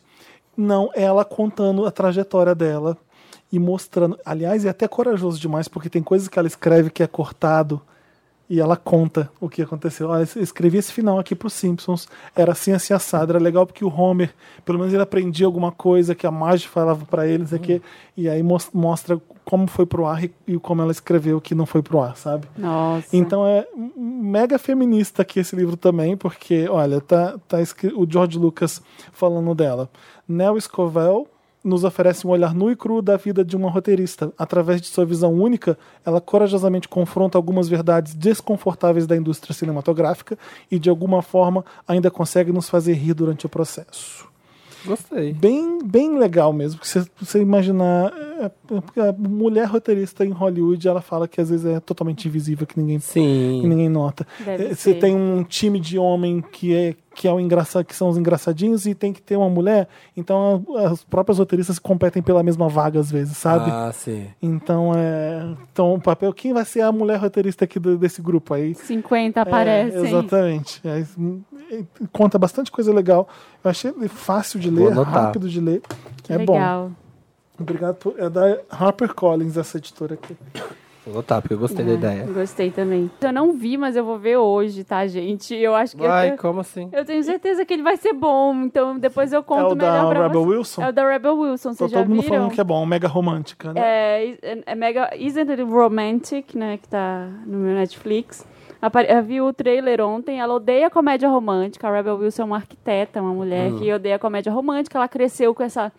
[SPEAKER 1] Não, ela contando a trajetória dela e mostrando. Aliás, é até corajoso demais, porque tem coisas que ela escreve que é cortado e ela conta o que aconteceu. Olha, eu escrevi esse final aqui pro Simpsons. Era assim, assim, assado. Era legal porque o Homer, pelo menos ele aprendia alguma coisa que a Marge falava para eles aqui. E aí mos- mostra como foi pro ar e- e como ela escreveu que não foi pro ar, sabe?
[SPEAKER 4] Nossa.
[SPEAKER 1] Então é m- mega feminista aqui esse livro também, porque, olha, tá, tá escri- o George Lucas falando dela. Nell Scovell nos oferece um olhar nu e cru da vida de uma roteirista. Através de sua visão única, ela corajosamente confronta algumas verdades desconfortáveis da indústria cinematográfica e, de alguma forma, ainda consegue nos fazer rir durante o processo
[SPEAKER 2] Gostei.
[SPEAKER 1] bem, bem legal mesmo. Porque se você imaginar, é, é, porque a mulher roteirista em Hollywood, ela fala que às vezes é totalmente invisível, que ninguém que
[SPEAKER 2] Sim.
[SPEAKER 1] ninguém nota.
[SPEAKER 4] Deve
[SPEAKER 1] Eh, Você
[SPEAKER 4] ser.
[SPEAKER 1] tem um time de homem que é que é o engraçado, que são os engraçadinhos e tem que ter uma mulher. Então a- as próprias roteiristas competem pela mesma vaga às vezes, sabe?
[SPEAKER 2] Ah, sim.
[SPEAKER 1] Então é, então o papel quem vai ser a mulher roteirista aqui do- desse grupo aí?
[SPEAKER 4] 50 aparecem.
[SPEAKER 1] É, exatamente. É, hum, é, conta bastante coisa legal. Eu achei ele fácil de
[SPEAKER 2] Vou
[SPEAKER 1] ler,
[SPEAKER 2] anotar.
[SPEAKER 1] rápido de ler.
[SPEAKER 4] Que
[SPEAKER 1] é bom.
[SPEAKER 4] legal.
[SPEAKER 1] Obrigado por. É da HarperCollins, essa editora aqui.
[SPEAKER 2] Vou botar, porque eu gostei da
[SPEAKER 4] Ai,
[SPEAKER 2] ideia.
[SPEAKER 4] Ah, Gostei também. Eu não vi, mas eu vou ver hoje, tá, gente? Eu acho que eu
[SPEAKER 2] Vai,
[SPEAKER 4] tenho-
[SPEAKER 2] como assim?
[SPEAKER 4] eu, tenho certeza que ele vai ser bom, então depois eu
[SPEAKER 1] é
[SPEAKER 4] conto
[SPEAKER 1] o
[SPEAKER 4] melhor
[SPEAKER 1] da
[SPEAKER 4] pra
[SPEAKER 1] Rebel
[SPEAKER 4] vocês.
[SPEAKER 1] Wilson?
[SPEAKER 4] É o da Rebel Wilson,
[SPEAKER 1] Tá
[SPEAKER 4] vocês já
[SPEAKER 1] todo mundo
[SPEAKER 4] viram?
[SPEAKER 1] falando que é bom, mega romântica, né?
[SPEAKER 4] É, é, é mega. Isn't it romantic, né? Que tá no meu Netflix. Apare- Eu vi o trailer ontem, ela odeia comédia romântica. A Rebel Wilson é uma arquiteta, uma mulher
[SPEAKER 1] Hum.
[SPEAKER 4] que odeia comédia romântica. Ela cresceu com essa,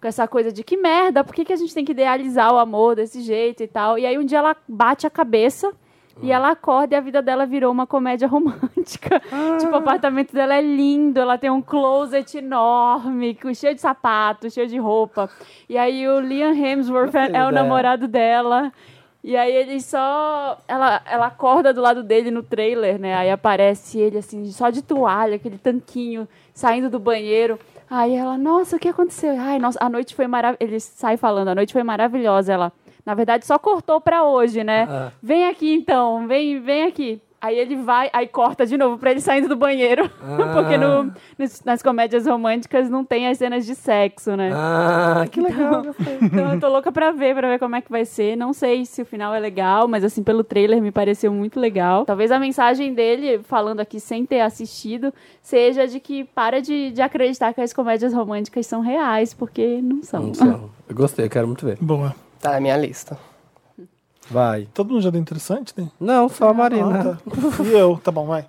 [SPEAKER 4] com essa coisa de que merda, por que, que a gente tem que idealizar o amor desse jeito e tal? E aí um dia ela bate a cabeça. E ela acorda e a vida dela virou uma comédia romântica. Tipo, o apartamento dela é lindo, ela tem um closet enorme, com- cheio de sapato, cheio de roupa. E aí o Liam Hemsworth é,
[SPEAKER 2] Gostei da
[SPEAKER 4] é
[SPEAKER 2] ideia.
[SPEAKER 4] o namorado dela. E aí ele só. Ela, ela acorda do lado dele no trailer, né? Aí aparece ele, assim, só de toalha, aquele tanquinho, saindo do banheiro. Aí ela, nossa, o que aconteceu? Ai, nossa, a noite foi maravilhosa. Ele sai falando, a noite foi maravilhosa. Ela, na verdade, só cortou pra hoje, né?
[SPEAKER 2] Ah.
[SPEAKER 4] Vem aqui então, vem, vem aqui. Aí ele vai, aí corta de novo pra ele saindo do banheiro.
[SPEAKER 2] Ah.
[SPEAKER 4] Porque no- nos- nas comédias românticas não tem as cenas de sexo, né?
[SPEAKER 2] Ah, que legal.
[SPEAKER 4] Então eu tô louca pra ver, pra ver como é que vai ser. Não sei se o final é legal, mas assim, pelo trailer me pareceu muito legal. Talvez a mensagem dele, falando aqui sem ter assistido, seja de que para de, de acreditar que as comédias românticas são reais, porque não são.
[SPEAKER 2] Não são. Eu gostei, eu quero muito ver.
[SPEAKER 1] Boa.
[SPEAKER 3] Tá na minha lista.
[SPEAKER 2] Vai.
[SPEAKER 1] Todo mundo já deu interessante, né?
[SPEAKER 2] Não, só a Marina.
[SPEAKER 1] E eu, tá bom, vai.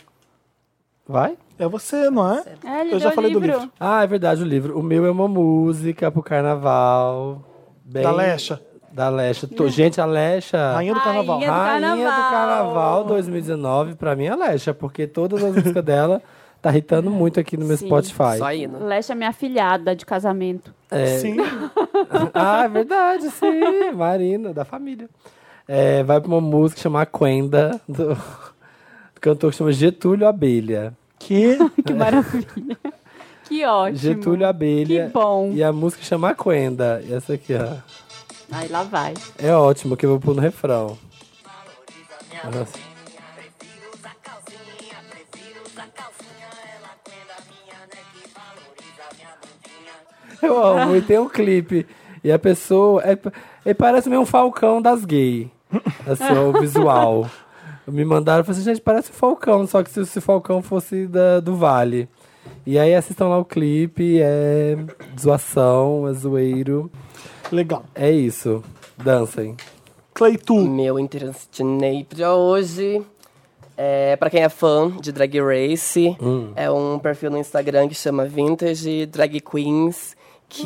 [SPEAKER 2] Vai?
[SPEAKER 1] É você, não é?
[SPEAKER 4] É, ele
[SPEAKER 1] Eu já
[SPEAKER 4] deu
[SPEAKER 1] falei do
[SPEAKER 4] livro.
[SPEAKER 1] livro.
[SPEAKER 2] Ah, é verdade o livro. O meu é uma música pro carnaval. Bem...
[SPEAKER 1] Da Lesha,
[SPEAKER 2] Da Lesha. Tô- Gente, a Lesha.
[SPEAKER 1] Rainha do Carnaval.
[SPEAKER 4] Rainha- do Carnaval.
[SPEAKER 2] do Carnaval 2019, pra mim é a Lesha, porque todas as músicas dela tá irritando muito aqui no meu
[SPEAKER 4] Sim.
[SPEAKER 2] Spotify. É,
[SPEAKER 3] Só indo.
[SPEAKER 4] Leste é minha filhada de casamento.
[SPEAKER 1] Sim.
[SPEAKER 2] Ah, é verdade, sim. Marina, da família. É, vai pra uma música chamada Quenda, do, do cantor que chama Getúlio Abelha.
[SPEAKER 1] Que
[SPEAKER 4] Que maravilha. que ótimo.
[SPEAKER 2] Getúlio Abelha.
[SPEAKER 4] Que bom.
[SPEAKER 2] E a música chama Quenda. E Essa aqui, ó.
[SPEAKER 4] Aí lá vai.
[SPEAKER 2] É ótimo, que eu vou pôr no refrão. Nossa.
[SPEAKER 9] Prefiro usar calcinha, prefiro usar calcinha. Ela aguenta a minha neck,
[SPEAKER 2] Eu amo. E tem um clipe. E a pessoa. É, ele parece meio um falcão das gay. Assim, o visual. Me mandaram e falei assim, gente, parece o Falcão, só que se o Falcão fosse da- do Vale. E aí assistam lá o clipe, é zoação, é zoeiro.
[SPEAKER 1] Legal.
[SPEAKER 2] É isso. Dancem.
[SPEAKER 1] Cleitu.
[SPEAKER 3] Meu Internet pra hoje. É, para quem é fã de Drag Race,
[SPEAKER 2] Hum.
[SPEAKER 3] é um perfil no Instagram que chama Vintage Drag Queens, que,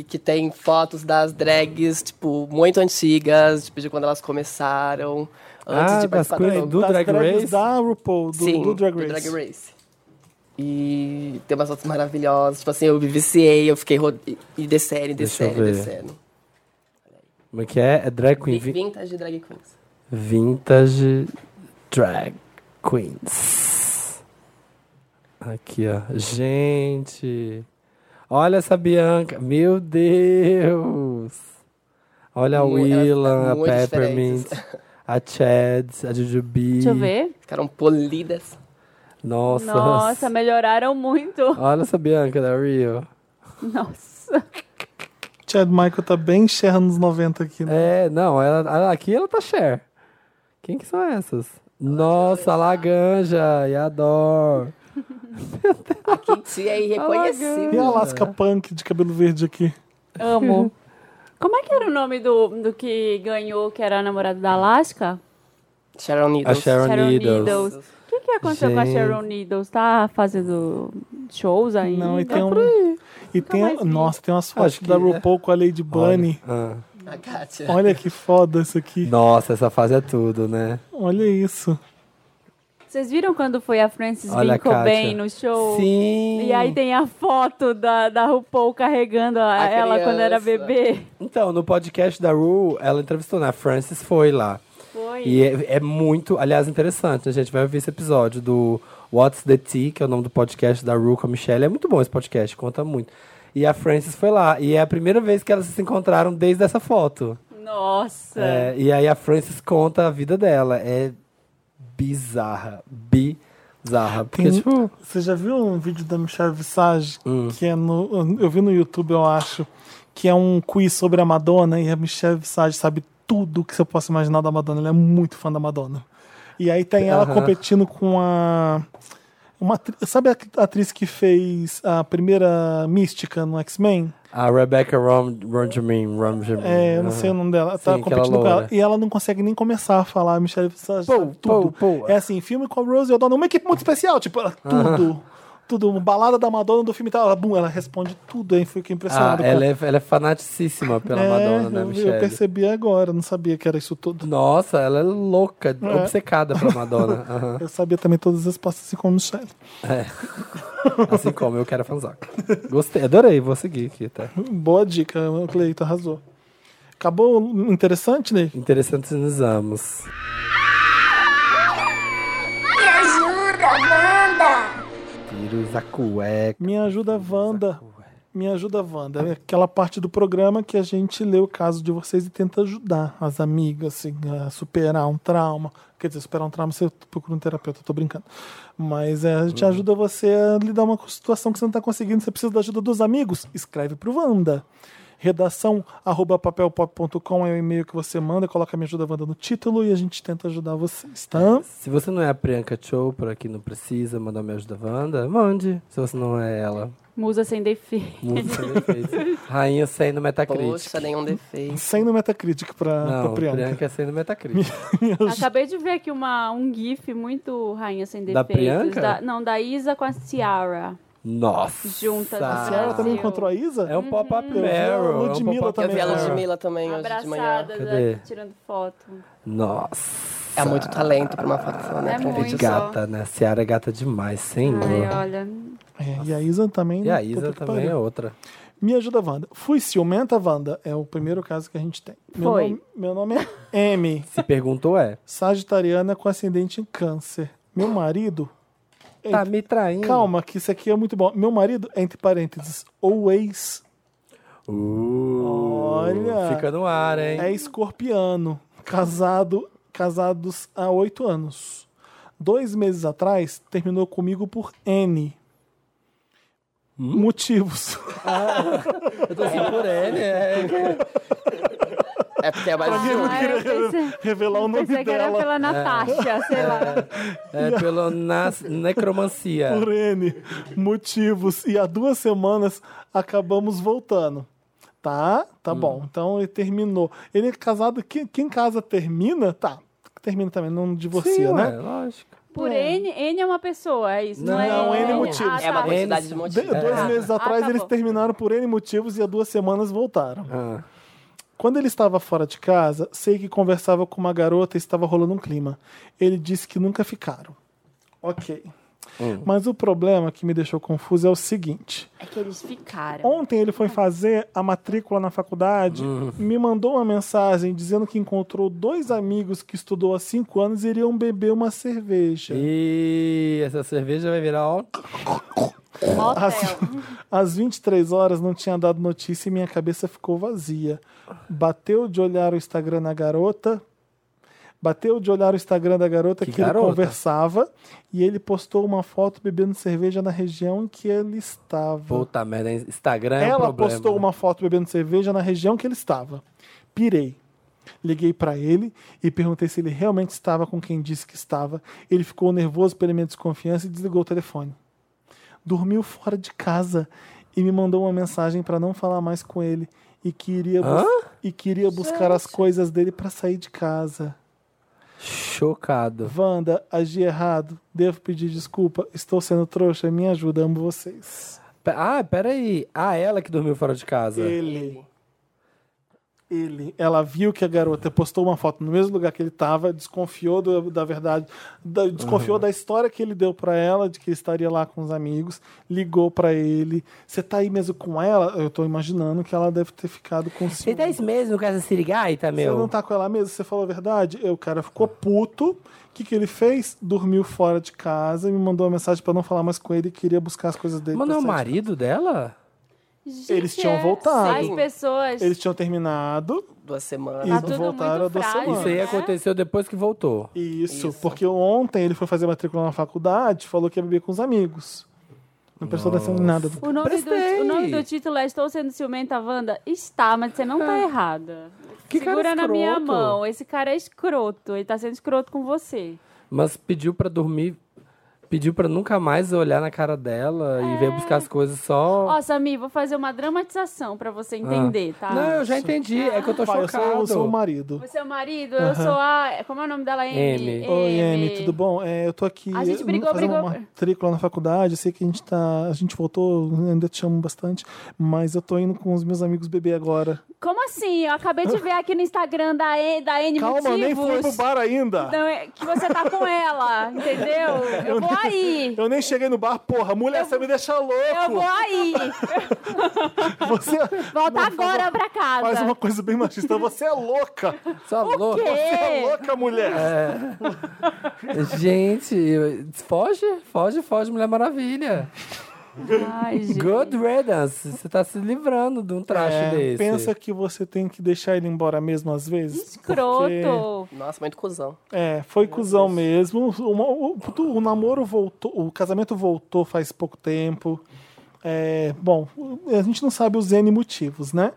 [SPEAKER 2] Hum.
[SPEAKER 3] que tem fotos das drags, tipo, muito antigas, tipo, de quando elas começaram, antes
[SPEAKER 2] Ah,
[SPEAKER 3] de
[SPEAKER 2] das
[SPEAKER 3] participar
[SPEAKER 2] queens
[SPEAKER 3] do-
[SPEAKER 2] do
[SPEAKER 1] das
[SPEAKER 2] Drag
[SPEAKER 1] drags
[SPEAKER 2] Race?
[SPEAKER 1] Da RuPaul, do,
[SPEAKER 3] Sim,
[SPEAKER 1] do Drag Race.
[SPEAKER 3] Race. E tem umas fotos maravilhosas, tipo assim, eu me viciei, eu fiquei ro- e- e descendo, e
[SPEAKER 2] Deixa eu
[SPEAKER 3] descendo, e
[SPEAKER 2] ver.
[SPEAKER 3] descendo.
[SPEAKER 2] Como é que é? É drag queen. vi-
[SPEAKER 3] Vintage Drag Queens.
[SPEAKER 2] Vintage drag queens. Aqui, ó. Gente. Olha essa Bianca. Meu Deus. Olha a
[SPEAKER 3] Mu- elas
[SPEAKER 2] Willan,
[SPEAKER 3] estão
[SPEAKER 2] a
[SPEAKER 3] muito
[SPEAKER 2] Peppermint, a Chad, a Jujubee.
[SPEAKER 4] Deixa eu ver.
[SPEAKER 3] Ficaram polidas.
[SPEAKER 2] Nossa.
[SPEAKER 4] Nossa, melhoraram muito.
[SPEAKER 2] Olha essa Bianca da Rio.
[SPEAKER 4] Nossa.
[SPEAKER 1] Chad Michael tá bem Cher nos 90 aqui, né?
[SPEAKER 2] É, não, ela- ela- aqui ela tá share. Quem que são
[SPEAKER 3] tá
[SPEAKER 2] essas? Nossa, a Laganja e a Dor.
[SPEAKER 3] Kitty é irreconhecível.
[SPEAKER 1] E a Alaska Punk de cabelo verde aqui?
[SPEAKER 4] Amo. Como é que era o nome do, do que ganhou, que era a namorada da Alaska?
[SPEAKER 3] Sharon
[SPEAKER 2] A
[SPEAKER 3] Needles.
[SPEAKER 2] Sharon,
[SPEAKER 4] Sharon
[SPEAKER 2] Needles.
[SPEAKER 4] Needles. O que, que aconteceu com a
[SPEAKER 2] Gente.
[SPEAKER 4] Sharon Needles? Tá fazendo shows ainda?
[SPEAKER 1] Não, e tem um. E tem.
[SPEAKER 4] mais vi.
[SPEAKER 1] Nossa, tem umas fotos
[SPEAKER 2] Acho que
[SPEAKER 1] da
[SPEAKER 2] é.
[SPEAKER 1] RuPaul com a Lady Bunny.
[SPEAKER 2] Ah.
[SPEAKER 3] A Kátia.
[SPEAKER 1] Olha, que foda isso aqui.
[SPEAKER 2] Nossa, essa fase é tudo, né?
[SPEAKER 1] Olha isso.
[SPEAKER 4] Vocês viram quando foi a Frances
[SPEAKER 2] Olha a
[SPEAKER 4] Bean Cobain
[SPEAKER 2] Kátia.
[SPEAKER 4] no show?
[SPEAKER 2] Sim.
[SPEAKER 4] Oh. E aí tem a foto da, da RuPaul carregando a-
[SPEAKER 3] A
[SPEAKER 4] ela quando era
[SPEAKER 3] criança.
[SPEAKER 4] bebê.
[SPEAKER 2] Então, no podcast da Ru, ela entrevistou, né? A Francis foi lá.
[SPEAKER 4] Foi.
[SPEAKER 2] E é, é muito, aliás, interessante. né? A gente vai ouvir esse episódio do What's the Tea, que é o nome do podcast da Ru com a Michelle. É muito bom esse podcast, conta muito. E a Francis foi lá. E é a primeira vez que elas se encontraram desde essa foto.
[SPEAKER 4] Nossa.
[SPEAKER 2] É, e aí a Francis conta a vida dela. É bizarra. Bizarra. Porque,
[SPEAKER 1] Tem- um
[SPEAKER 2] tipo,
[SPEAKER 1] Você já viu um vídeo da Michelle Visage?
[SPEAKER 2] Hum.
[SPEAKER 1] Que é no. Eu vi no YouTube, eu acho. Que é um quiz sobre a Madonna. E a Michelle Visage sabe tudo que você possa imaginar da Madonna. Ela é muito fã da Madonna. E aí tem ela
[SPEAKER 2] Aham.
[SPEAKER 1] competindo com a. Uma, atri- sabe a atriz que fez a primeira mística no X-Men?
[SPEAKER 2] a Rebecca Rom- Romjamin. Romjamin.
[SPEAKER 1] É, eu não
[SPEAKER 2] Aham.
[SPEAKER 1] sei o nome dela. Tá
[SPEAKER 2] Sim, aquela
[SPEAKER 1] competindo com ela.
[SPEAKER 2] loura.
[SPEAKER 1] E ela não consegue nem começar a falar. A Michelle Visage
[SPEAKER 2] Pô,
[SPEAKER 1] sabe tudo.
[SPEAKER 2] pô, pô.
[SPEAKER 1] É assim, filme com a Rose e O'Donnell. Uma equipe muito especial. Tipo, ela- tudo. Tudo. Uma balada da Madonna do filme e tal. Ela, bum, ela responde tudo. Hein? Fiquei
[SPEAKER 2] Ah,
[SPEAKER 1] impressionado. com
[SPEAKER 2] ela é, ela é fanaticíssima pela Madonna, né,
[SPEAKER 1] É, eu-
[SPEAKER 2] Michelle?
[SPEAKER 1] Eu percebi agora. Não sabia que era isso tudo.
[SPEAKER 2] Nossa, ela é louca, obcecada pela Madonna. Aham.
[SPEAKER 1] Eu sabia também todas as pastas assim como Michelle.
[SPEAKER 2] Assim como eu quero a fanzoca. Gostei, adorei, vou seguir aqui, tá?
[SPEAKER 1] Boa dica. O Cleito arrasou. Acabou o interessante, né?
[SPEAKER 2] Interessante nos amos.
[SPEAKER 7] Me ajuda, Wanda!
[SPEAKER 2] Tiros, a cueca.
[SPEAKER 1] Me ajuda, Wanda. Me ajuda, Wanda. É aquela parte do programa que a gente lê o caso de vocês e tenta ajudar as amigas assim, a superar um trauma. Quer dizer, superar um trauma você procura um terapeuta, eu tô brincando. Mas é, a
[SPEAKER 2] Uhum.
[SPEAKER 1] gente ajuda você a lidar uma situação que você não tá conseguindo, você precisa da ajuda dos amigos. Escreve pro Wanda. Redação arroba papelpop.com é o e-mail que você manda, coloca Me Ajuda Wanda no título e a gente tenta ajudar vocês, tá?
[SPEAKER 2] Se você não é a Priyanka Chopra, que não precisa mandar Me Ajuda Wanda, mande. Se você não é ela.
[SPEAKER 4] Musa sem defeito.
[SPEAKER 2] Muito sem defeito. Rainha sem no Metacritic.
[SPEAKER 3] Poxa, né? nenhum defeito.
[SPEAKER 1] Sem no Metacritic pra, pra
[SPEAKER 2] Não,
[SPEAKER 1] Priyanka.
[SPEAKER 2] Priyanka é sem no Metacritic.
[SPEAKER 4] Acabei de ver aqui uma, um gif muito rainha sem
[SPEAKER 2] Da
[SPEAKER 4] defeitos.
[SPEAKER 2] Priyanka?
[SPEAKER 4] não, da Isa com a Ciara.
[SPEAKER 2] Nossa. tá-
[SPEAKER 4] Juntas,
[SPEAKER 1] A
[SPEAKER 3] assim.
[SPEAKER 1] senhora também
[SPEAKER 4] Brasil.
[SPEAKER 1] encontrou a Isa?
[SPEAKER 2] É um pop-up
[SPEAKER 1] vi a
[SPEAKER 2] Meryl.
[SPEAKER 1] Ludmilla
[SPEAKER 2] é um pop-up
[SPEAKER 1] também.
[SPEAKER 3] Eu vi a
[SPEAKER 1] Também, né?
[SPEAKER 3] Ludmilla também hoje de manhã.
[SPEAKER 4] Abraçadas
[SPEAKER 2] Cadê?
[SPEAKER 4] aqui, tirando foto.
[SPEAKER 2] Nossa.
[SPEAKER 3] É muito talento pra uma foto só, né?
[SPEAKER 4] É
[SPEAKER 3] pra um
[SPEAKER 4] muito.
[SPEAKER 3] vídeo só.
[SPEAKER 2] Gata, né? Ciara é gata demais, senhor.
[SPEAKER 4] Ai, olha.
[SPEAKER 1] É, e a Isa também.
[SPEAKER 2] Tá E a
[SPEAKER 1] puta
[SPEAKER 2] Isa
[SPEAKER 1] que
[SPEAKER 2] também
[SPEAKER 1] pariu.
[SPEAKER 2] é outra.
[SPEAKER 1] Me ajuda, Wanda. Fui ciumenta, Wanda? É o primeiro caso que a gente tem. Meu
[SPEAKER 4] Foi.
[SPEAKER 1] nome- meu nome é M,
[SPEAKER 2] Se perguntou, é.
[SPEAKER 1] sagitariana com ascendente em câncer. Meu marido...
[SPEAKER 2] Tá
[SPEAKER 1] Eita,
[SPEAKER 2] me traindo.
[SPEAKER 1] Calma, que isso aqui é muito bom. Meu marido, entre parênteses, ou ex,
[SPEAKER 2] Uh,
[SPEAKER 1] Olha.
[SPEAKER 2] Fica no ar, hein?
[SPEAKER 1] é escorpiano, casado, casados há oito anos. Dois meses atrás, terminou comigo por N.
[SPEAKER 2] Hum?
[SPEAKER 1] motivos.
[SPEAKER 2] Eu tô assim por ele, é.
[SPEAKER 3] É porque é mais.
[SPEAKER 1] Eu não
[SPEAKER 4] Ah,
[SPEAKER 1] queria
[SPEAKER 4] eu pensei-
[SPEAKER 1] re- revelar o nome
[SPEAKER 5] Pensei que era
[SPEAKER 1] dela
[SPEAKER 5] pela Natasha, sei lá.
[SPEAKER 2] É pelo nas- necromancia.
[SPEAKER 1] por N motivos. E há duas semanas acabamos voltando. Tá?
[SPEAKER 4] Hum.
[SPEAKER 1] Tá bom. Então ele terminou. Ele é casado. Quem, quem casa termina, tá. Termina também, não divorcia,
[SPEAKER 2] Sim,
[SPEAKER 1] né?
[SPEAKER 2] ué, lógico.
[SPEAKER 4] Por N, N é uma pessoa, é isso? Não, é,
[SPEAKER 1] Não, N
[SPEAKER 4] Ah,
[SPEAKER 1] motivos.
[SPEAKER 4] tá.
[SPEAKER 3] É uma quantidade de
[SPEAKER 1] De-
[SPEAKER 3] motivos.
[SPEAKER 1] dois meses
[SPEAKER 4] Ah,
[SPEAKER 1] atrás
[SPEAKER 4] tá
[SPEAKER 1] eles
[SPEAKER 4] bom.
[SPEAKER 1] terminaram por N motivos e há duas semanas voltaram.
[SPEAKER 2] Ah.
[SPEAKER 1] Quando ele estava fora de casa, sei que conversava com uma garota e estava rolando um clima. Ele disse que nunca ficaram. Ok.
[SPEAKER 4] Hum.
[SPEAKER 1] Mas o problema que me deixou confuso é o seguinte.
[SPEAKER 4] É que eles ficaram.
[SPEAKER 1] Ontem ele foi fazer a matrícula na faculdade,
[SPEAKER 2] Uhum.
[SPEAKER 1] me mandou uma mensagem dizendo que encontrou dois amigos que estudou há cinco anos e iriam beber uma cerveja.
[SPEAKER 2] E essa cerveja vai virar ó,
[SPEAKER 4] Motel.
[SPEAKER 1] Às, às 23 horas não tinha dado notícia e minha cabeça ficou vazia. Bateu de olhar o Instagram na garota. Bateu de olhar o Instagram da garota que,
[SPEAKER 2] Que
[SPEAKER 1] ele
[SPEAKER 2] garota?
[SPEAKER 1] conversava e ele postou uma foto bebendo cerveja na região em que ele estava.
[SPEAKER 2] puta merda, Instagram é um
[SPEAKER 1] Ela
[SPEAKER 2] problema.
[SPEAKER 1] postou uma foto bebendo cerveja na região que ele estava. Pirei. Liguei pra ele e perguntei se ele realmente estava com quem disse que estava. Ele ficou nervoso pela minha desconfiança e desligou o telefone. Dormiu fora de casa e me mandou uma mensagem pra não falar mais com ele e queria
[SPEAKER 2] Hã?
[SPEAKER 1] e queria buscar as coisas dele pra sair de casa.
[SPEAKER 2] Chocado.
[SPEAKER 1] Wanda, agi errado. Devo pedir desculpa. Estou sendo trouxa. Me ajuda, amo vocês.
[SPEAKER 2] Pe- Ah, peraí. Ah, ela que dormiu fora de casa.
[SPEAKER 1] Ele. Ele. Ela viu que a garota postou uma foto no mesmo lugar que ele estava, desconfiou do- da verdade, da- desconfiou da história que ele deu pra ela, de que ele estaria lá com os amigos, ligou pra ele. Você tá aí mesmo com ela? Eu tô imaginando que ela deve ter ficado com
[SPEAKER 2] Você
[SPEAKER 1] ciúme.
[SPEAKER 2] tá isso mesmo com essa sirigaita,
[SPEAKER 1] Você
[SPEAKER 2] meu?
[SPEAKER 1] não tá com ela mesmo? Você falou a verdade? E o cara ficou puto. O que, que ele fez? Dormiu fora de casa e me mandou uma mensagem pra não falar mais com ele e queria buscar as coisas dele.
[SPEAKER 2] Mas não é
[SPEAKER 1] pra
[SPEAKER 2] o
[SPEAKER 1] sair de
[SPEAKER 2] marido dela?
[SPEAKER 4] Gente,
[SPEAKER 1] eles tinham
[SPEAKER 4] é-
[SPEAKER 1] voltado.
[SPEAKER 4] As pessoas.
[SPEAKER 1] casa. Eles tinham terminado.
[SPEAKER 3] Duas semanas.
[SPEAKER 1] Isso.
[SPEAKER 4] Tá tudo
[SPEAKER 1] voltaram há
[SPEAKER 4] muito
[SPEAKER 1] duas
[SPEAKER 4] frágil,
[SPEAKER 1] semanas.
[SPEAKER 2] Isso aí
[SPEAKER 4] né?
[SPEAKER 2] aconteceu depois que voltou.
[SPEAKER 1] Isso, porque ontem ele foi fazer matrícula na faculdade, falou que ia beber com os amigos. Não prestou atenção em nada.
[SPEAKER 4] O nome, do,
[SPEAKER 2] Prestei.
[SPEAKER 4] o nome do título é Estou Sendo Ciumenta, Wanda? Está, mas você não tá errada.
[SPEAKER 2] É. Que cara
[SPEAKER 4] Segura na minha
[SPEAKER 2] escroto.
[SPEAKER 4] mão. Esse cara é escroto. Ele tá sendo escroto com você.
[SPEAKER 2] Mas pediu pra dormir. Pediu pra nunca mais olhar na cara dela e veio buscar as coisas só.
[SPEAKER 4] É? Ó, Samir, vou fazer uma dramatização pra você entender, tá?
[SPEAKER 2] Ah. Não, eu já entendi. É que eu tô
[SPEAKER 1] Pai, eu sou,
[SPEAKER 2] chocado.
[SPEAKER 1] eu sou o marido.
[SPEAKER 4] Você é o marido, eu sou a... Como é o nome dela?
[SPEAKER 2] M.
[SPEAKER 4] M.
[SPEAKER 1] Oi, Amy, tudo bom? É, eu tô aqui
[SPEAKER 4] A gente
[SPEAKER 1] eu-
[SPEAKER 4] brigou,
[SPEAKER 1] fazendo
[SPEAKER 4] brigou.
[SPEAKER 1] uma matrícula na faculdade, eu sei que a gente tá. A gente voltou, ainda te amo bastante, mas eu tô indo com os meus amigos beber agora.
[SPEAKER 4] Como assim? Eu acabei de ver aqui no Instagram da, e, da N
[SPEAKER 1] Calma, eu
[SPEAKER 4] Motivos.
[SPEAKER 1] nem fui pro bar ainda.
[SPEAKER 4] Não, é que você tá com ela, entendeu? Eu vou aí.
[SPEAKER 1] Eu nem cheguei no bar, porra, mulher, você me deixa louco.
[SPEAKER 4] Eu vou aí.
[SPEAKER 1] Você
[SPEAKER 4] Volta agora pra casa.
[SPEAKER 1] faz uma coisa bem machista, você é louca.
[SPEAKER 2] Só louco.
[SPEAKER 1] Você é
[SPEAKER 4] Ei.
[SPEAKER 1] louca, mulher.
[SPEAKER 2] Gente, foge, foge, foge, Mulher Maravilha.
[SPEAKER 4] Ai, gente.
[SPEAKER 2] Good riddance. Você tá se livrando de um traste
[SPEAKER 1] É,
[SPEAKER 2] desse.
[SPEAKER 1] Pensa que você tem que deixar ele embora mesmo às vezes? porque-
[SPEAKER 4] Escroto.
[SPEAKER 3] Nossa, muito cuzão.
[SPEAKER 1] É, foi cuzão mesmo. Uma- o, o namoro voltou, o casamento voltou faz pouco tempo. É, bom, a gente não sabe os N motivos, né?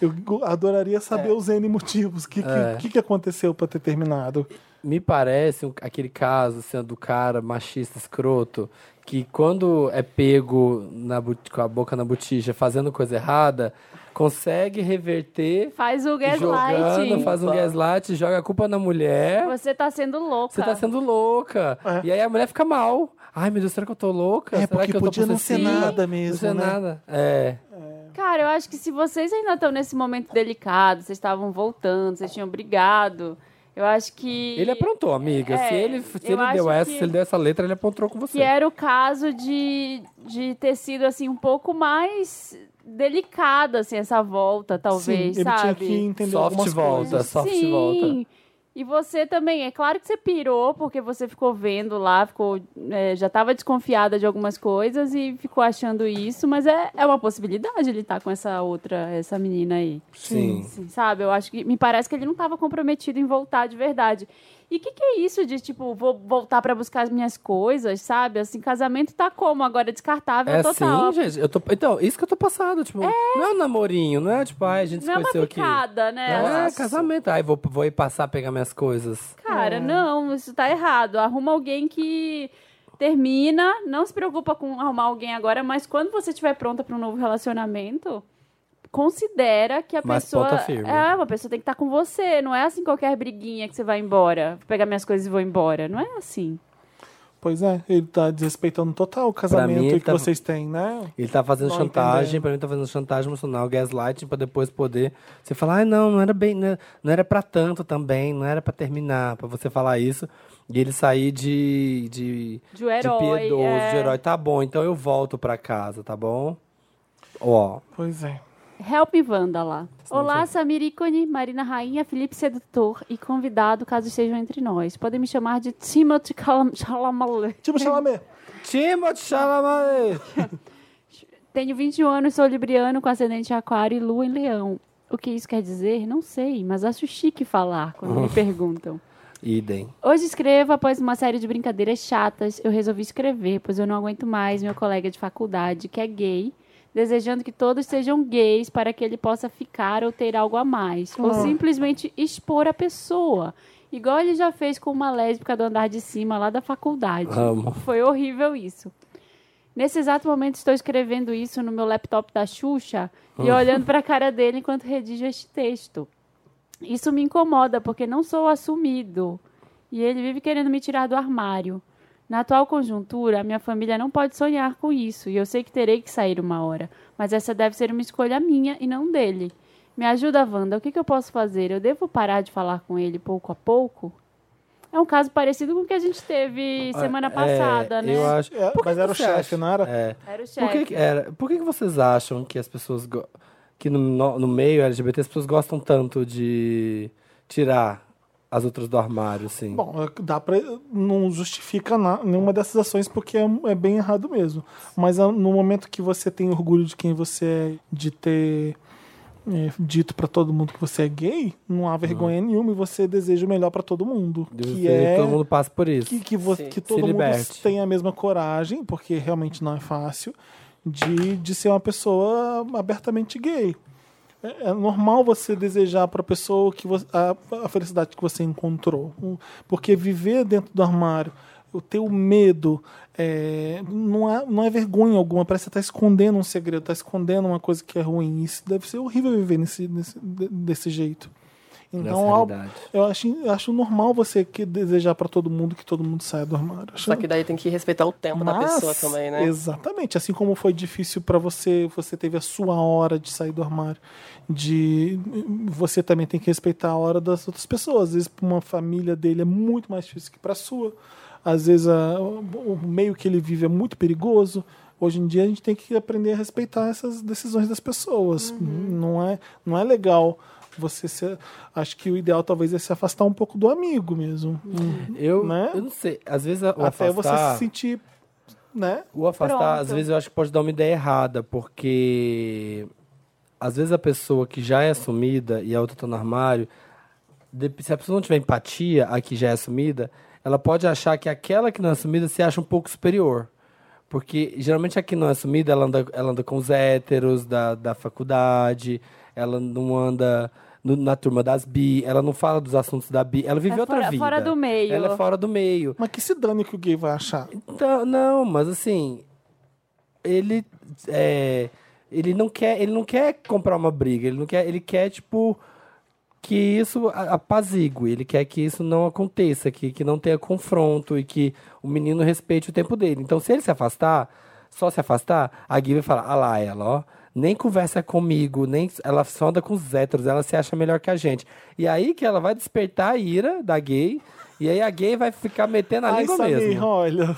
[SPEAKER 1] Eu go- adoraria saber os N motivos. O que, que-
[SPEAKER 2] É.
[SPEAKER 1] que, que aconteceu pra ter terminado?
[SPEAKER 2] Me parece um- aquele caso sendo do cara machista escroto que quando é pego na bu- com a boca na botija fazendo coisa errada, consegue reverter
[SPEAKER 4] Faz o
[SPEAKER 2] jogando,
[SPEAKER 4] gaslighting.
[SPEAKER 2] faz um gaslight, joga a culpa na mulher.
[SPEAKER 4] Você tá sendo louca.
[SPEAKER 2] Você tá sendo louca.
[SPEAKER 1] É.
[SPEAKER 2] E aí a mulher fica mal. Ai, meu Deus, será que eu tô louca?
[SPEAKER 1] É,
[SPEAKER 2] será
[SPEAKER 1] porque
[SPEAKER 2] que eu tô
[SPEAKER 1] podia não ser
[SPEAKER 2] possessiva?
[SPEAKER 1] nada
[SPEAKER 2] Não
[SPEAKER 1] mesmo,
[SPEAKER 2] ser
[SPEAKER 1] né?
[SPEAKER 2] nada. É.
[SPEAKER 4] Cara, eu acho que se vocês ainda estão nesse momento delicado, vocês estavam voltando, vocês tinham brigado, eu acho que...
[SPEAKER 2] Ele aprontou, amiga.
[SPEAKER 4] É,
[SPEAKER 2] se ele, se
[SPEAKER 4] eu
[SPEAKER 2] ele
[SPEAKER 4] acho
[SPEAKER 2] deu essa,
[SPEAKER 4] que- é
[SPEAKER 2] se ele deu essa letra, ele aprontou com você.
[SPEAKER 4] Que era o caso de, de ter sido, assim, um pouco mais delicado, assim, essa volta, talvez,
[SPEAKER 1] Sim, ele tinha
[SPEAKER 4] sabe?
[SPEAKER 1] que entender
[SPEAKER 2] Soft
[SPEAKER 1] algumas
[SPEAKER 2] volta.
[SPEAKER 1] coisas.
[SPEAKER 2] soft
[SPEAKER 4] Sim.
[SPEAKER 2] volta.
[SPEAKER 4] E você também, é claro que você pirou, porque você ficou vendo lá, ficou, é, já estava desconfiada de algumas coisas e ficou achando isso, mas é, é uma possibilidade ele estar com essa outra, essa menina aí.
[SPEAKER 2] Sim.
[SPEAKER 4] Assim, sabe? Eu acho que me parece que ele não estava comprometido em voltar de verdade. E o que, que é isso de, tipo, vou voltar pra buscar as minhas coisas, sabe? Assim, casamento tá como agora? Descartável
[SPEAKER 2] É
[SPEAKER 4] total.
[SPEAKER 2] sim, gente. Eu tô, então, isso que eu tô passado. Tipo, não é um namorinho, não é tipo, ai, a gente se
[SPEAKER 4] Não é uma
[SPEAKER 2] conheceu aqui.
[SPEAKER 4] picada, né?
[SPEAKER 2] Não, é
[SPEAKER 4] Nossa.
[SPEAKER 2] casamento. Ai, vou, vou ir passar pegar minhas coisas.
[SPEAKER 4] Cara, não, isso tá errado. Arruma alguém que termina, não se preocupa com arrumar alguém agora, mas quando você estiver pronta para um novo relacionamento, considera que a
[SPEAKER 2] Mas
[SPEAKER 4] pessoa
[SPEAKER 2] ponta firme.
[SPEAKER 4] é uma pessoa tem que estar com você, não é assim qualquer briguinha que você vai embora, vou pegar minhas coisas e vou embora, não é assim.
[SPEAKER 1] Pois é, ele tá desrespeitando total o
[SPEAKER 2] mim,
[SPEAKER 1] casamento
[SPEAKER 2] ele
[SPEAKER 1] que
[SPEAKER 2] tá-
[SPEAKER 1] vocês têm, né?
[SPEAKER 2] Ele tá fazendo
[SPEAKER 1] Tô
[SPEAKER 2] chantagem,
[SPEAKER 1] entendendo.
[SPEAKER 2] pra mim tá fazendo chantagem emocional, gaslighting, pra depois poder. Você falar, ai não, não era bem, não era, não era pra tanto também, não era pra terminar, pra você falar isso. E ele sair de. de,
[SPEAKER 4] De um herói,
[SPEAKER 2] de piedoso,
[SPEAKER 4] é.
[SPEAKER 2] de herói. Tá bom, então eu volto pra casa, tá bom? Ó.
[SPEAKER 1] Pois é.
[SPEAKER 4] Help Wanda lá. Olá, Samir Ícone, Marina Rainha, Felipe Sedutor e convidado, caso estejam entre nós. Podem me chamar de Timothy Calam- Chalamet.
[SPEAKER 1] Tipo
[SPEAKER 2] É.
[SPEAKER 1] Chalamet.
[SPEAKER 2] Timothy Chalamet!
[SPEAKER 4] Tenho 21 anos, sou libriano com ascendente em aquário e lua em leão. O que isso quer dizer? Não sei, mas acho chique falar quando me perguntam.
[SPEAKER 2] Idem.
[SPEAKER 4] Hoje escrevo após uma série de brincadeiras chatas. Eu resolvi escrever, pois eu não aguento mais meu colega de faculdade, que é gay, desejando que todos sejam gays para que ele possa ficar ou ter algo a mais. Ou simplesmente expor a pessoa. Igual ele já fez com uma lésbica do andar de cima lá da faculdade.
[SPEAKER 2] Amo.
[SPEAKER 4] Foi horrível isso. Nesse exato momento estou escrevendo isso no meu laptop da Xuxa e olhando para a cara dele enquanto redijo este texto. Isso me incomoda porque não sou assumido e ele vive querendo me tirar do armário. Na atual conjuntura, a minha família não pode sonhar com isso e eu sei que terei que sair uma hora, mas essa deve ser uma escolha minha e não dele. Me ajuda, Wanda, o que, que eu posso fazer? Eu devo parar de falar com ele pouco a pouco? É um caso parecido com o que a gente teve semana
[SPEAKER 2] É,
[SPEAKER 4] passada, né?
[SPEAKER 2] Eu acho.
[SPEAKER 1] É,
[SPEAKER 2] Por que
[SPEAKER 1] mas era o
[SPEAKER 2] você
[SPEAKER 1] chefe,
[SPEAKER 2] acha?
[SPEAKER 1] não era?
[SPEAKER 2] É.
[SPEAKER 4] Era o chefe.
[SPEAKER 2] Por que, que- era, por que, que vocês acham que as pessoas. go- que no, no, no meio LGBT as pessoas gostam tanto de tirar as outras do armário, assim?
[SPEAKER 1] Bom, é dá pra, não justifica na- nenhuma dessas ações porque é, é bem errado mesmo. Mas a- no momento que você tem orgulho de quem você é, de ter é, dito pra todo mundo que você é gay, não há vergonha nenhuma e você deseja o melhor pra todo mundo.
[SPEAKER 2] De
[SPEAKER 1] que
[SPEAKER 2] você-
[SPEAKER 1] é
[SPEAKER 2] todo mundo passa por isso.
[SPEAKER 1] que, que, vo- que todo
[SPEAKER 2] Se
[SPEAKER 1] mundo
[SPEAKER 2] liberte.
[SPEAKER 1] tenha a mesma coragem, porque realmente não é fácil, de, de ser uma pessoa abertamente gay. É, é normal você desejar para a pessoa que vo- a, a felicidade que você encontrou. O- Porque viver dentro do armário, o teu medo, é, não, é, não é vergonha alguma, parece que você está escondendo um segredo, está escondendo uma coisa que é ruim. Isso deve ser horrível viver nesse, nesse, de- desse jeito. Então,
[SPEAKER 2] Nessa
[SPEAKER 1] ao-
[SPEAKER 2] é realidade.
[SPEAKER 1] eu acho, eu acho normal você que desejar pra todo mundo que todo mundo saia do armário. Acho-
[SPEAKER 3] Só que daí tem que respeitar o tempo da pessoa também, né?
[SPEAKER 1] Exatamente. Assim como foi difícil pra você, você teve a sua hora de sair do armário. De você também tem que respeitar a hora das outras pessoas. Às vezes pra uma família dele é muito mais difícil que pra sua. Às vezes a- o o meio que ele vive é muito perigoso. Hoje em dia a gente tem que aprender a respeitar essas decisões das
[SPEAKER 3] Uhum.
[SPEAKER 1] pessoas. Não é, não é legal você se, acho que o ideal talvez é se afastar um pouco do amigo mesmo.
[SPEAKER 3] Uhum.
[SPEAKER 2] Eu,
[SPEAKER 1] né?
[SPEAKER 2] eu não sei. Às vezes a- o
[SPEAKER 1] Até você
[SPEAKER 2] afastar,
[SPEAKER 1] se sentir, né?
[SPEAKER 2] o afastar
[SPEAKER 4] Pronto.
[SPEAKER 2] às vezes eu acho que pode dar uma ideia errada, porque às vezes a pessoa que já é assumida e a outra tá no armário, de- se a pessoa não tiver empatia, a que já é assumida, ela pode achar que aquela que não é assumida se acha um pouco superior. Porque geralmente a que não é assumida, ela anda, ela anda com os héteros da, da faculdade, ela não anda no- na turma das bi, ela não fala dos assuntos da bi, ela vive
[SPEAKER 4] É
[SPEAKER 2] outra
[SPEAKER 4] fora-
[SPEAKER 2] vida.
[SPEAKER 4] fora do meio.
[SPEAKER 2] Ela é fora do meio.
[SPEAKER 1] Mas que se dane que o gay vai achar.
[SPEAKER 2] Então, não, mas assim, ele é, ele não quer, ele não quer comprar uma briga, ele não quer, ele quer tipo que isso a- apazigue, ele quer que isso não aconteça, que, que não tenha confronto e que o menino respeite o tempo dele. Então, se ele se afastar, só se afastar, a Gui vai falar, ah lá ela, ó, nem conversa comigo, nem ela só anda com os héteros, ela se acha melhor que a gente. E aí que ela vai despertar a ira da gay, e aí a gay vai ficar metendo a
[SPEAKER 1] Ai,
[SPEAKER 2] língua
[SPEAKER 1] Samir,
[SPEAKER 2] tá mesmo.
[SPEAKER 1] olha.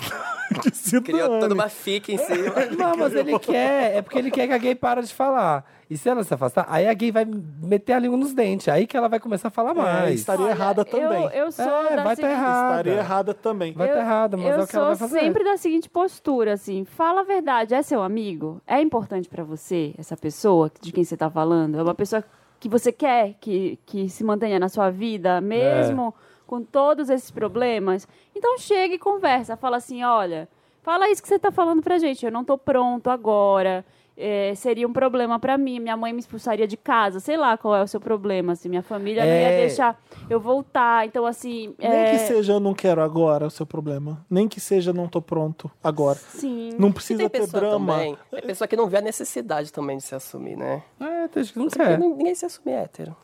[SPEAKER 1] que se
[SPEAKER 3] Criou
[SPEAKER 1] dane.
[SPEAKER 3] toda uma fique em cima.
[SPEAKER 2] Não, mas ele quer. É porque ele quer que a gay para de falar. E se ela se afastar, aí a gay vai meter a língua nos dentes. Aí que ela vai começar a falar
[SPEAKER 1] É,
[SPEAKER 4] tá
[SPEAKER 2] mais.
[SPEAKER 1] estaria errada também.
[SPEAKER 4] Eu, eu sou
[SPEAKER 2] É,
[SPEAKER 4] da
[SPEAKER 2] vai tá
[SPEAKER 4] seguinte...
[SPEAKER 2] errado.
[SPEAKER 1] Estaria errada também.
[SPEAKER 2] Vai estar errado, mas
[SPEAKER 4] eu
[SPEAKER 2] é o que ela vai
[SPEAKER 4] sou
[SPEAKER 2] fazer.
[SPEAKER 4] sempre da seguinte postura, assim, fala a verdade, é seu amigo? É importante pra você, essa pessoa de quem você tá falando? É uma pessoa que você quer que, que se mantenha na sua vida, mesmo com todos esses problemas. Então chega e conversa, fala assim, olha, fala isso que você está falando pra gente, eu não tô pronto agora. é, seria um problema pra mim, minha mãe me expulsaria de casa, sei lá qual é o seu problema, assim, minha família não
[SPEAKER 2] É.
[SPEAKER 4] ia deixar eu voltar, então assim,
[SPEAKER 1] Nem
[SPEAKER 4] é,
[SPEAKER 1] que seja eu não quero agora é o seu problema. Nem que seja eu não tô pronto agora.
[SPEAKER 4] sim.
[SPEAKER 1] Não
[SPEAKER 3] E
[SPEAKER 1] precisa
[SPEAKER 3] tem
[SPEAKER 1] ter
[SPEAKER 3] pessoa
[SPEAKER 1] drama.
[SPEAKER 3] também. É pessoa que não vê a necessidade também de se assumir, né?
[SPEAKER 2] É, tem gente que não
[SPEAKER 3] Porque
[SPEAKER 2] quer.
[SPEAKER 3] não- ninguém se assume hétero.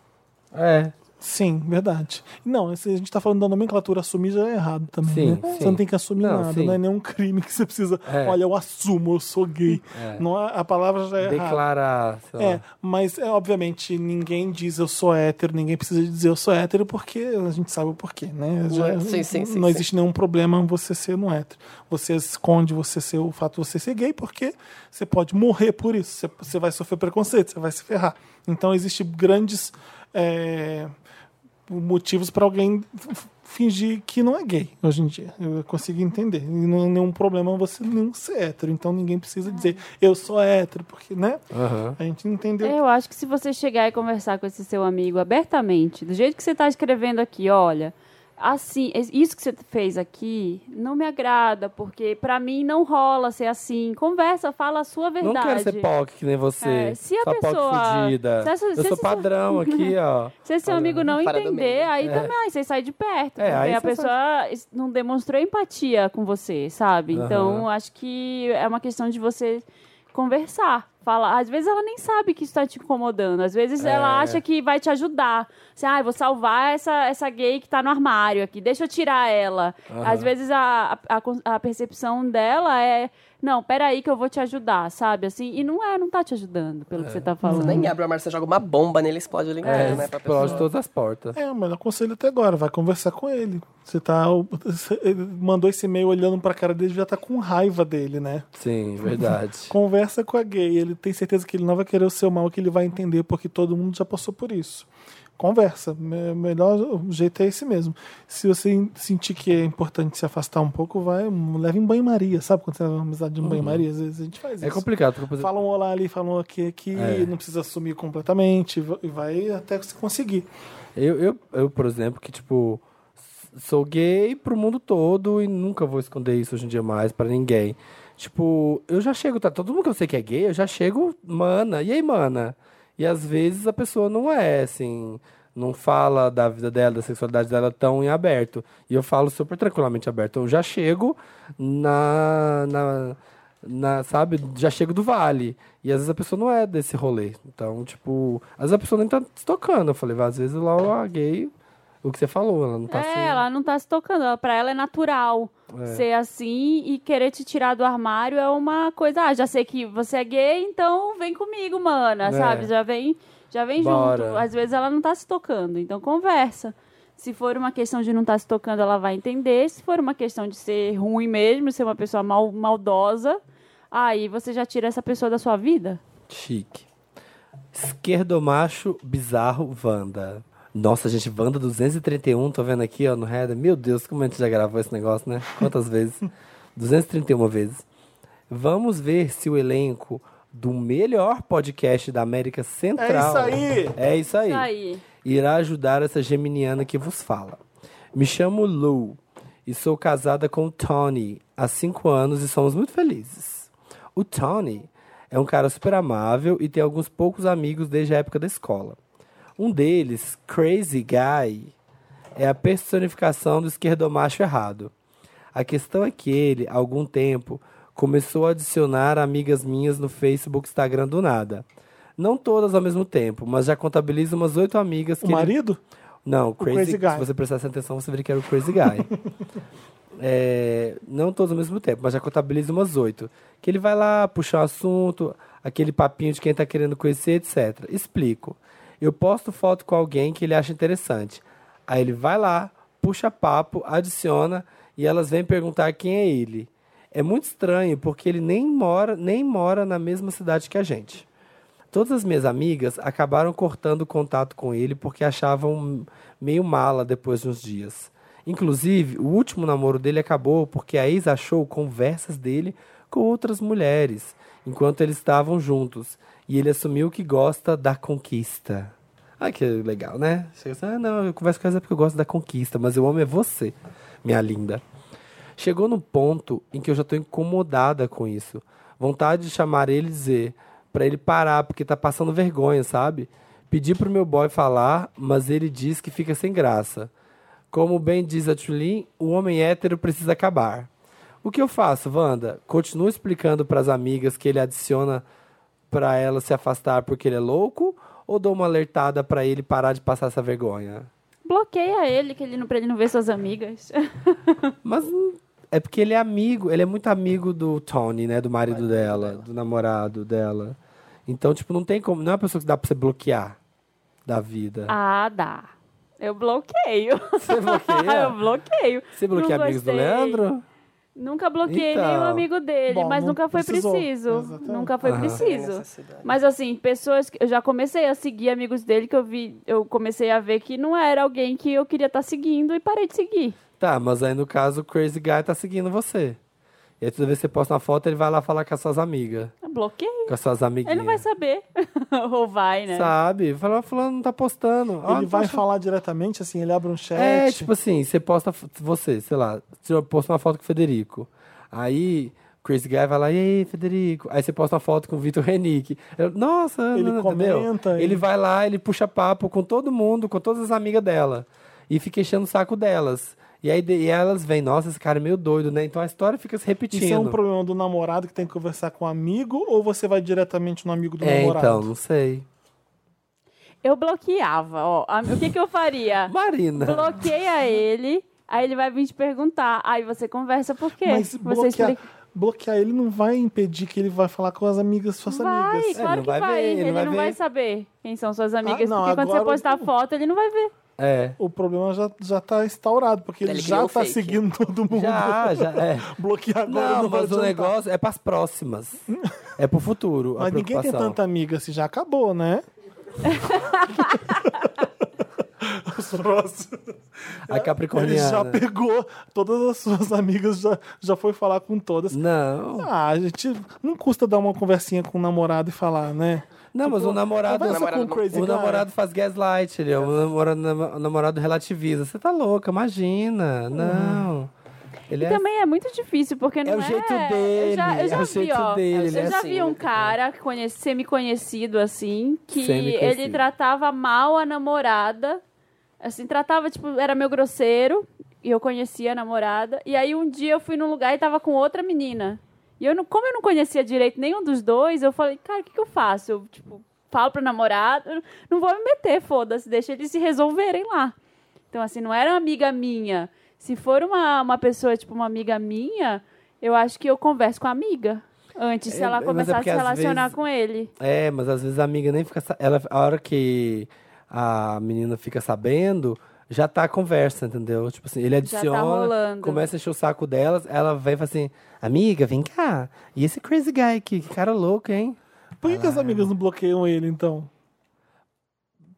[SPEAKER 2] É.
[SPEAKER 1] Sim, verdade. Não, se a gente tá falando da nomenclatura assumir já é errado
[SPEAKER 2] Sim,
[SPEAKER 1] também. né?
[SPEAKER 2] sim.
[SPEAKER 1] Você não tem que assumir
[SPEAKER 2] Não,
[SPEAKER 1] nada,
[SPEAKER 2] sim.
[SPEAKER 1] não é nenhum crime que você precisa.
[SPEAKER 2] É.
[SPEAKER 1] Olha, eu assumo, eu sou gay. Não, é- a palavra já é errada.
[SPEAKER 2] Declarar. sei lá.
[SPEAKER 1] É, mas é, obviamente ninguém diz eu sou hétero, ninguém precisa dizer eu sou hétero porque a gente sabe o porquê, né? Já-
[SPEAKER 3] Sim, sim, sim,
[SPEAKER 1] não
[SPEAKER 3] sim.
[SPEAKER 1] existe nenhum problema você ser não hétero. Você esconde você ser, o fato de você ser gay porque você pode morrer por isso, você, você vai sofrer preconceito, você vai se ferrar. Então existem grandes é, motivos para alguém f- f- fingir que não é gay hoje em dia. Eu consigo entender. E não é nenhum problema você não ser hétero. Então ninguém precisa dizer eu sou hétero, porque, né?
[SPEAKER 2] Aham.
[SPEAKER 1] A gente entendeu.
[SPEAKER 4] É, Eu acho que se você chegar e conversar com esse seu amigo abertamente, do jeito que você está escrevendo aqui, olha, assim, es- isso que você fez aqui não me agrada, porque pra mim não rola ser assim. Conversa, fala a sua
[SPEAKER 2] Não
[SPEAKER 4] verdade.
[SPEAKER 2] quero ser POC que nem você.
[SPEAKER 4] É, se a
[SPEAKER 2] Sua POC
[SPEAKER 4] pessoa-
[SPEAKER 2] fudida.
[SPEAKER 4] se essa-
[SPEAKER 2] Eu
[SPEAKER 4] se
[SPEAKER 2] sou
[SPEAKER 4] esse-
[SPEAKER 2] padrão aqui, ó.
[SPEAKER 4] Se esse seu amigo não
[SPEAKER 3] fora do
[SPEAKER 4] entender,
[SPEAKER 3] meio.
[SPEAKER 4] aí também aí você sai de perto.
[SPEAKER 2] É,
[SPEAKER 4] porque
[SPEAKER 2] aí
[SPEAKER 4] a
[SPEAKER 2] você
[SPEAKER 4] pessoa es- não demonstrou empatia com você, sabe? Então, acho que é uma questão de você conversar. Falar. Às vezes ela nem sabe que isso tá te incomodando. Às vezes ela acha que vai te ajudar. Assim, ah, eu vou salvar essa, essa gay que tá no armário aqui. Deixa eu tirar ela. Às vezes a, a, a con- a percepção dela é... Não, peraí que eu vou te ajudar, sabe? Assim, e não é, não tá te ajudando pelo que você tá falando.
[SPEAKER 3] Você nem abre uma arma, você joga uma bomba nele, explode ele inteiro, né?
[SPEAKER 2] É,
[SPEAKER 3] Pra
[SPEAKER 2] explode
[SPEAKER 3] pessoa.
[SPEAKER 2] todas as portas.
[SPEAKER 1] É, mas aconselho até agora, vai conversar com ele. Você tá. Ele mandou esse e-mail olhando pra cara dele, já tá com raiva dele, né?
[SPEAKER 2] Sim, verdade.
[SPEAKER 1] Conversa com a gay, ele tem certeza que ele não vai querer o seu mal, que ele vai entender, porque todo mundo já passou por isso. Conversa, me- melhor jeito é esse mesmo. Se você sentir que é importante se afastar um pouco, vai, leva em banho-maria, sabe? Quando você leva uma amizade em banho-maria, às vezes a gente faz
[SPEAKER 2] é
[SPEAKER 1] isso.
[SPEAKER 2] complicado. Porque, por exemplo,
[SPEAKER 1] Falam olá ali, falam aqui, aqui,
[SPEAKER 2] É.
[SPEAKER 1] não precisa assumir completamente, e vai até se conseguir.
[SPEAKER 2] eu, eu, eu, por exemplo, que tipo, s- sou gay pro mundo todo e nunca vou esconder isso hoje em dia mais pra ninguém. Tipo, eu já chego, tá? Todo mundo que eu sei que é gay, eu já chego, mana, e aí, mana? E às vezes a pessoa não é, assim, não fala da vida dela, da sexualidade dela tão em aberto. E eu falo super tranquilamente aberto. Eu já chego na. na na, sabe, já chego do vale. E às vezes a pessoa não é desse rolê. Então, tipo, às vezes a pessoa nem tá se tocando. Eu falei, "Vai, às vezes lá eu larguei o que você falou, ela não tá
[SPEAKER 4] é,
[SPEAKER 2] assim.
[SPEAKER 4] ela não tá se tocando. Ela, pra ela é natural ser assim e querer te tirar do armário é uma coisa. Ah, já sei que você é gay, então vem comigo, mana,
[SPEAKER 2] É.
[SPEAKER 4] sabe? Já vem, já vem
[SPEAKER 2] Bora.
[SPEAKER 4] junto. Às vezes ela não tá se tocando, então conversa. Se for uma questão de não estar se tocando, ela vai entender. Se for uma questão de ser ruim mesmo, ser uma pessoa mal, maldosa, aí você já tira essa pessoa da sua vida.
[SPEAKER 2] Chique. Esquerdomacho bizarro Wanda. Nossa, gente, Wanda 231, tô vendo aqui, ó, no Header. Meu Deus, como a gente já gravou esse negócio, né? Quantas vezes? 231 vezes. Vamos ver se o elenco do melhor podcast da América Central.
[SPEAKER 1] É isso aí!
[SPEAKER 2] É isso aí.
[SPEAKER 4] Isso aí.
[SPEAKER 2] irá ajudar essa geminiana que vos fala. Me chamo Lou e sou casada com o Tony há cinco anos e somos muito felizes. O Tony é um cara super amável e tem alguns poucos amigos desde a época da escola. Um deles, Crazy Guy, é a personificação do esquerdomacho errado. A questão é que ele, há algum tempo, começou a adicionar amigas minhas no Facebook e Instagram do nada. Não todas ao mesmo tempo, mas já contabiliza umas oito amigas que.
[SPEAKER 1] O
[SPEAKER 2] ele-
[SPEAKER 1] marido?
[SPEAKER 2] Não,
[SPEAKER 1] Crazy
[SPEAKER 2] crazy,
[SPEAKER 1] Guy.
[SPEAKER 2] se você prestasse atenção, você veria que era o Crazy Guy. É, não todos ao mesmo tempo, mas já contabiliza umas oito. Que ele vai lá, puxar o assunto, aquele papinho de quem tá querendo conhecer, etc. Explico. Eu posto foto com alguém que ele acha interessante. Aí ele vai lá, puxa papo, adiciona e elas vêm perguntar quem é ele. É muito estranho porque ele nem mora, nem mora na mesma cidade que a gente. Todas as minhas amigas acabaram cortando o contato com ele porque achavam meio mala depois de uns dias. Inclusive, o último namoro dele acabou porque a ex achou conversas dele com outras mulheres enquanto eles estavam juntos e ele assumiu que gosta da conquista. Ah, que legal, né? Chega assim, ah, não, eu converso com ela porque eu gosto da conquista, mas eu amo é você, minha linda. Chegou no ponto em que eu já tô incomodada com isso. Vontade de chamar ele e dizer pra ele parar, porque tá passando vergonha, sabe? Pedi pro meu boy falar, mas ele diz que fica sem graça. Como bem diz a Tulin, o homem hétero precisa acabar. O que eu faço, Wanda? Continuo explicando pras amigas que ele adiciona pra ela se afastar porque ele é louco? Ou dou uma alertada pra ele parar de passar essa vergonha?
[SPEAKER 4] Bloqueia ele, que ele não, pra ele não ver suas amigas.
[SPEAKER 2] Tá. Mas hum, é porque ele é amigo, ele é muito amigo do Tony, né? Do marido dela, do namorado dela. Então, tipo, não tem como. Não é uma pessoa que dá pra você bloquear da vida.
[SPEAKER 4] ah, dá. Eu bloqueio.
[SPEAKER 2] Você bloqueia?
[SPEAKER 4] eu bloqueio.
[SPEAKER 2] você bloqueia
[SPEAKER 4] não
[SPEAKER 2] amigos do
[SPEAKER 4] gostei.
[SPEAKER 2] Leandro?
[SPEAKER 4] Nunca bloqueei
[SPEAKER 2] Então.
[SPEAKER 4] nenhum amigo dele,
[SPEAKER 1] Bom,
[SPEAKER 4] mas
[SPEAKER 1] não
[SPEAKER 4] nunca foi
[SPEAKER 1] precisou.
[SPEAKER 4] preciso.
[SPEAKER 1] Exatamente.
[SPEAKER 4] Nunca foi
[SPEAKER 2] Aham.
[SPEAKER 4] preciso.
[SPEAKER 3] necessidade.
[SPEAKER 4] Mas assim, pessoas que eu já comecei a seguir amigos dele que eu vi, eu comecei a ver que não era alguém que eu queria estar seguindo e parei de seguir.
[SPEAKER 2] Tá, mas aí no caso o Crazy Guy tá seguindo você. E aí toda vez que você posta uma foto, ele vai lá falar com as suas amigas.
[SPEAKER 4] Eu bloqueei.
[SPEAKER 2] Com as suas amiguinhas.
[SPEAKER 4] Ele não vai saber. Ou vai, né?
[SPEAKER 2] Sabe? Fala, fulano não tá postando. Ah,
[SPEAKER 1] Ele
[SPEAKER 2] não
[SPEAKER 1] vai
[SPEAKER 2] tá
[SPEAKER 1] falar diretamente, assim, ele abre um chat.
[SPEAKER 2] É, tipo assim, você posta, fo- você, sei lá, você posta uma foto com o Federico. Aí, o Chris Guy vai lá, e aí, Federico? Aí você posta uma foto com o Vitor Renick. Eu, Nossa,
[SPEAKER 1] Ele
[SPEAKER 2] não, não, entendeu?
[SPEAKER 1] comenta,
[SPEAKER 2] Ele...
[SPEAKER 1] ele-
[SPEAKER 2] vai lá, ele puxa papo com todo mundo, com todas as amigas dela. E fica enchendo o saco delas. E aí de- e elas vêm, nossa, esse cara é meio doido, né? Então a história fica se repetindo.
[SPEAKER 1] Isso é um problema do namorado que tem que conversar com um amigo ou você vai diretamente no amigo do
[SPEAKER 2] É,
[SPEAKER 1] namorado?
[SPEAKER 2] então, não sei.
[SPEAKER 4] Eu bloqueava, ó. A- O que que eu faria?
[SPEAKER 2] Marina.
[SPEAKER 4] Bloqueia ele, aí ele vai vir te perguntar. Aí você conversa por quê?
[SPEAKER 1] Mas
[SPEAKER 4] você
[SPEAKER 1] bloquear,
[SPEAKER 4] explica.
[SPEAKER 1] bloquear ele não vai impedir que ele vai falar com as amigas, suas
[SPEAKER 4] Vai,
[SPEAKER 1] amigas.
[SPEAKER 4] claro
[SPEAKER 2] não
[SPEAKER 4] que
[SPEAKER 2] vai
[SPEAKER 4] vai.
[SPEAKER 2] ver, É, ele
[SPEAKER 4] Ele,
[SPEAKER 2] vai
[SPEAKER 4] não
[SPEAKER 2] ver. Ah,
[SPEAKER 4] vai saber quem são suas amigas.
[SPEAKER 1] não,
[SPEAKER 4] porque quando
[SPEAKER 1] agora
[SPEAKER 4] você postar
[SPEAKER 1] eu-
[SPEAKER 4] foto, ele não vai ver.
[SPEAKER 2] É.
[SPEAKER 1] O problema já, já tá instaurado, porque ele,
[SPEAKER 3] Ele
[SPEAKER 1] já
[SPEAKER 3] criou o
[SPEAKER 1] tá
[SPEAKER 3] fake.
[SPEAKER 1] seguindo todo mundo.
[SPEAKER 2] Já, já, é.
[SPEAKER 1] Bloquear agora
[SPEAKER 2] Não,
[SPEAKER 1] não, vai
[SPEAKER 2] mas o
[SPEAKER 1] adiantar.
[SPEAKER 2] negócio é pras próximas. É pro futuro. a
[SPEAKER 1] Mas ninguém tem
[SPEAKER 2] preocupação.
[SPEAKER 1] tanta amiga assim, já acabou, né? Os próximos.
[SPEAKER 2] A
[SPEAKER 1] Ele
[SPEAKER 2] Capricorniana.
[SPEAKER 1] já pegou todas as suas amigas, já, já foi falar com todas.
[SPEAKER 2] Não.
[SPEAKER 1] Ah, a gente não custa dar uma conversinha com o namorado e falar, né?
[SPEAKER 2] Não, mas o namorado.
[SPEAKER 1] Conversa
[SPEAKER 3] namorado
[SPEAKER 1] com
[SPEAKER 3] não-
[SPEAKER 1] o Crazy
[SPEAKER 2] O
[SPEAKER 1] Guy.
[SPEAKER 2] namorado faz gaslight, ele é o namorado, o namorado relativiza. Você tá louca, imagina. Não. Ele é.
[SPEAKER 4] Também é muito difícil, porque não é...
[SPEAKER 2] o jeito
[SPEAKER 4] Eu já,
[SPEAKER 2] dele,
[SPEAKER 4] eu já
[SPEAKER 2] é o
[SPEAKER 4] vi,
[SPEAKER 2] jeito
[SPEAKER 4] ó,
[SPEAKER 2] dele, ele
[SPEAKER 4] Eu
[SPEAKER 2] é
[SPEAKER 4] já
[SPEAKER 2] assim,
[SPEAKER 4] vi um
[SPEAKER 2] né?
[SPEAKER 4] cara conhe- semi-conhecido, assim, que
[SPEAKER 2] Semi-conhecido.
[SPEAKER 4] ele tratava mal a namorada. Assim, tratava, tipo, era meu grosseiro, e eu conhecia a namorada. E aí um dia eu fui num lugar e tava com outra menina. E eu não, como eu não conhecia direito nenhum dos dois, eu falei, cara, o que, que eu faço? Eu, tipo, falo pro namorado, não vou me meter, foda-se, deixa eles se resolverem lá. Então, assim, não era uma amiga minha. Se for uma, uma pessoa, tipo, uma amiga minha, eu acho que eu converso com a amiga. Antes, se
[SPEAKER 2] É,
[SPEAKER 4] ela
[SPEAKER 2] mas é
[SPEAKER 4] começar a
[SPEAKER 2] porque
[SPEAKER 4] se
[SPEAKER 2] às
[SPEAKER 4] relacionar
[SPEAKER 2] vezes-
[SPEAKER 4] com ele.
[SPEAKER 2] É, mas às vezes a amiga nem fica. sa- Ela, a hora que a menina fica sabendo, já tá a conversa, entendeu? Tipo assim, ele
[SPEAKER 4] tá
[SPEAKER 2] adiciona,
[SPEAKER 4] rolando.
[SPEAKER 2] começa a encher o saco delas, ela vem e fala assim: Amiga, vem cá. E esse crazy guy aqui, que cara louco, hein?
[SPEAKER 1] Por que, que as amigas não bloqueiam ele, então?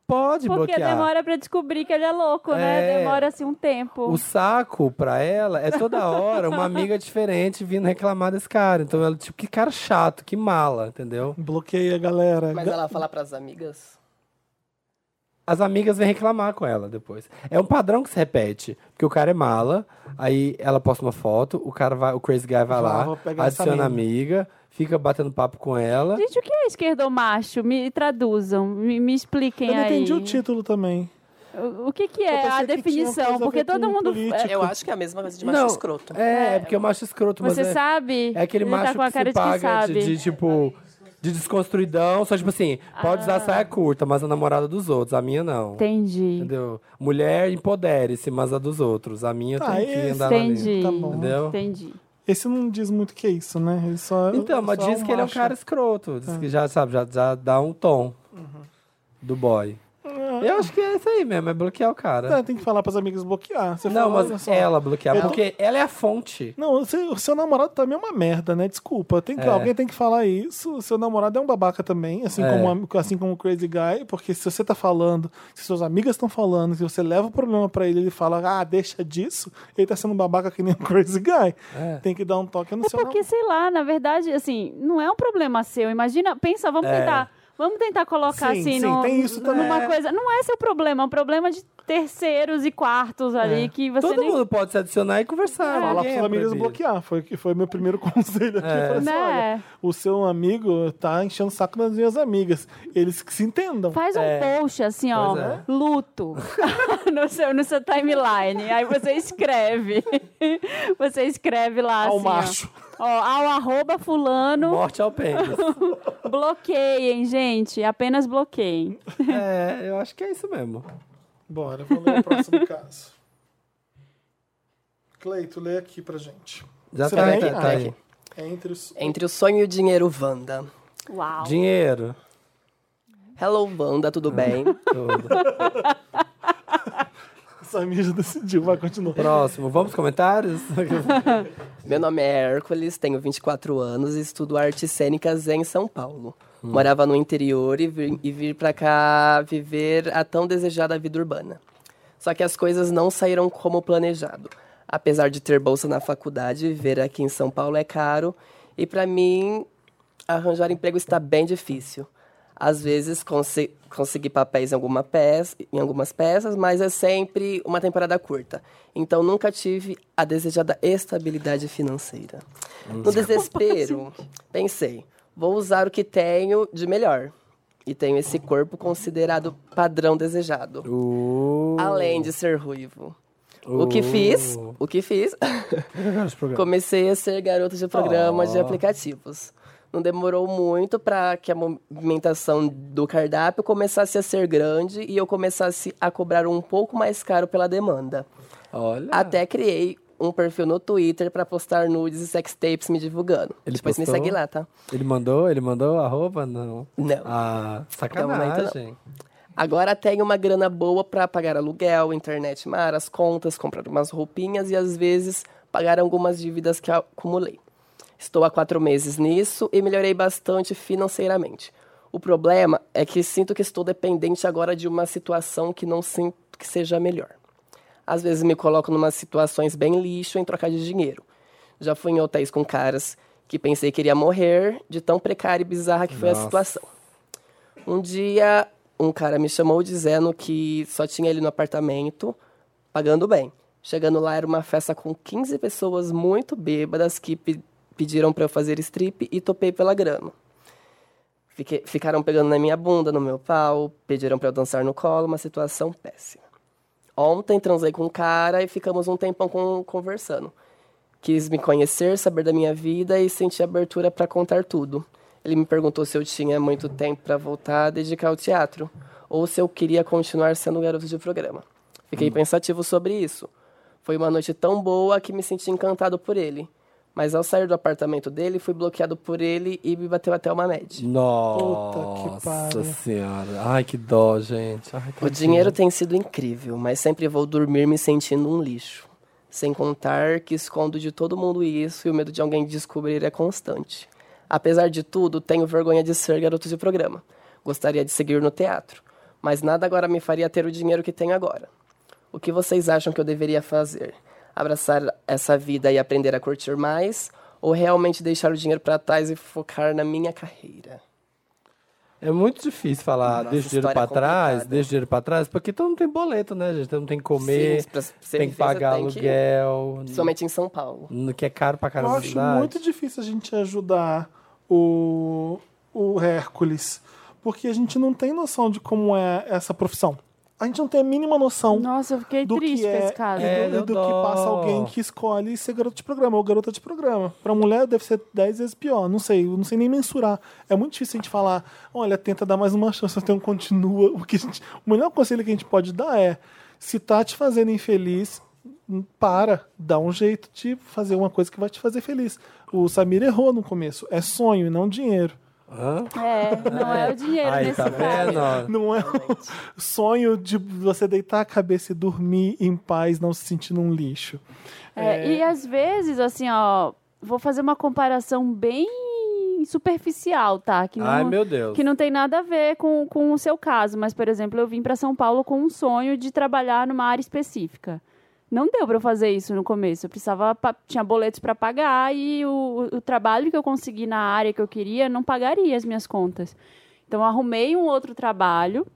[SPEAKER 2] Pode
[SPEAKER 4] Porque
[SPEAKER 2] bloquear.
[SPEAKER 4] demora pra descobrir que ele é louco,
[SPEAKER 2] É.
[SPEAKER 4] né? Demora, assim, um tempo.
[SPEAKER 2] O saco pra ela é toda hora uma amiga diferente vindo reclamar desse cara. Então ela, tipo, que cara chato, que mala, entendeu?
[SPEAKER 1] Bloqueia, galera.
[SPEAKER 3] Mas
[SPEAKER 1] Ga-
[SPEAKER 3] ela falar pras amigas?
[SPEAKER 2] As amigas vêm reclamar com ela depois. É um padrão que se repete. Porque o cara é mala, aí ela posta uma foto, o cara vai, o crazy guy vai
[SPEAKER 1] vou
[SPEAKER 2] lá,
[SPEAKER 1] pegar essa
[SPEAKER 2] adiciona a amiga, fica batendo papo com ela.
[SPEAKER 4] Gente, o que é esquerdomacho? Me traduzam, me, me expliquem
[SPEAKER 1] Eu não
[SPEAKER 4] aí.
[SPEAKER 1] entendi o título também.
[SPEAKER 4] O- O que, que
[SPEAKER 1] Eu
[SPEAKER 4] é
[SPEAKER 1] pensei
[SPEAKER 4] a
[SPEAKER 1] que tinha coisa
[SPEAKER 4] definição?
[SPEAKER 1] a ver
[SPEAKER 4] Porque
[SPEAKER 1] com
[SPEAKER 4] todo mundo.
[SPEAKER 1] política.
[SPEAKER 3] Eu acho que é a mesma coisa de macho
[SPEAKER 2] Tipo, Não,
[SPEAKER 3] escroto.
[SPEAKER 2] É, é porque é o macho escroto, mas
[SPEAKER 4] Você
[SPEAKER 2] é-
[SPEAKER 4] sabe?
[SPEAKER 2] É aquele
[SPEAKER 4] ele
[SPEAKER 2] macho
[SPEAKER 4] tá com a
[SPEAKER 2] que
[SPEAKER 4] cara
[SPEAKER 2] se
[SPEAKER 4] de que
[SPEAKER 2] paga de,
[SPEAKER 4] sabe.
[SPEAKER 2] de, tipo. De desconstruidão, só tipo assim, pode
[SPEAKER 4] Ah.
[SPEAKER 2] usar saia curta, mas a namorada dos outros, a minha não.
[SPEAKER 4] Entendi.
[SPEAKER 2] Entendeu? Mulher empodere-se, mas a dos outros. A minha
[SPEAKER 1] Tá,
[SPEAKER 2] tem que
[SPEAKER 1] esse-
[SPEAKER 2] andar na linha.
[SPEAKER 4] Entendi.
[SPEAKER 1] Tá bom.
[SPEAKER 2] Entendeu?
[SPEAKER 4] Entendi.
[SPEAKER 1] Esse não diz muito o que é isso, né? Ele só,
[SPEAKER 2] Então, mas
[SPEAKER 1] só
[SPEAKER 2] diz
[SPEAKER 1] um
[SPEAKER 2] que ele é um
[SPEAKER 1] macho. Tá.
[SPEAKER 2] cara escroto. Diz que já, sabe, já, já dá um tom
[SPEAKER 1] Uhum.
[SPEAKER 2] do boy.
[SPEAKER 1] Ah.
[SPEAKER 2] Eu acho que é isso aí mesmo, é bloquear o cara.
[SPEAKER 1] É, tem que falar pras amigas bloquear. Você
[SPEAKER 2] Não,
[SPEAKER 1] fala, olha
[SPEAKER 2] mas é
[SPEAKER 1] só.
[SPEAKER 2] ela bloquear,
[SPEAKER 1] Eu tô-
[SPEAKER 2] porque ela é a fonte.
[SPEAKER 1] Não, o seu, o seu namorado também é uma merda, né? Desculpa. Tem que-
[SPEAKER 2] É.
[SPEAKER 1] Alguém tem que falar isso. O seu namorado é um babaca também, assim,
[SPEAKER 2] É.
[SPEAKER 1] como, a- assim como o Crazy Guy, porque se você tá falando, se suas amigas estão falando, se você leva o problema pra ele ele fala, ah, deixa disso, ele tá sendo babaca que nem o Crazy Guy.
[SPEAKER 2] É.
[SPEAKER 1] Tem que dar um toque no
[SPEAKER 4] É
[SPEAKER 1] seu
[SPEAKER 4] porque, sei lá, na verdade, assim, não é um problema seu. Imagina, pensa, vamos
[SPEAKER 2] É.
[SPEAKER 4] tentar. Vamos tentar colocar
[SPEAKER 1] Sim, sim,
[SPEAKER 4] assim num-
[SPEAKER 1] tem isso também.
[SPEAKER 4] numa coisa. Não é seu problema, é um problema de terceiros e quartos ali que você
[SPEAKER 2] Todo
[SPEAKER 4] nem.
[SPEAKER 2] mundo pode se adicionar e conversar.
[SPEAKER 1] Falar
[SPEAKER 2] ninguém
[SPEAKER 1] pros
[SPEAKER 2] é
[SPEAKER 1] amigos
[SPEAKER 2] proibido.
[SPEAKER 1] bloquear. Foi, que foi meu primeiro conselho aqui. Eu falei assim,
[SPEAKER 4] Né?
[SPEAKER 1] olha, o seu amigo tá enchendo o saco das minhas amigas. Eles que se entendam.
[SPEAKER 4] Faz um post assim, ó,
[SPEAKER 2] É. Pois é.
[SPEAKER 4] luto no, seu, no seu timeline. Aí você escreve. Você escreve lá
[SPEAKER 1] Ao
[SPEAKER 4] assim. ó.
[SPEAKER 1] macho.
[SPEAKER 4] Ó, ao arroba fulano,
[SPEAKER 2] Morte ao pênis.
[SPEAKER 4] bloqueiem, gente. Apenas bloqueiem.
[SPEAKER 2] é, eu acho que é isso mesmo.
[SPEAKER 1] Bora, vou ler o próximo caso. Cleito, lê aqui pra gente.
[SPEAKER 2] Já
[SPEAKER 1] Você
[SPEAKER 2] tá,
[SPEAKER 1] tem?
[SPEAKER 2] tá, tá
[SPEAKER 1] Ah,
[SPEAKER 2] aí.
[SPEAKER 1] É entre os...
[SPEAKER 3] Entre o sonho e o dinheiro, Wanda.
[SPEAKER 4] Uau.
[SPEAKER 2] Dinheiro.
[SPEAKER 3] Hello, Wanda,
[SPEAKER 2] Ah.
[SPEAKER 3] tudo bem?
[SPEAKER 2] Tudo.
[SPEAKER 1] Samir já decidiu, vai continuar.
[SPEAKER 2] Próximo. Vamos comentários?
[SPEAKER 3] Meu nome é Hércules, tenho 24 anos e estudo artes cênicas em São Paulo.
[SPEAKER 2] Hum.
[SPEAKER 3] Morava no interior e vir, e vir para cá viver a tão desejada vida urbana. Só que as coisas não saíram como planejado. Apesar de ter bolsa na faculdade, viver aqui em São Paulo é caro e para mim arranjar emprego está bem difícil. Às vezes conse consegui papéis em, alguma peça, em algumas peças, mas é sempre uma temporada curta. Então nunca tive a desejada estabilidade financeira. No desespero, pensei, vou usar o que tenho de melhor. E tenho esse corpo considerado padrão desejado.
[SPEAKER 2] Uh,
[SPEAKER 3] Além de ser ruivo. O que fiz? O que fiz? Comecei a ser garoto de programa de aplicativos. Não demorou muito para que a movimentação do cardápio começasse a ser grande e eu começasse a cobrar um pouco mais caro pela demanda.
[SPEAKER 2] Olha.
[SPEAKER 3] Até criei um perfil no Twitter para postar nudes e sextapes me divulgando.
[SPEAKER 2] Ele
[SPEAKER 3] Depois
[SPEAKER 2] postou?
[SPEAKER 3] me segue lá, tá?
[SPEAKER 2] Ele mandou? Ele mandou a roupa? Não.
[SPEAKER 3] Não.
[SPEAKER 2] Ah,
[SPEAKER 3] Até o
[SPEAKER 2] sacanagem.
[SPEAKER 3] Agora tenho uma grana boa para pagar aluguel, internet mara, as contas, comprar umas roupinhas e às vezes pagar algumas dívidas que acumulei. Estou há quatro meses nisso e melhorei bastante financeiramente. O problema é que sinto que estou dependente agora de uma situação que não sinto que seja melhor. Às vezes me coloco numas situações bem lixo em troca de dinheiro. Já fui em hotéis com caras que pensei que iria morrer de tão precária e bizarra que foi a
[SPEAKER 2] Nossa.
[SPEAKER 3] situação. Um dia, um cara me chamou dizendo que só tinha ele no apartamento, pagando bem. Chegando lá, era uma festa com 15 pessoas muito bêbadas que pe- pediram para eu fazer strip e topei pela grama. Fique- ficaram pegando na minha bunda, no meu pau, pediram para eu dançar no colo, uma situação péssima. Ontem transei com um cara e ficamos um tempão com- conversando. Quis me conhecer, saber da minha vida e senti abertura para contar tudo. Ele me perguntou se eu tinha muito tempo para voltar a dedicar ao teatro ou se eu queria continuar sendo um garoto de programa. Fiquei pensativo sobre isso. Foi uma noite tão boa que me senti encantado por ele. Mas ao sair do apartamento dele, fui bloqueado por ele e me bateu até uma média.
[SPEAKER 2] Nossa
[SPEAKER 1] pariu.
[SPEAKER 2] senhora. Ai, que dó, gente. Ai,
[SPEAKER 3] O
[SPEAKER 2] tadinho.
[SPEAKER 3] dinheiro tem sido incrível, mas sempre vou dormir me sentindo um lixo. Sem contar que escondo de todo mundo isso e o medo de alguém descobrir é constante. Apesar de tudo, tenho vergonha de ser garoto de programa. Gostaria de seguir no teatro, mas nada agora me faria ter o dinheiro que tenho agora. O que vocês acham que eu deveria fazer? Abraçar essa vida e aprender a curtir mais? Ou realmente deixar o dinheiro para trás e focar na minha carreira?
[SPEAKER 2] É muito difícil falar,
[SPEAKER 3] Nossa,
[SPEAKER 2] deixa o dinheiro pra
[SPEAKER 3] história é
[SPEAKER 2] trás,
[SPEAKER 3] complicada.
[SPEAKER 2] deixa o dinheiro pra trás, porque todo mundo tem boleto, né, gente? Todo mundo tem que comer,
[SPEAKER 3] Sim, pra ser
[SPEAKER 2] tem que
[SPEAKER 3] viver,
[SPEAKER 2] pagar
[SPEAKER 3] você tem que-
[SPEAKER 2] aluguel,
[SPEAKER 3] Principalmente em São Paulo.
[SPEAKER 2] no que é caro pra
[SPEAKER 1] Eu
[SPEAKER 2] caramba. na
[SPEAKER 1] acho
[SPEAKER 2] cidade.
[SPEAKER 1] muito difícil a gente ajudar o, o Hércules, porque a gente não tem noção de como é essa profissão. A gente não tem a mínima noção
[SPEAKER 4] Nossa, eu fiquei
[SPEAKER 1] do que
[SPEAKER 4] triste com
[SPEAKER 1] é,
[SPEAKER 4] esse caso.
[SPEAKER 1] e do,
[SPEAKER 2] É,
[SPEAKER 1] e do
[SPEAKER 2] deu
[SPEAKER 1] que
[SPEAKER 2] dó.
[SPEAKER 1] passa alguém que escolhe ser garoto de programa ou garota de programa. Pra mulher deve ser 10 vezes pior, não sei, eu não sei nem mensurar. É muito difícil a gente falar, olha, tenta dar mais uma chance, então continua. O, que a gente- o melhor conselho que a gente pode dar é, se tá te fazendo infeliz, para, dá um jeito de fazer uma coisa que vai te fazer feliz. O Samir errou no começo, é sonho e não dinheiro.
[SPEAKER 2] Hã?
[SPEAKER 4] É, não é o dinheiro
[SPEAKER 2] Aí,
[SPEAKER 4] nesse
[SPEAKER 2] tá
[SPEAKER 4] caso.
[SPEAKER 2] vendo? ó?
[SPEAKER 1] Não é o sonho de você deitar a cabeça e dormir em paz, não se sentindo um lixo.
[SPEAKER 4] É, E às vezes, assim, ó, vou fazer uma comparação bem superficial, tá? Que não,
[SPEAKER 2] Ai, meu Deus.
[SPEAKER 4] que não tem nada a ver com, com o seu caso, mas, por exemplo, eu vim para São Paulo com um sonho de trabalhar numa área específica. Não deu para eu fazer isso no começo. Eu precisava pa- tinha boletos para pagar e o, o trabalho que eu consegui na área que eu queria não pagaria as minhas contas. Então eu arrumei um outro trabalho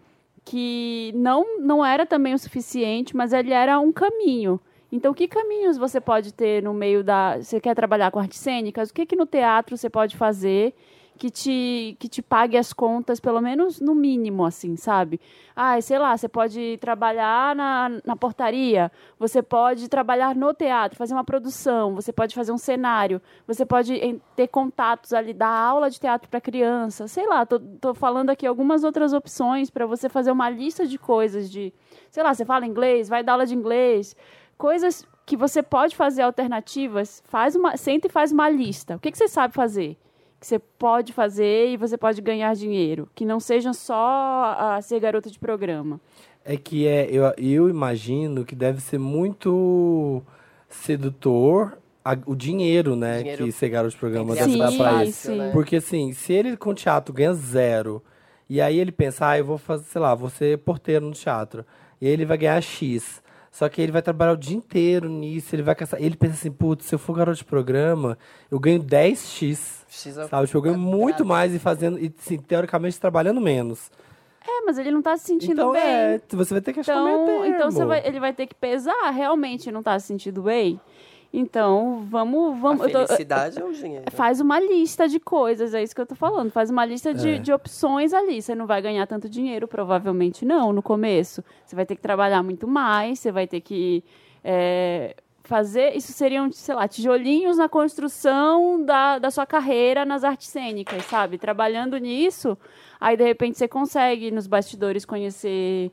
[SPEAKER 4] que não não era também o suficiente, mas ele era um caminho. Então, que caminhos você pode ter no meio da. Você quer trabalhar com artes cênicas? O que, que no teatro você pode fazer que te, que te pague as contas, pelo menos no mínimo, assim, sabe? Ah, sei lá, você pode trabalhar na, na portaria, você pode trabalhar no teatro, fazer uma produção, você pode fazer um cenário, você pode em- ter contatos ali, dar aula de teatro para criança, sei lá, tô, tô falando aqui algumas outras opções para você fazer uma lista de coisas de, sei lá, você fala inglês, vai dar aula de inglês, coisas que você pode fazer alternativas, faz uma, senta e faz uma lista. O que, que você sabe fazer? que você pode fazer e você pode ganhar dinheiro. Que não seja só ah, ser garota de programa.
[SPEAKER 2] É que é, eu, eu imagino que deve ser muito sedutor a- o dinheiro, né?
[SPEAKER 3] Dinheiro.
[SPEAKER 2] Que ser garoto de programa
[SPEAKER 3] Entre
[SPEAKER 2] deve dar
[SPEAKER 3] aspas,
[SPEAKER 2] pra
[SPEAKER 4] Sim,
[SPEAKER 2] ele.
[SPEAKER 4] sim.
[SPEAKER 3] né?
[SPEAKER 2] Porque assim, se ele com teatro ganha zero, e aí ele pensa, ah, eu vou fazer, sei lá, vou ser porteiro no teatro. E aí ele vai ganhar X. Só que ele vai trabalhar o dia inteiro nisso, ele vai caçar. Ele pensa assim, putz, se eu for garoto de programa, eu ganho 10x.
[SPEAKER 3] X é-
[SPEAKER 2] Sabe? Tipo, eu ganho muito mais e fazendo, e assim, teoricamente trabalhando menos.
[SPEAKER 4] É, mas ele não tá se sentindo
[SPEAKER 2] então
[SPEAKER 4] bem.
[SPEAKER 2] é, você vai ter que achar um meio
[SPEAKER 4] então,
[SPEAKER 2] termo.
[SPEAKER 4] então você vai- ele vai ter que pesar, realmente não tá se sentindo bem. Então, vamos,
[SPEAKER 3] A
[SPEAKER 4] vamos. eu tô-
[SPEAKER 3] felicidade ou o dinheiro?
[SPEAKER 4] É, Faz uma lista de coisas, é isso que eu tô falando. Faz uma lista
[SPEAKER 1] É.
[SPEAKER 4] de, de opções ali. Você não vai ganhar tanto dinheiro, provavelmente não, no começo. Você vai ter que trabalhar muito mais, você vai ter que é, fazer. Isso seriam, sei lá, tijolinhos na construção da, da sua carreira nas artes cênicas, sabe? Trabalhando nisso, aí de repente você consegue nos bastidores conhecer.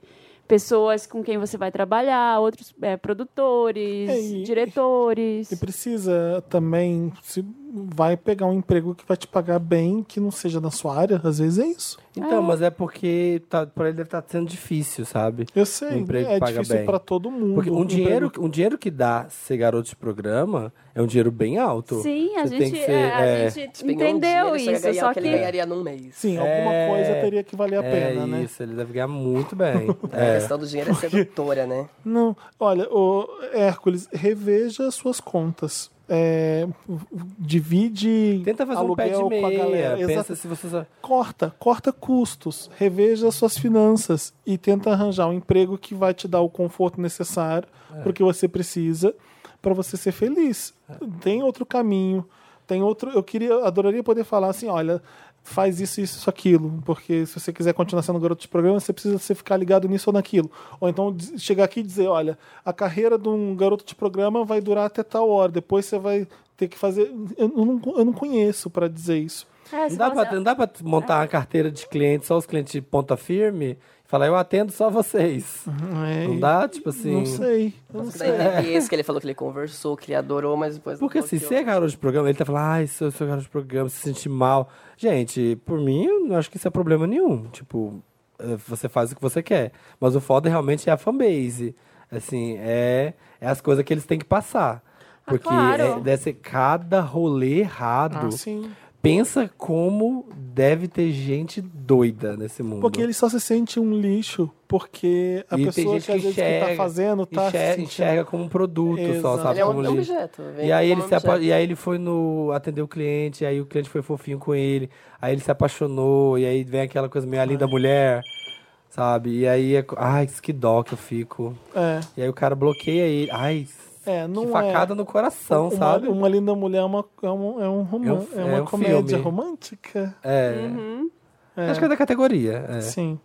[SPEAKER 4] Pessoas com quem você vai trabalhar, outros é, produtores,
[SPEAKER 1] É, e-
[SPEAKER 4] diretores.
[SPEAKER 1] E precisa também, se vai pegar um emprego que vai te pagar bem, que não seja na sua área, às vezes é isso.
[SPEAKER 2] Então, mas é porque tá, pra ele deve estar sendo difícil, sabe?
[SPEAKER 1] Eu sei,
[SPEAKER 2] Um emprego que
[SPEAKER 1] é
[SPEAKER 2] paga
[SPEAKER 1] difícil
[SPEAKER 2] bem.
[SPEAKER 1] pra todo mundo.
[SPEAKER 2] Porque um dinheiro,
[SPEAKER 1] emprego-
[SPEAKER 2] um dinheiro que dá ser garoto de programa é um dinheiro bem alto.
[SPEAKER 4] Sim, a
[SPEAKER 2] Você tem
[SPEAKER 4] gente,
[SPEAKER 2] que ser,
[SPEAKER 4] é, a
[SPEAKER 2] é,
[SPEAKER 4] gente
[SPEAKER 3] Tipo, em um
[SPEAKER 4] entendeu
[SPEAKER 3] dia ele chega a
[SPEAKER 4] isso,
[SPEAKER 3] ganhar o
[SPEAKER 4] só
[SPEAKER 3] que
[SPEAKER 4] que
[SPEAKER 3] ele ganharia num mês.
[SPEAKER 1] Sim, alguma
[SPEAKER 2] É,
[SPEAKER 1] coisa teria que valer a
[SPEAKER 2] é
[SPEAKER 1] pena, né?
[SPEAKER 2] isso, ele deve ganhar muito bem.
[SPEAKER 3] A
[SPEAKER 2] é.
[SPEAKER 3] questão do dinheiro é sedutora, né?
[SPEAKER 1] Não, olha, o Hércules, reveja as suas contas. É, divide.
[SPEAKER 2] Tenta fazer um pé
[SPEAKER 1] aluguel
[SPEAKER 2] de
[SPEAKER 1] com a
[SPEAKER 2] meia.
[SPEAKER 1] galera.
[SPEAKER 2] Pensa
[SPEAKER 1] Exato.
[SPEAKER 2] se você... só-
[SPEAKER 1] Corta, corta custos, reveja as suas finanças e tenta arranjar um emprego que vai te dar o conforto necessário para o que você precisa para você ser feliz. Tem outro caminho, tem outro. Eu queria, adoraria poder falar assim, olha, faz isso, isso, isso, aquilo, porque se você quiser continuar sendo um garoto de programa, você precisa você ficar ligado nisso ou naquilo. Ou então diz- chegar aqui e dizer, olha, a carreira de um garoto de programa vai durar até tal hora, depois você vai ter que fazer. Eu não, eu não conheço para dizer isso.
[SPEAKER 4] É, você
[SPEAKER 2] Não dá,
[SPEAKER 4] fala
[SPEAKER 2] pra,
[SPEAKER 4] assim,
[SPEAKER 2] não dá pra montar uma carteira de clientes, só os clientes de ponta firme, e falar, eu atendo só vocês.
[SPEAKER 1] É,
[SPEAKER 2] Não dá, tipo assim...
[SPEAKER 1] Não sei. eu não
[SPEAKER 3] Daí
[SPEAKER 1] sei.
[SPEAKER 3] tem esse que ele falou que ele conversou, que ele adorou, mas depois...
[SPEAKER 2] Porque assim, se é
[SPEAKER 3] você
[SPEAKER 2] garoto de programa, ele tá falando, ai, se eu sou garoto de programa, se sentir mal. Gente, por mim, eu não acho que isso é problema nenhum. Tipo, eh, você faz o que você quer. Mas o foda realmente é a fanbase. Assim, é, é as coisas que eles têm que passar. Porque
[SPEAKER 4] claro.
[SPEAKER 2] é- deve ser cada rolê tá errado.
[SPEAKER 1] Ah, sim.
[SPEAKER 2] Pensa como deve ter gente doida nesse mundo.
[SPEAKER 1] Porque ele só se sente um lixo, porque a
[SPEAKER 2] E tem
[SPEAKER 1] pessoa
[SPEAKER 2] gente
[SPEAKER 1] que às
[SPEAKER 2] que
[SPEAKER 1] vezes que tá
[SPEAKER 2] enxerga-
[SPEAKER 1] fazendo tá se
[SPEAKER 2] enxerga,
[SPEAKER 1] sentindo-
[SPEAKER 2] enxerga como um produto só,
[SPEAKER 1] Exato.
[SPEAKER 2] sabe?
[SPEAKER 3] Ele é um,
[SPEAKER 2] como
[SPEAKER 3] é um
[SPEAKER 2] lixo.
[SPEAKER 3] objeto. vem
[SPEAKER 2] E aí, ele
[SPEAKER 3] como
[SPEAKER 2] se apa-
[SPEAKER 3] objeto.
[SPEAKER 2] e aí ele foi no. atender o cliente, aí o cliente foi fofinho com ele, aí ele se apaixonou, e aí vem aquela coisa meio a linda mulher, sabe? E aí é. co- Ai, que dó que eu fico.
[SPEAKER 1] É,
[SPEAKER 2] E aí o cara bloqueia ele. Ai,
[SPEAKER 1] é, não
[SPEAKER 2] que
[SPEAKER 1] é.
[SPEAKER 2] facada no coração,
[SPEAKER 1] uma,
[SPEAKER 2] sabe?
[SPEAKER 1] Uma linda mulher é, uma, é, um, é, um roman-
[SPEAKER 2] É um-
[SPEAKER 1] é uma
[SPEAKER 2] é um
[SPEAKER 1] comédia
[SPEAKER 2] filme.
[SPEAKER 1] romântica.
[SPEAKER 2] É. Acho que é da categoria. é.
[SPEAKER 1] Sim.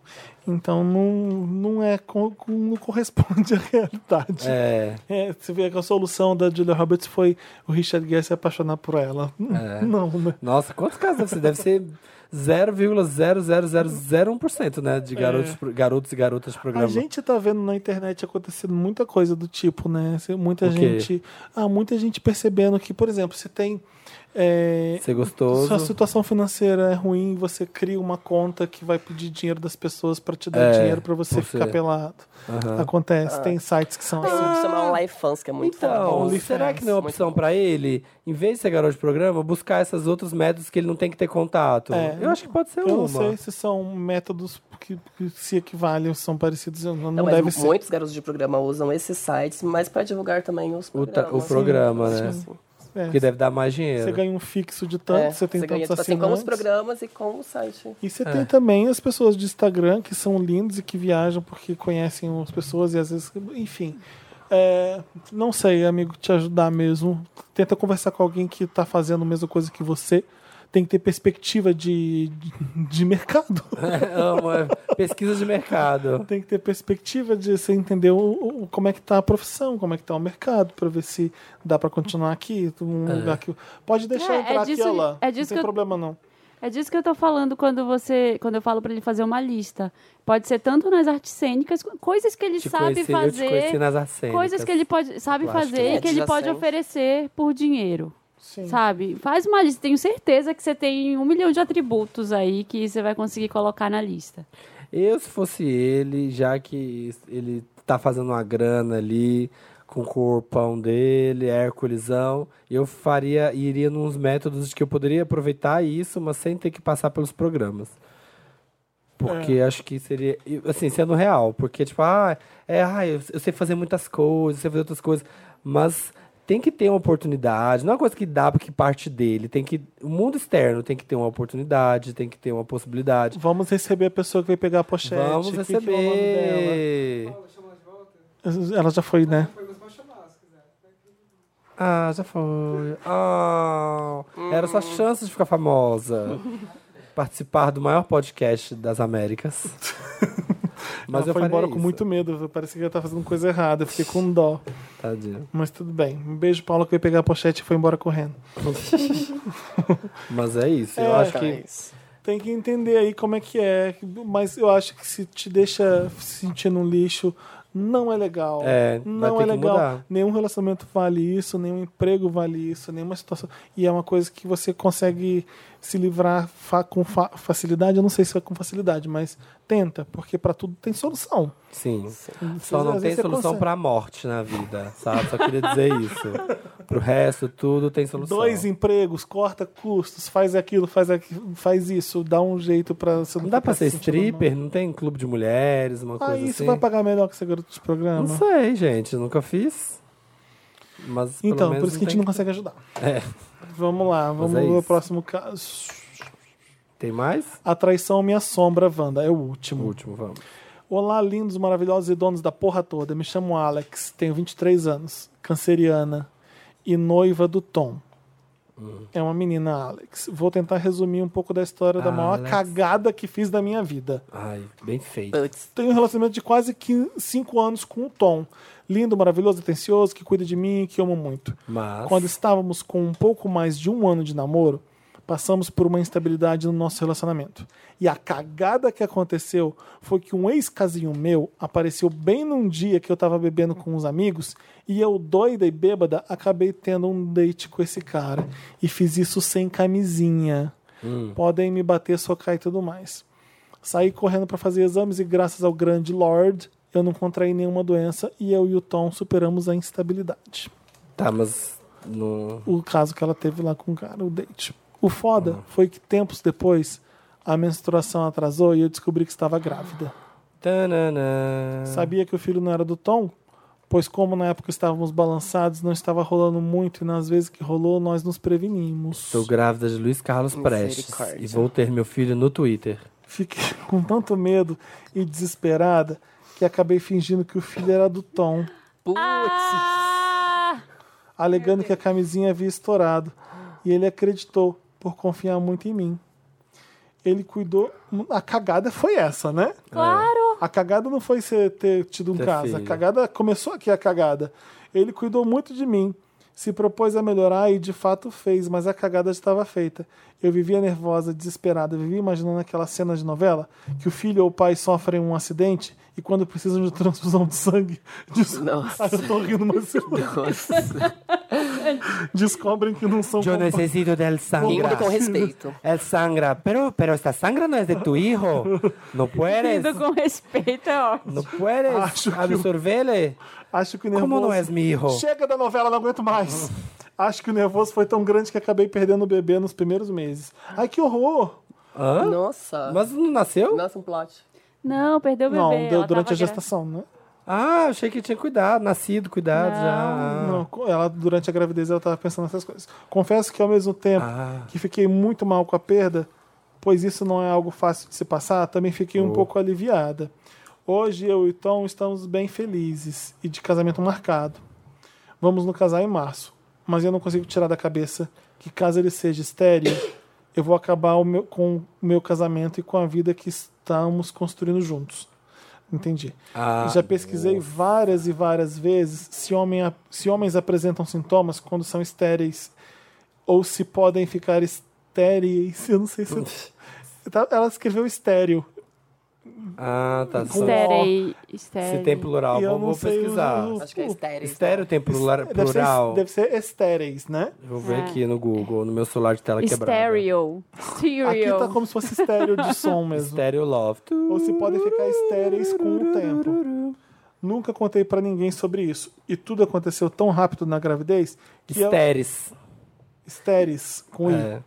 [SPEAKER 1] Então não, não é co- co- não corresponde à realidade.
[SPEAKER 2] É.
[SPEAKER 1] É, você vê que a solução da Julia Roberts foi o Richard Gere se apaixonar por ela. Não, né?
[SPEAKER 2] é. Nossa, quantos casos deve ser? Deve ser 0,00001%, né? De garotos, pro- garotos e garotas de
[SPEAKER 1] A
[SPEAKER 2] programa.
[SPEAKER 1] gente tá vendo na internet acontecendo muita coisa do tipo, né? Se- Muita
[SPEAKER 2] O quê?
[SPEAKER 1] gente. Ah, muita gente percebendo que, por exemplo, se tem. é,
[SPEAKER 2] Ser
[SPEAKER 1] sua
[SPEAKER 2] gostoso.
[SPEAKER 1] situação financeira é ruim, você cria uma conta que vai pedir dinheiro das pessoas pra te dar
[SPEAKER 2] É,
[SPEAKER 1] dinheiro pra você
[SPEAKER 2] por
[SPEAKER 1] ficar
[SPEAKER 2] ser.
[SPEAKER 1] pelado.
[SPEAKER 2] Aham.
[SPEAKER 1] Acontece, tem sites que são
[SPEAKER 3] Tem
[SPEAKER 1] assim.
[SPEAKER 3] um que chama OnlyFans, que é muito
[SPEAKER 2] Então,
[SPEAKER 3] foda.
[SPEAKER 2] será que não é uma
[SPEAKER 3] Muito
[SPEAKER 2] opção
[SPEAKER 3] bom.
[SPEAKER 2] pra ele, em vez de ser garoto de programa, buscar esses outros métodos que ele não tem que ter contato?
[SPEAKER 1] É.
[SPEAKER 2] eu acho que pode ser
[SPEAKER 1] Eu
[SPEAKER 2] uma.
[SPEAKER 1] não sei se são métodos que, que se equivalem, são parecidos, não, não
[SPEAKER 3] Não, mas
[SPEAKER 1] deve ser.
[SPEAKER 3] muitos garotos de programa usam esses sites, mas pra divulgar também os
[SPEAKER 2] O, ta-
[SPEAKER 3] programas.
[SPEAKER 2] o programa, né?
[SPEAKER 3] Sim.
[SPEAKER 1] É.
[SPEAKER 2] Porque deve dar mais dinheiro.
[SPEAKER 1] Você ganha um fixo de tanto,
[SPEAKER 3] É,
[SPEAKER 1] você tem
[SPEAKER 3] ganha,
[SPEAKER 1] tantos
[SPEAKER 3] tipo assim,
[SPEAKER 1] assinantes.
[SPEAKER 3] com os programas e com o site.
[SPEAKER 1] E você
[SPEAKER 2] É.
[SPEAKER 1] tem também as pessoas de Instagram que são lindos e que viajam porque conhecem as pessoas e às vezes. Enfim. É, não sei, amigo, te ajudar mesmo. Tenta conversar com alguém que está fazendo a mesma coisa que você. Tem que ter perspectiva de, de, de mercado.
[SPEAKER 2] Amo, é pesquisa de mercado.
[SPEAKER 1] Tem que ter perspectiva de você entender o, o- como é que tá a profissão, como é que tá o mercado, para ver se dá para continuar aqui. Um lugar que... Pode deixar
[SPEAKER 4] É, é
[SPEAKER 1] entrar aqui
[SPEAKER 4] disso-
[SPEAKER 1] ou lá.
[SPEAKER 4] é disso
[SPEAKER 1] não tem
[SPEAKER 4] que eu-
[SPEAKER 1] problema, não.
[SPEAKER 4] É disso que eu tô falando quando você, quando eu falo pra ele fazer uma lista. Pode ser tanto nas artes cênicas, co- coisas que ele
[SPEAKER 2] Te
[SPEAKER 4] sabe
[SPEAKER 2] conheci, eu te conheci
[SPEAKER 4] fazer,
[SPEAKER 2] nas artes cênicas.
[SPEAKER 4] coisas que ele pode, sabe
[SPEAKER 2] Plásticas.
[SPEAKER 4] fazer
[SPEAKER 3] É,
[SPEAKER 4] e que ele pode
[SPEAKER 3] adjacente.
[SPEAKER 4] oferecer por dinheiro.
[SPEAKER 1] Sim.
[SPEAKER 4] Sabe? Faz uma lista. Tenho certeza que você tem um milhão de atributos aí que você vai conseguir colocar na lista.
[SPEAKER 2] Eu, se fosse ele, já que ele tá fazendo uma grana ali com o corpão dele, é Hérculesão, eu faria, iria nos métodos de que eu poderia aproveitar isso, mas sem ter que passar pelos programas. Porque acho que seria, e, assim, sendo real, porque tipo, ah, é, ah, eu, eu sei fazer muitas coisas, eu sei fazer outras coisas, mas tem que ter uma oportunidade, não é uma coisa que dá porque parte dele, tem que, o mundo externo tem que ter uma oportunidade, tem que ter uma possibilidade.
[SPEAKER 1] Vamos receber a pessoa que vai pegar a pochete.
[SPEAKER 2] Vamos
[SPEAKER 1] Que que é o nome
[SPEAKER 2] receber.
[SPEAKER 1] dela? Ela já foi, né?
[SPEAKER 2] Ah, já foi. Ah, Era
[SPEAKER 1] Hum.
[SPEAKER 2] sua chance de ficar famosa. Participar do maior podcast das Américas. Mas
[SPEAKER 1] ela
[SPEAKER 2] eu
[SPEAKER 1] foi
[SPEAKER 2] faria
[SPEAKER 1] embora com
[SPEAKER 2] isso.
[SPEAKER 1] muito medo. Parece que ela tá fazendo coisa errada. Eu fiquei com dó.
[SPEAKER 2] Tadinho.
[SPEAKER 1] Mas tudo bem. Um beijo, Paula, que veio pegar a pochete e foi embora correndo.
[SPEAKER 2] Mas é isso. Eu
[SPEAKER 1] É,
[SPEAKER 2] acho
[SPEAKER 3] Cara,
[SPEAKER 2] que.
[SPEAKER 3] isso.
[SPEAKER 1] Tem que entender aí como é que é. Mas eu acho que se te deixa se sentindo um lixo, não é legal.
[SPEAKER 2] É, vai
[SPEAKER 1] não
[SPEAKER 2] ter
[SPEAKER 1] é
[SPEAKER 2] que
[SPEAKER 1] legal.
[SPEAKER 2] mudar.
[SPEAKER 1] Nenhum relacionamento vale isso, nenhum emprego vale isso, nenhuma situação. E é uma coisa que você consegue se livrar fa- com fa- facilidade. Eu não sei se é com facilidade, mas tenta, porque pra tudo tem solução.
[SPEAKER 2] Sim. Só não
[SPEAKER 1] Às
[SPEAKER 2] tem
[SPEAKER 1] vezes você
[SPEAKER 2] solução
[SPEAKER 1] consegue.
[SPEAKER 2] pra morte na vida, sabe? Só queria dizer isso. Pro resto, tudo tem solução.
[SPEAKER 1] Dois empregos, corta custos, faz aquilo, faz aquilo, faz isso, dá um jeito pra. você
[SPEAKER 2] Não dá
[SPEAKER 1] ficar
[SPEAKER 2] pra ser
[SPEAKER 1] se Tá sentindo mal.
[SPEAKER 2] stripper? Não tem clube de mulheres, uma coisa
[SPEAKER 1] Ah, isso
[SPEAKER 2] assim?
[SPEAKER 1] vai pagar melhor que esse garoto de programa.
[SPEAKER 2] Não sei, gente. Nunca fiz. Mas pelo
[SPEAKER 1] Então,
[SPEAKER 2] menos
[SPEAKER 1] por isso que a gente
[SPEAKER 2] tem-
[SPEAKER 1] não consegue ajudar.
[SPEAKER 2] É.
[SPEAKER 1] Vamos lá, vamos
[SPEAKER 2] é
[SPEAKER 1] ao
[SPEAKER 2] isso.
[SPEAKER 1] próximo caso.
[SPEAKER 2] Tem mais?
[SPEAKER 1] A traição me assombra, Wanda. É o último.
[SPEAKER 2] Último, vamos.
[SPEAKER 1] Olá, lindos, maravilhosos e donos da porra toda. Me chamo Alex, tenho 23 anos, canceriana e noiva do Tom.
[SPEAKER 2] Hum.
[SPEAKER 1] É uma menina, Alex. Vou tentar resumir um pouco da história da maior
[SPEAKER 2] Alex.
[SPEAKER 1] cagada que fiz da minha vida.
[SPEAKER 2] Ai, bem feito.
[SPEAKER 3] Putz,
[SPEAKER 1] Tenho um relacionamento de quase 5 anos com o Tom. Lindo, maravilhoso, atencioso, que cuida de mim e que amo muito.
[SPEAKER 2] Mas.
[SPEAKER 1] Quando estávamos com um pouco mais de um ano de namoro, passamos por uma instabilidade no nosso relacionamento. E a cagada que aconteceu foi que um ex-casinho meu apareceu bem num dia que eu tava bebendo com uns amigos e eu, doida e bêbada, acabei tendo um date com esse cara. E fiz isso sem camisinha. Podem me bater, socar e tudo mais. Saí correndo para fazer exames e, graças ao grande Lord, eu não contraí nenhuma doença e eu e o Tom superamos a instabilidade
[SPEAKER 2] Tá, mas. No...
[SPEAKER 1] o caso que ela teve lá com o cara, o date. O foda foi que tempos depois a menstruação atrasou e eu descobri que estava grávida.
[SPEAKER 2] Tanana.
[SPEAKER 1] Sabia que o filho não era do Tom? Pois como na época estávamos balançados, não estava rolando muito e nas vezes que rolou nós nos previnimos.
[SPEAKER 2] Estou grávida de Luiz Carlos Prestes.
[SPEAKER 3] Misericórdia.
[SPEAKER 2] E vou ter meu filho no Twitter.
[SPEAKER 1] Fiquei com tanto medo e desesperada que acabei fingindo que o filho era do Tom,
[SPEAKER 3] putz.
[SPEAKER 4] Ah!
[SPEAKER 1] alegando que a camisinha havia estourado. E ele acreditou por confiar muito em mim. Ele cuidou. A cagada foi essa, né?
[SPEAKER 4] Claro!
[SPEAKER 1] A cagada não foi você ter tido um
[SPEAKER 2] Ter
[SPEAKER 1] caso. A
[SPEAKER 2] filho.
[SPEAKER 1] cagada começou aqui a cagada. Ele cuidou muito de mim, se propôs a melhorar e de fato fez, mas a cagada já estava feita. Eu vivia nervosa, desesperada, eu vivia imaginando aquela cena de novela que o filho ou o pai sofrem um acidente e quando precisam de transfusão de sangue, des...
[SPEAKER 3] Nossa.
[SPEAKER 1] Ai, eu tô rindo, mas eu-
[SPEAKER 3] Nossa.
[SPEAKER 1] descobrem que não são compa-
[SPEAKER 2] necessito del
[SPEAKER 3] Rindo com respeito.
[SPEAKER 2] El sangra. Pero, pero esta sangra não é de tu hijo. Não puedes.
[SPEAKER 4] Lindo com respeito, é ótimo.
[SPEAKER 2] Não puedes
[SPEAKER 1] Acho que o-
[SPEAKER 2] absorverle.
[SPEAKER 1] Acho que o nervoso.
[SPEAKER 2] Como não és mi hijo?
[SPEAKER 1] Chega da novela, não aguento mais. Acho que o nervoso foi tão grande que acabei perdendo o bebê nos primeiros meses. Ai, que horror! Ah.
[SPEAKER 2] Hã?
[SPEAKER 3] Nossa.
[SPEAKER 2] Mas não nasceu?
[SPEAKER 3] Nossa, um plot.
[SPEAKER 4] Não, perdeu o bebê.
[SPEAKER 1] Não, deu
[SPEAKER 4] ela
[SPEAKER 1] durante
[SPEAKER 4] tava
[SPEAKER 1] a gestação, né?
[SPEAKER 4] gra-
[SPEAKER 2] Ah, achei que tinha cuidado, nascido, cuidado já.
[SPEAKER 1] Ah.
[SPEAKER 2] Ah,
[SPEAKER 1] Não, co- ela, durante a gravidez ela estava pensando nessas coisas. Confesso que ao mesmo tempo
[SPEAKER 2] Ah.
[SPEAKER 1] que fiquei muito mal com a perda, pois isso não é algo fácil de se passar, também fiquei um pouco aliviada. Hoje eu e Tom estamos bem felizes e de casamento marcado. Vamos nos casar em março, mas eu não consigo tirar da cabeça que caso ele seja estéril, eu vou acabar o meu- com o meu casamento e com a vida que estamos construindo juntos. Entendi.
[SPEAKER 2] Ah,
[SPEAKER 1] Já pesquisei várias e várias vezes se, homem, se homens apresentam sintomas quando são estéreis ou se podem ficar estéreis. Eu não sei se. Tá- Ela escreveu estéreo.
[SPEAKER 2] Ah, tá. Só-
[SPEAKER 4] Estérei. Estérei.
[SPEAKER 2] Se tem plural,
[SPEAKER 1] E eu
[SPEAKER 2] vou,
[SPEAKER 1] não
[SPEAKER 2] vou
[SPEAKER 1] sei
[SPEAKER 2] pesquisar.
[SPEAKER 1] os-
[SPEAKER 3] Acho que é estéreo.
[SPEAKER 2] Estéreo tem plural?
[SPEAKER 1] Deve ser,
[SPEAKER 2] plural?
[SPEAKER 1] deve ser estéreis, né?
[SPEAKER 2] Vou ver
[SPEAKER 3] Ah.
[SPEAKER 4] É.
[SPEAKER 2] aqui no Google, no meu celular de tela quebrada.
[SPEAKER 4] Stereo.
[SPEAKER 1] Aqui
[SPEAKER 4] Stereo.
[SPEAKER 1] tá como se fosse estéreo de som mesmo.
[SPEAKER 2] Estéreo Love.
[SPEAKER 1] Ou se podem ficar estéreis com o tempo. Nunca contei pra ninguém sobre isso. E tudo aconteceu tão rápido na gravidez que eu,
[SPEAKER 2] Estéreis.
[SPEAKER 1] estéreis com i.
[SPEAKER 2] É.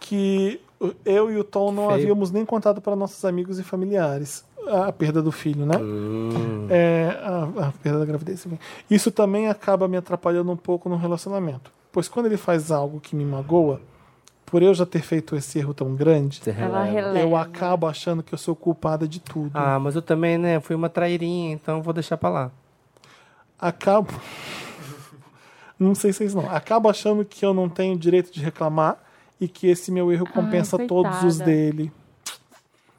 [SPEAKER 1] que eu e o Tom não
[SPEAKER 2] Feio.
[SPEAKER 1] havíamos nem contado para nossos amigos e familiares a perda do filho, né?
[SPEAKER 2] Ah.
[SPEAKER 1] É, a, a perda da gravidez. enfim. Isso também acaba me atrapalhando um pouco no relacionamento, pois quando ele faz algo que me magoa, por eu já ter feito esse erro tão grande,
[SPEAKER 2] Você releva.
[SPEAKER 4] Ela releva.
[SPEAKER 1] eu acabo achando que eu sou culpada de tudo.
[SPEAKER 2] Ah, mas eu também, né? Fui uma trairinha, então vou deixar pra lá.
[SPEAKER 1] acabo. Não sei se vocês não. Acabo achando que eu não tenho direito de reclamar e que esse meu erro compensa todos os
[SPEAKER 4] Ah, coitada.
[SPEAKER 1] dele.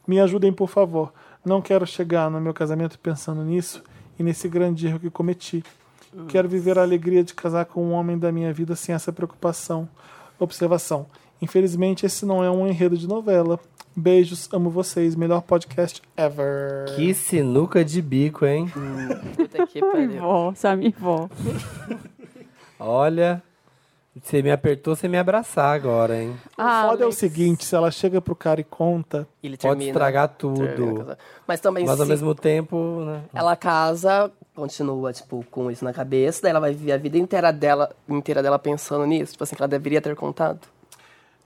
[SPEAKER 1] Me ajudem, por favor. Não quero chegar no meu casamento pensando nisso e nesse grande erro que cometi. Quero viver a alegria de casar com um homem da minha vida sem essa preocupação. Observação. Infelizmente, esse não é um enredo de novela. Beijos, amo vocês. Melhor podcast ever.
[SPEAKER 2] Que sinuca de bico, hein?
[SPEAKER 3] Puta então, que é
[SPEAKER 4] Ai,
[SPEAKER 3] pariu.
[SPEAKER 4] vó, sabe, vó.
[SPEAKER 2] Olha, você me apertou sem me abraçar agora, hein?
[SPEAKER 1] O foda é o
[SPEAKER 4] Alex.
[SPEAKER 1] seguinte, se ela chega pro cara e conta,
[SPEAKER 3] Ele
[SPEAKER 2] Pode
[SPEAKER 3] termina.
[SPEAKER 2] estragar tudo.
[SPEAKER 3] termina a casa. Mas também
[SPEAKER 2] Mas ao
[SPEAKER 3] se
[SPEAKER 2] mesmo tempo, né?
[SPEAKER 3] ela casa, continua, tipo, com isso na cabeça, daí ela vai viver a vida inteira dela, inteira dela pensando nisso. Tipo assim, que ela deveria ter contado.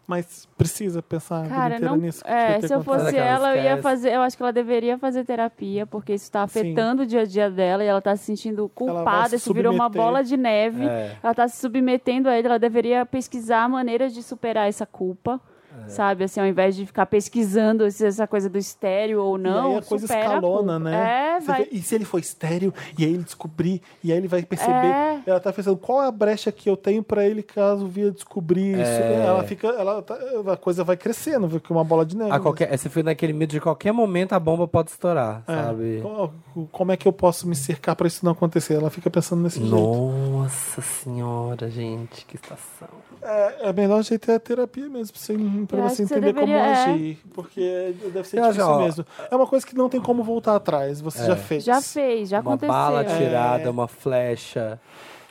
[SPEAKER 1] Mas precisa pensar a vida
[SPEAKER 4] Cara,
[SPEAKER 1] inteira
[SPEAKER 4] não.
[SPEAKER 1] nisso. que devia
[SPEAKER 4] É,
[SPEAKER 1] ter
[SPEAKER 4] se eu
[SPEAKER 1] acontecido.
[SPEAKER 4] fosse
[SPEAKER 2] Será que ela
[SPEAKER 4] ela, eu ia
[SPEAKER 2] esquece?
[SPEAKER 4] fazer. Eu acho que ela deveria fazer terapia, porque isso tá
[SPEAKER 1] Sim.
[SPEAKER 4] afetando o dia a dia dela e ela tá se sentindo
[SPEAKER 1] vai
[SPEAKER 4] culpada.
[SPEAKER 1] se
[SPEAKER 4] isso virou uma
[SPEAKER 1] submeter.
[SPEAKER 4] bola de neve.
[SPEAKER 2] É.
[SPEAKER 4] Ela tá se submetendo a ele. Ela deveria pesquisar maneiras de superar essa culpa.
[SPEAKER 1] É.
[SPEAKER 4] Sabe, assim, ao invés de ficar pesquisando se essa coisa do estéreo ou
[SPEAKER 1] e
[SPEAKER 4] não.
[SPEAKER 1] aí a coisa
[SPEAKER 4] supera
[SPEAKER 1] escalona,
[SPEAKER 4] culpa.
[SPEAKER 1] né?
[SPEAKER 4] É,
[SPEAKER 1] Você
[SPEAKER 4] vai.
[SPEAKER 1] vê, e se ele for estéreo, e aí ele descobrir, e aí ele vai perceber.
[SPEAKER 4] É.
[SPEAKER 1] Ela tá pensando, qual é a brecha que eu tenho pra ele caso via descobrir isso?
[SPEAKER 2] É.
[SPEAKER 1] né? Ela fica, ela tá- a coisa vai crescendo, viu? Que uma bola de neve. né?
[SPEAKER 2] A qualquer, você fica naquele medo de qualquer momento a bomba pode estourar,
[SPEAKER 1] É.
[SPEAKER 2] sabe?
[SPEAKER 1] Co- Como é que eu posso me cercar pra isso não acontecer? Ela fica pensando nesse jeito.
[SPEAKER 2] Nossa senhora, gente, que estação.
[SPEAKER 1] É, é melhor jeito é a terapia mesmo, pra você, pra
[SPEAKER 4] Eu acho
[SPEAKER 1] você
[SPEAKER 4] que você
[SPEAKER 1] entender como
[SPEAKER 4] deveria, é.
[SPEAKER 1] agir. Porque deve ser
[SPEAKER 2] Eu acho,
[SPEAKER 1] difícil
[SPEAKER 2] ó, É.
[SPEAKER 1] mesmo. É uma coisa que não tem como voltar atrás. Você já fez.
[SPEAKER 4] Já fez, já
[SPEAKER 2] uma
[SPEAKER 4] aconteceu.
[SPEAKER 2] bala
[SPEAKER 4] É.
[SPEAKER 2] tirada, uma flecha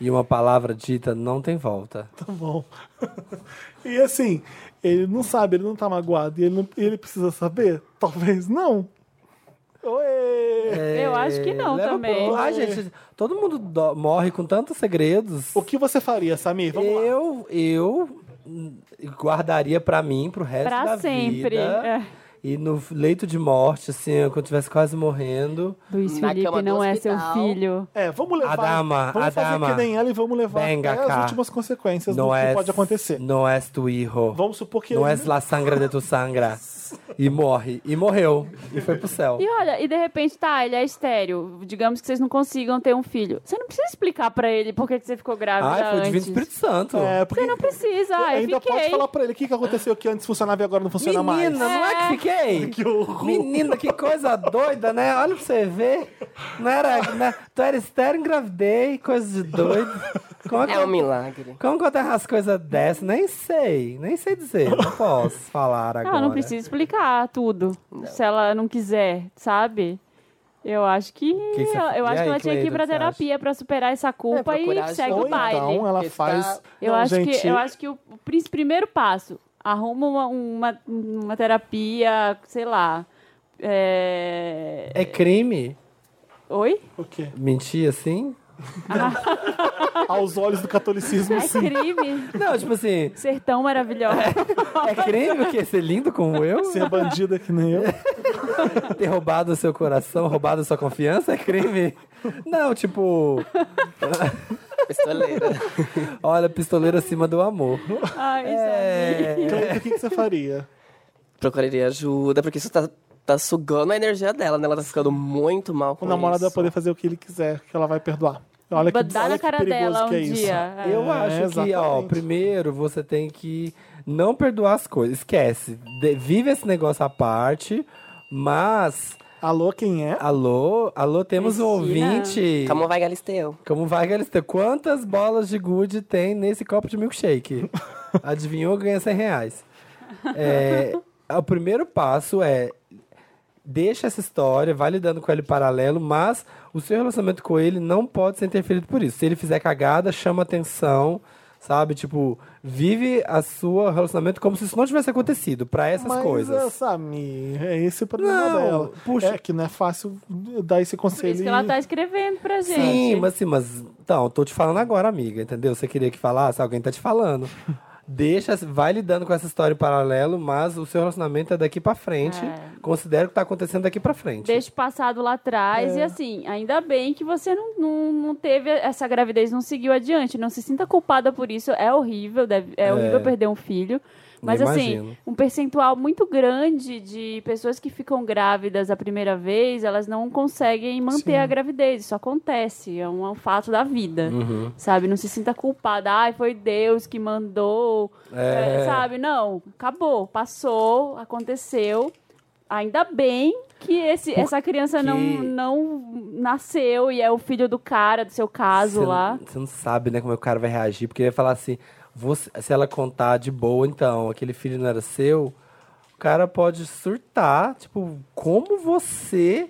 [SPEAKER 2] e uma palavra dita não tem volta.
[SPEAKER 1] Tá bom. E assim, ele não sabe, ele não tá magoado. E ele, não- ele precisa saber? Talvez não. Oi!
[SPEAKER 4] Eu acho que
[SPEAKER 1] É,
[SPEAKER 4] não
[SPEAKER 2] Leva
[SPEAKER 1] um
[SPEAKER 4] também.
[SPEAKER 2] pro- Ai, gente, todo mundo do- morre com tantos segredos.
[SPEAKER 1] O que você faria, Samir? Vamos lá.
[SPEAKER 2] Eu, eu hum, guardaria pra mim, pro resto
[SPEAKER 4] Pra
[SPEAKER 2] da
[SPEAKER 4] sempre,
[SPEAKER 2] vida.
[SPEAKER 4] é.
[SPEAKER 2] E no leito de morte, assim, quando eu estivesse quase morrendo,
[SPEAKER 4] Luiz
[SPEAKER 3] Na cama
[SPEAKER 4] Felipe
[SPEAKER 3] do
[SPEAKER 4] não é seu
[SPEAKER 3] hospital.
[SPEAKER 4] filho.
[SPEAKER 1] É, vamos levar.
[SPEAKER 2] A dama,
[SPEAKER 1] vamos
[SPEAKER 2] a
[SPEAKER 1] fazer
[SPEAKER 2] dama.
[SPEAKER 1] que nem ela e vamos levar
[SPEAKER 2] Venga
[SPEAKER 1] até
[SPEAKER 2] cá.
[SPEAKER 1] as últimas consequências do
[SPEAKER 2] não
[SPEAKER 1] que
[SPEAKER 2] é
[SPEAKER 1] pode acontecer.
[SPEAKER 2] Não é tu hijo.
[SPEAKER 1] Vamos supor que
[SPEAKER 2] Não
[SPEAKER 1] ele
[SPEAKER 2] é la sangra de tu sangra. E morre. E morreu. E foi pro céu.
[SPEAKER 4] E olha, e de repente, tá, ele é estéreo. Digamos que vocês não consigam ter um filho. Você não precisa explicar pra ele por que que você ficou grávida
[SPEAKER 2] Ai, foi o Divino
[SPEAKER 4] antes.
[SPEAKER 2] Espírito Santo.
[SPEAKER 1] É, porque
[SPEAKER 4] Você não precisa, ah, eu
[SPEAKER 1] ainda
[SPEAKER 4] fiquei.
[SPEAKER 1] pode falar pra ele o que, que aconteceu que antes funcionava e agora não funciona mais.
[SPEAKER 2] Menina, não é que fiquei?
[SPEAKER 1] Que horror.
[SPEAKER 2] Menina, que coisa doida, né? Olha pra você ver. Não era, né? Tu era estéreo, engravidei, coisa de doido. Como que
[SPEAKER 3] É um milagre.
[SPEAKER 2] Como que eu tenho as coisas dessas? Nem sei, nem sei dizer. Não posso falar agora.
[SPEAKER 4] Ela Ah, não precisa explicar tudo. Se ela não quiser, sabe? Eu acho que.
[SPEAKER 2] que você-
[SPEAKER 4] eu
[SPEAKER 2] E
[SPEAKER 4] acho
[SPEAKER 2] aí,
[SPEAKER 4] que ela tinha que ir
[SPEAKER 2] Cleiton,
[SPEAKER 4] pra
[SPEAKER 2] o que você
[SPEAKER 4] terapia pra superar essa culpa
[SPEAKER 3] É, procurar
[SPEAKER 4] e segue
[SPEAKER 1] Ou
[SPEAKER 4] o baile.
[SPEAKER 1] então ela
[SPEAKER 3] Ele
[SPEAKER 1] faz.
[SPEAKER 3] tá-
[SPEAKER 4] Eu,
[SPEAKER 1] Não,
[SPEAKER 4] acho
[SPEAKER 1] gente,
[SPEAKER 4] que, eu acho que o prin- primeiro passo, arruma uma, uma, uma terapia, sei lá. É...
[SPEAKER 2] É crime
[SPEAKER 4] Oi?
[SPEAKER 1] o quê?
[SPEAKER 2] mentir assim?
[SPEAKER 1] Aos olhos do catolicismo,
[SPEAKER 4] É
[SPEAKER 1] sim.
[SPEAKER 4] crime.
[SPEAKER 2] Não, tipo assim,
[SPEAKER 4] Ser
[SPEAKER 1] É.
[SPEAKER 4] tão maravilhosa.
[SPEAKER 2] é crime o quê? Ser lindo como eu?
[SPEAKER 1] Ser bandida que nem eu.
[SPEAKER 2] Ter roubado o seu coração, roubado a sua confiança é crime? Não, tipo,
[SPEAKER 3] Pistoleira.
[SPEAKER 2] olha, pistoleiro acima do amor.
[SPEAKER 4] Ai,
[SPEAKER 2] É,
[SPEAKER 1] Cleito, Então, o que, que você faria?
[SPEAKER 3] Procuraria ajuda, porque isso tá, tá sugando a energia dela, né? Ela tá ficando muito mal com
[SPEAKER 1] O namorado vai
[SPEAKER 3] isso.
[SPEAKER 1] poder fazer o que ele quiser, que ela vai perdoar. Olha que,
[SPEAKER 4] Dá
[SPEAKER 1] olha
[SPEAKER 4] na
[SPEAKER 1] que
[SPEAKER 4] cara
[SPEAKER 1] perigoso
[SPEAKER 4] dela um
[SPEAKER 1] que é isso.
[SPEAKER 4] dia. É.
[SPEAKER 2] eu acho que, ó,
[SPEAKER 1] exatamente.
[SPEAKER 2] primeiro você tem que não perdoar as coisas. Esquece. De- vive esse negócio à parte, mas.
[SPEAKER 1] Alô, quem é?
[SPEAKER 2] Alô, alô, temos um
[SPEAKER 4] Cristina.
[SPEAKER 2] ouvinte.
[SPEAKER 3] Como vai, Galisteu?
[SPEAKER 2] Como vai, Galisteu? Quantas bolas de gude tem nesse copo de milkshake? Adivinhou, ganha 100 reais. É, o primeiro passo é... Deixa essa história, vai lidando com ele paralelo, mas o seu relacionamento com ele não pode ser interferido por isso. Se ele fizer cagada, chama atenção, sabe? Tipo, vive a sua relacionamento como se isso não tivesse acontecido, pra essas
[SPEAKER 1] Mas,
[SPEAKER 2] coisas.
[SPEAKER 1] é, Samir, é esse o problema
[SPEAKER 2] Não,
[SPEAKER 1] dela.
[SPEAKER 2] puxa.
[SPEAKER 1] É que não é fácil dar esse
[SPEAKER 4] Por
[SPEAKER 1] conselho.
[SPEAKER 4] isso que ela
[SPEAKER 1] e-
[SPEAKER 4] tá escrevendo pra gente.
[SPEAKER 2] Sim, mas sim, mas. Então, tô te falando agora, amiga, entendeu? Você queria que falasse, alguém tá te falando. Deixa, vai lidando com essa história em paralelo, mas o seu relacionamento é daqui pra frente.
[SPEAKER 4] É.
[SPEAKER 2] Considera o que tá acontecendo daqui pra frente.
[SPEAKER 4] Deixa o passado lá atrás. E assim, ainda bem que você não, não, não teve essa gravidez, não seguiu adiante. Não se sinta culpada por isso. É horrível, deve- é, horrível perder um filho. Mas assim,
[SPEAKER 2] imagino.
[SPEAKER 4] um percentual muito grande de pessoas que ficam grávidas a primeira vez, elas não conseguem manter a gravidez. Isso acontece, é um, é um fato da vida. Sabe? Não se sinta culpada. Ai, foi Deus que mandou.
[SPEAKER 2] É.
[SPEAKER 4] É, sabe? Não, acabou, passou, aconteceu. Ainda bem que esse, essa criança não, não nasceu e é o filho do cara, do seu caso
[SPEAKER 2] Você-
[SPEAKER 4] lá.
[SPEAKER 2] Você não sabe, né, como é que o cara vai reagir. Porque ele vai falar assim: você- se ela contar de boa, então, aquele filho não era seu, o cara pode surtar. Tipo, como você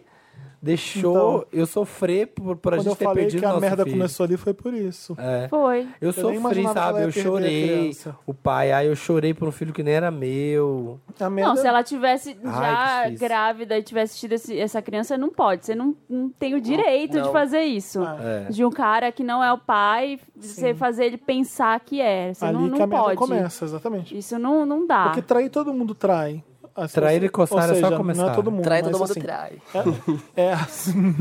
[SPEAKER 2] deixou eu sofrer por, por a
[SPEAKER 1] Então. Quando eu
[SPEAKER 2] gente ter
[SPEAKER 1] falei
[SPEAKER 2] perdido
[SPEAKER 1] que a
[SPEAKER 2] nosso
[SPEAKER 1] merda
[SPEAKER 2] filho?
[SPEAKER 1] começou ali, foi por isso.
[SPEAKER 2] É.
[SPEAKER 4] Foi.
[SPEAKER 2] Eu,
[SPEAKER 1] nem
[SPEAKER 2] sofri,
[SPEAKER 1] imaginava que ela
[SPEAKER 2] sabe?
[SPEAKER 1] ia
[SPEAKER 2] Eu
[SPEAKER 1] perder a
[SPEAKER 2] chorei.
[SPEAKER 1] criança.
[SPEAKER 2] O pai, ai, eu chorei por um filho que nem era meu.
[SPEAKER 1] A merda...
[SPEAKER 4] Não, se ela tivesse
[SPEAKER 2] Ai, que
[SPEAKER 4] já
[SPEAKER 2] difícil.
[SPEAKER 4] grávida e tivesse tido esse- essa criança, não pode. Você não, não tem o direito de
[SPEAKER 3] Não.
[SPEAKER 4] fazer isso.
[SPEAKER 1] Ah.
[SPEAKER 4] De um cara que não é o pai, você fazer ele pensar que é. Você
[SPEAKER 1] ali
[SPEAKER 4] não,
[SPEAKER 1] que a
[SPEAKER 4] não
[SPEAKER 1] merda
[SPEAKER 4] pode. Ah.
[SPEAKER 1] começa, exatamente.
[SPEAKER 4] Isso não, não dá.
[SPEAKER 1] Porque trair todo mundo trai. Assim,
[SPEAKER 2] Trair e
[SPEAKER 1] ou
[SPEAKER 2] coçar é só
[SPEAKER 1] seja, Não
[SPEAKER 2] começar.
[SPEAKER 1] é todo mundo.
[SPEAKER 3] Trai,
[SPEAKER 1] mas,
[SPEAKER 3] todo mundo
[SPEAKER 1] assim,
[SPEAKER 3] trai.
[SPEAKER 1] É, é assim.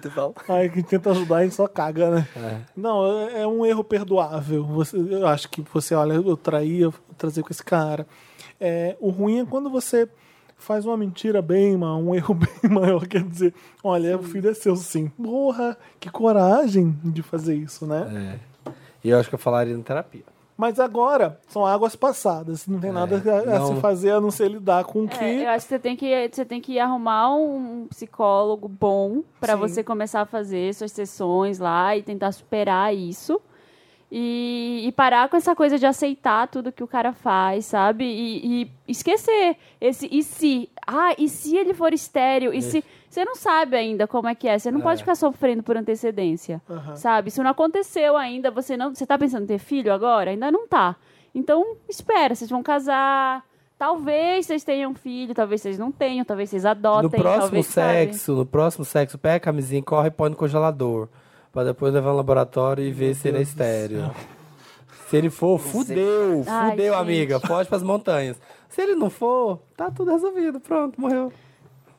[SPEAKER 3] Tudo bom?
[SPEAKER 1] Ai, quem tenta ajudar, a gente só caga, né? Não, é, é um erro perdoável. Você, eu acho que você, olha, eu traí, eu trazer com esse cara. É, o ruim é quando você faz uma mentira bem, ma- um erro bem maior, quer dizer, olha, o filho é seu sim. Porra, que coragem de fazer isso, né?
[SPEAKER 2] E eu acho que eu falaria na terapia.
[SPEAKER 1] Mas agora, são águas passadas, não tem nada a, a
[SPEAKER 2] não.
[SPEAKER 1] se fazer a É. não ser lidar com o que...
[SPEAKER 4] É, eu acho que você tem que, você tem que arrumar um psicólogo bom pra
[SPEAKER 1] Sim.
[SPEAKER 4] você começar a fazer suas sessões lá e tentar superar isso. E, e parar com essa coisa de aceitar tudo que o cara faz, sabe? E, e esquecer esse e se. Ah, e se ele for estéreo? E se. Você não sabe ainda como é que é. Você não pode ficar sofrendo por antecedência.
[SPEAKER 1] Aham.
[SPEAKER 4] Sabe? Isso não aconteceu ainda. Você não. Você tá pensando em ter filho agora? Ainda não tá. Então, espera, vocês vão casar. Talvez vocês tenham filho, talvez vocês não tenham, talvez vocês adotem.
[SPEAKER 2] no próximo
[SPEAKER 4] talvez, sabe?
[SPEAKER 2] sexo, no próximo sexo, pega a camisinha, corre e põe no congelar. Pra depois levar no laboratório e ver se ele é estéreo. Se ele for, fudeu,
[SPEAKER 4] Ai,
[SPEAKER 2] fudeu,
[SPEAKER 4] gente.
[SPEAKER 2] amiga. Foge pras montanhas. Se ele não for, tá tudo resolvido. Pronto, morreu.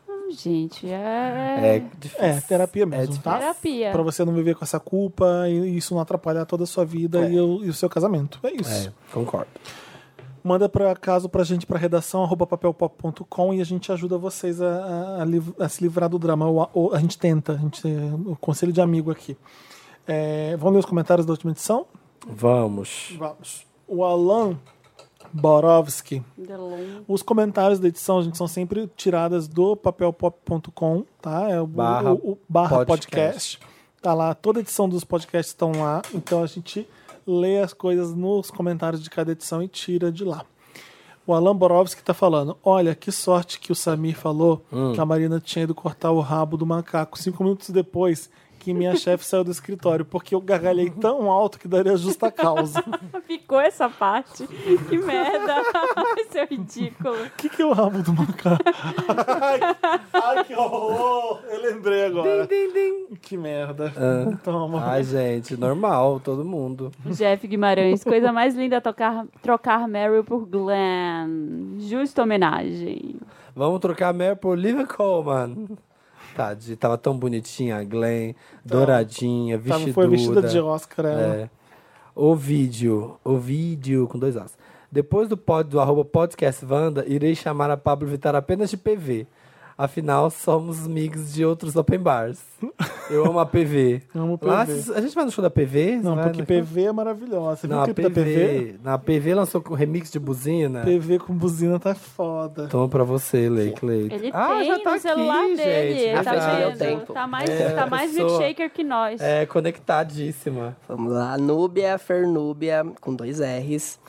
[SPEAKER 4] Hum, Gente, é.
[SPEAKER 2] É difícil.
[SPEAKER 1] É, terapia mesmo, tá?
[SPEAKER 4] Terapia.
[SPEAKER 1] Pra você não viver com essa culpa e isso não atrapalhar toda a sua vida e, o, e o seu casamento. É isso.
[SPEAKER 2] É, concordo.
[SPEAKER 1] Manda para caso pra gente pra redação arroba papelpop.com e a gente ajuda vocês a, a- a liv- a se livrar do drama. Ou a, ou a gente tenta, a gente, o conselho de amigo aqui. É, vamos ler os comentários da última edição?
[SPEAKER 2] Vamos.
[SPEAKER 1] Vamos. O Alan Borowski
[SPEAKER 4] The long-
[SPEAKER 1] os comentários da edição, gente, são sempre tiradas do papelpop.com, tá? É o
[SPEAKER 2] Barra
[SPEAKER 1] o- o- barra
[SPEAKER 2] podcast.
[SPEAKER 1] podcast. Tá lá, toda edição dos podcasts estão lá, então a gente lê as coisas nos comentários de cada edição e tira de lá. O Alan Borowski tá falando: olha, que sorte que o Samir falou que a Marina tinha ido cortar o rabo do macaco cinco minutos depois que minha chefe saiu do escritório, porque eu gargalhei tão alto que daria justa causa. O
[SPEAKER 4] Ficou essa parte. Que merda. Isso é ridículo.
[SPEAKER 1] que, que é o rabo do macaco? ai, ai, que horror! Eu lembrei agora. Que merda. Então, Toma.
[SPEAKER 2] Ai, gente, normal, todo mundo.
[SPEAKER 4] Jeff Guimarães, coisa mais linda tocar, trocar Meryl por Glenn. Justa homenagem.
[SPEAKER 2] Vamos trocar a Mary por Olivia Colman. Tadinha, tava tão bonitinha a Glenn, douradinha,
[SPEAKER 1] Tava,
[SPEAKER 2] vestiduda.
[SPEAKER 1] Tá. foi vestida de Oscar ela.
[SPEAKER 2] É. O vídeo, o vídeo com dois as. Depois do pod do arroba podcast Vanda, irei chamar a Pablo Vittar apenas de PV. Afinal, somos amigos de outros open bars. Eu amo a PV.
[SPEAKER 1] Amo
[SPEAKER 2] Lá,
[SPEAKER 1] PV.
[SPEAKER 2] se- a gente vai no show da PV?
[SPEAKER 1] Não,
[SPEAKER 2] Vai
[SPEAKER 1] porque
[SPEAKER 2] na-
[SPEAKER 1] PV é maravilhosa. Você viu tá
[SPEAKER 2] Na
[SPEAKER 1] o clipe da PV?
[SPEAKER 2] PV, na PV lançou com remix de buzina.
[SPEAKER 1] PV com buzina tá foda.
[SPEAKER 2] Toma pra você, Lei Cleiton.
[SPEAKER 4] Ele
[SPEAKER 2] ah,
[SPEAKER 4] tem
[SPEAKER 2] já tá
[SPEAKER 4] no celular
[SPEAKER 2] aqui,
[SPEAKER 4] dele.
[SPEAKER 2] gente.
[SPEAKER 4] Ele tá
[SPEAKER 3] Verdade.
[SPEAKER 4] vendo.
[SPEAKER 3] Deu tempo.
[SPEAKER 4] Tá mais,
[SPEAKER 2] É,
[SPEAKER 4] tá mais
[SPEAKER 2] pessoa.
[SPEAKER 4] milkshaker que nós.
[SPEAKER 2] É, conectadíssima.
[SPEAKER 3] Vamos lá, Núbia, Fernúbia, com dois R's.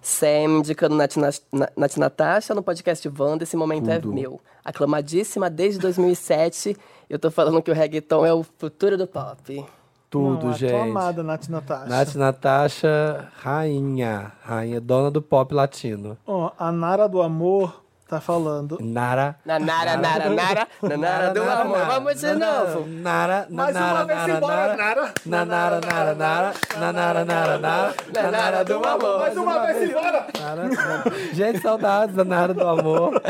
[SPEAKER 3] Sam indicando Nat, Nat, Nat Natasha no podcast Wanda, esse momento é meu. Aclamadíssima desde 2007, eu tô falando que o reggaeton é o futuro do pop.
[SPEAKER 2] Tudo,
[SPEAKER 1] Não, é
[SPEAKER 2] gente.
[SPEAKER 1] A tua amada, Nath Natasha.
[SPEAKER 2] Nath Natasha, rainha. Rainha, dona do pop latino.
[SPEAKER 1] Ó, a Nara do Amor tá falando.
[SPEAKER 2] Nara.
[SPEAKER 3] Nanara, nara, nara, nanara do amor. Vamos de novo.
[SPEAKER 2] Nara,
[SPEAKER 3] Mais uma
[SPEAKER 2] nanara,
[SPEAKER 3] vez
[SPEAKER 2] nara,
[SPEAKER 3] embora,
[SPEAKER 2] nara. Nanara, nara, nara. Nanara, nara, nara. Nanara do amor. Mais uma vez embora. Gente, saudades da Nara do amor.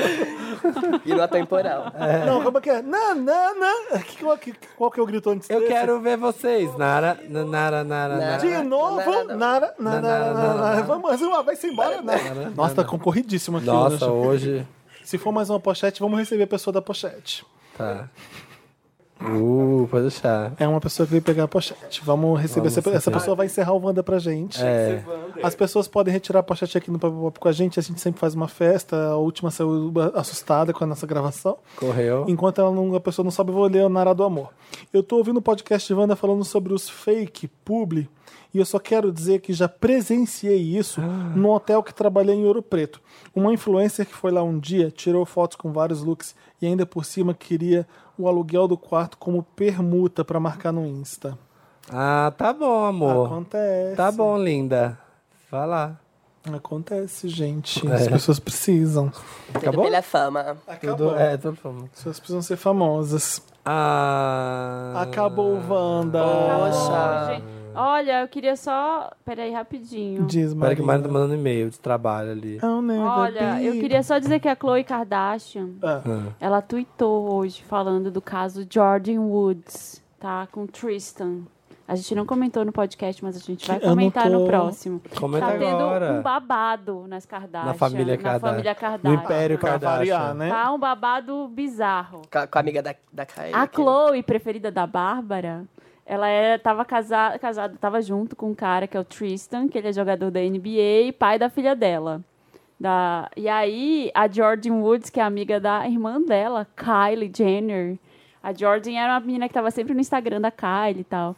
[SPEAKER 3] E no atemporal.
[SPEAKER 1] Não, como é que é? Na, na, na. Que- Qual que, qual que é o grito antes
[SPEAKER 2] Eu
[SPEAKER 1] desse?
[SPEAKER 2] quero ver vocês. Nara, nara, nara, nara.
[SPEAKER 1] De novo,
[SPEAKER 3] Nara,
[SPEAKER 1] Nara, Nara,
[SPEAKER 2] Nara,
[SPEAKER 1] Nara,
[SPEAKER 2] Nara.
[SPEAKER 1] Nara. Vamos mais uma, vai-se embora, Nara. Nossa, tá concorridíssimo aqui né?
[SPEAKER 2] Nossa,
[SPEAKER 1] hoje.
[SPEAKER 2] hoje...
[SPEAKER 1] Se for mais uma pochete, vamos receber a pessoa da pochete.
[SPEAKER 2] Tá. Uh, pode deixar.
[SPEAKER 1] É uma pessoa que veio pegar a pochete. Vamos receber
[SPEAKER 2] Vamos
[SPEAKER 1] essa, essa
[SPEAKER 2] receber.
[SPEAKER 1] pessoa, vai encerrar o Wanda pra gente.
[SPEAKER 2] É.
[SPEAKER 1] As pessoas podem retirar a pochete aqui no Papo Pop com a gente. A gente sempre faz uma festa. A última saiu assustada com a nossa gravação.
[SPEAKER 2] Correu.
[SPEAKER 1] Enquanto ela não- a pessoa não sabe, eu vou ler o Nara do Amor. Eu tô ouvindo o podcast de Wanda falando sobre os fake publi. E eu só quero dizer que já presenciei
[SPEAKER 2] Ah.
[SPEAKER 1] isso num hotel que trabalhei em Ouro Preto. Uma influencer que foi lá um dia, tirou fotos com vários looks e ainda por cima queria o aluguel do quarto como permuta pra marcar no Insta.
[SPEAKER 2] Ah, tá bom, amor.
[SPEAKER 1] Acontece.
[SPEAKER 2] Tá bom, linda. Vai lá.
[SPEAKER 1] Acontece,
[SPEAKER 2] É.
[SPEAKER 1] gente. As pessoas precisam.
[SPEAKER 3] Tudo
[SPEAKER 2] Acabou?
[SPEAKER 3] pela fama.
[SPEAKER 1] Acabou.
[SPEAKER 2] Tudo, é, tudo bom.
[SPEAKER 1] As pessoas precisam ser famosas.
[SPEAKER 2] Ah,
[SPEAKER 1] Acabou, Wanda.
[SPEAKER 3] Poxa.
[SPEAKER 4] Gente, Olha, eu queria só. Peraí, rapidinho.
[SPEAKER 1] Diz,
[SPEAKER 2] Espera que o Mário tá
[SPEAKER 1] Marina.
[SPEAKER 2] mandando e-mail de trabalho ali.
[SPEAKER 1] I'll never
[SPEAKER 4] Olha,
[SPEAKER 1] be-
[SPEAKER 4] eu queria só dizer que a Chloe Kardashian,
[SPEAKER 1] Ah,
[SPEAKER 4] ela tweetou hoje falando do caso Jordan Woods, tá? Com Tristan. A gente não comentou no podcast, mas a gente vai
[SPEAKER 1] eu não
[SPEAKER 4] comentar
[SPEAKER 1] tô-
[SPEAKER 4] no próximo.
[SPEAKER 2] Comenta
[SPEAKER 4] tá tendo
[SPEAKER 2] agora.
[SPEAKER 4] um babado nas Kardashian.
[SPEAKER 2] na família
[SPEAKER 4] na
[SPEAKER 2] Kardashian.
[SPEAKER 4] família
[SPEAKER 2] No
[SPEAKER 4] Kardashian.
[SPEAKER 2] Império
[SPEAKER 1] pra variar,
[SPEAKER 2] Kardashian.
[SPEAKER 1] né?
[SPEAKER 4] Tá um babado bizarro.
[SPEAKER 3] Com a, com a amiga da, da Kylie.
[SPEAKER 4] A Chloe, preferida da Bárbara, ela era, tava casada, casada, tava junto com um cara que é o Tristan, que ele é jogador da NBA e pai da filha dela. Da, e aí, a Jordan Woods, que é amiga da irmã dela, Kylie Jenner. A Jordan era uma menina que tava sempre no Instagram da Kylie e tal.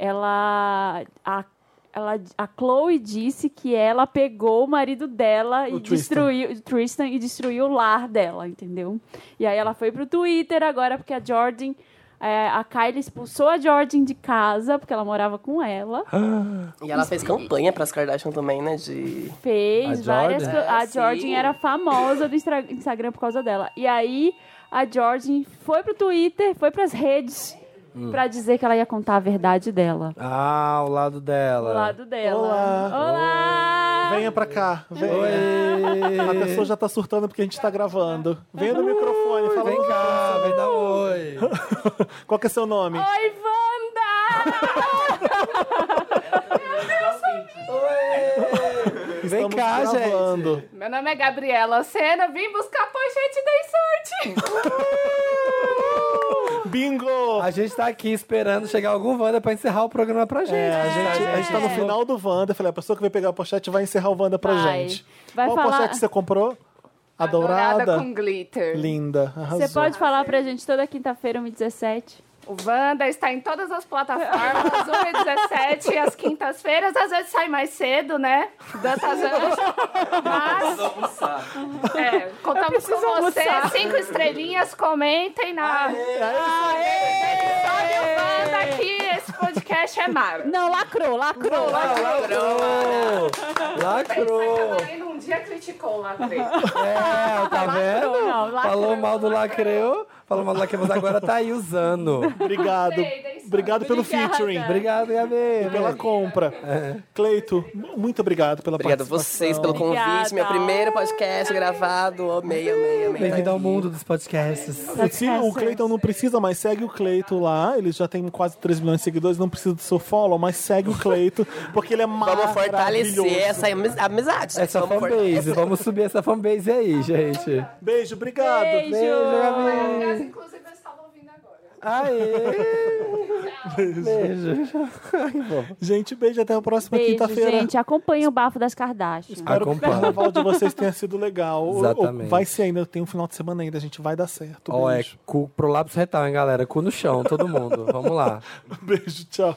[SPEAKER 4] Ela. A, ela, a Chloe disse que ela pegou o marido dela
[SPEAKER 1] O
[SPEAKER 4] e
[SPEAKER 1] Tristan.
[SPEAKER 4] destruiu o Tristan e destruiu o lar dela, entendeu? E aí ela foi pro Twitter agora, porque a Jordan. é, a Kylie expulsou a Jordan de casa, porque ela morava com ela.
[SPEAKER 3] E ela fez campanha pras Kardashian também, né? De...
[SPEAKER 4] fez
[SPEAKER 2] A
[SPEAKER 4] várias
[SPEAKER 2] Jordan?
[SPEAKER 4] co- A
[SPEAKER 3] É, sim.
[SPEAKER 4] Jordan era famosa do Instra- Instagram por causa dela. E aí a Jordan foi pro Twitter, foi pras redes pra dizer que ela ia contar a verdade dela.
[SPEAKER 2] Ah, o lado dela.
[SPEAKER 4] Do lado dela.
[SPEAKER 1] Ah. Olá.
[SPEAKER 4] Olá!
[SPEAKER 1] Venha pra cá, venha. A
[SPEAKER 2] Oi.
[SPEAKER 1] pessoa já tá surtando porque a gente tá gravando. Venha no microfone, fala
[SPEAKER 2] Vem cá, vem dar um oi.
[SPEAKER 1] qual que é seu nome.
[SPEAKER 4] Oi, Wanda!
[SPEAKER 2] Oi. Vem
[SPEAKER 1] Estamos
[SPEAKER 2] cá, gente.
[SPEAKER 1] gravando.
[SPEAKER 6] Meu nome é Gabriela Sena, vim buscar a pochete da sorte.
[SPEAKER 1] Bingo!
[SPEAKER 2] A gente tá aqui esperando chegar algum Wanda pra encerrar o programa pra gente.
[SPEAKER 1] É, a, gente, a gente tá no final do Wanda. Eu Falei, a pessoa que vai pegar a pochete vai encerrar o Wanda pra
[SPEAKER 4] Vai.
[SPEAKER 1] gente.
[SPEAKER 4] Vai
[SPEAKER 1] qual
[SPEAKER 4] falar-
[SPEAKER 1] pochete você comprou? A dourada.
[SPEAKER 6] Dourada com glitter.
[SPEAKER 1] Linda, arrasou.
[SPEAKER 4] Você pode falar pra gente toda quinta-feira, 1h17?
[SPEAKER 6] O Wanda está em todas as plataformas, 1h17, às quintas-feiras, às vezes sai mais cedo, né? Dantas anjos. Mas,
[SPEAKER 8] Almoçar.
[SPEAKER 6] é, contamos com
[SPEAKER 4] preciso
[SPEAKER 6] você.
[SPEAKER 4] almoçar.
[SPEAKER 6] Cinco estrelinhas, comentem na. Olha o Wanda aqui, esse podcast é maravilhoso.
[SPEAKER 4] Não, lacrou, lacrou.
[SPEAKER 2] Lacrou. Lacrou.
[SPEAKER 6] Um dia criticou o Lacre.
[SPEAKER 2] É, tá vendo?
[SPEAKER 4] não, lacrou.
[SPEAKER 2] falou mal do lacreu, falou mal do lacreu, mas agora tá aí usando.
[SPEAKER 1] Obrigado.
[SPEAKER 6] Dei, dei
[SPEAKER 1] Obrigado pelo
[SPEAKER 4] é Obrigada. É.
[SPEAKER 1] featuring.
[SPEAKER 2] Obrigado,
[SPEAKER 1] E
[SPEAKER 2] Gabi.
[SPEAKER 1] pela compra. Cleito, m- muito obrigado pela
[SPEAKER 3] Obrigado a
[SPEAKER 1] participação.
[SPEAKER 3] vocês pelo convite.
[SPEAKER 4] Obrigada.
[SPEAKER 3] Meu primeiro podcast gravado. Amei, amei, amei.
[SPEAKER 2] Bem-vindo
[SPEAKER 3] tá
[SPEAKER 2] ao
[SPEAKER 3] aqui.
[SPEAKER 2] mundo dos podcasts.
[SPEAKER 1] O Ti- O Cleiton não precisa mais, segue o Cleito lá. Ele já tem quase 3 milhões de seguidores, não precisa do seu follow, mas segue o Cleito, porque ele é
[SPEAKER 3] Vamos
[SPEAKER 1] maravilhoso.
[SPEAKER 3] fortalecer essa amiz- amizade. né?
[SPEAKER 2] Essa
[SPEAKER 3] Vamos for-
[SPEAKER 2] fanbase. Vamos subir essa fanbase aí, gente.
[SPEAKER 1] Beijo, obrigado.
[SPEAKER 4] Beijo.
[SPEAKER 2] Gabi.
[SPEAKER 6] Aliás, inclusive, eu estava ouvindo agora.
[SPEAKER 2] Aê! Beijo.
[SPEAKER 1] Gente, beijo até a próxima
[SPEAKER 4] Beijo,
[SPEAKER 1] quinta-feira.
[SPEAKER 4] gente. Acompanha o bafo das Kardashian.
[SPEAKER 1] Espero que o
[SPEAKER 2] Acompanhe.
[SPEAKER 1] carnaval de vocês tenha sido legal. Ou- ou
[SPEAKER 2] Exatamente.
[SPEAKER 1] Vai ser ainda, tem um final de semana ainda, gente. Vai dar certo.
[SPEAKER 2] Ó, é
[SPEAKER 1] beijo.
[SPEAKER 2] cu, prolapso retal, hein, galera? Cu no chão, todo mundo. Vamos lá.
[SPEAKER 1] Beijo, tchau.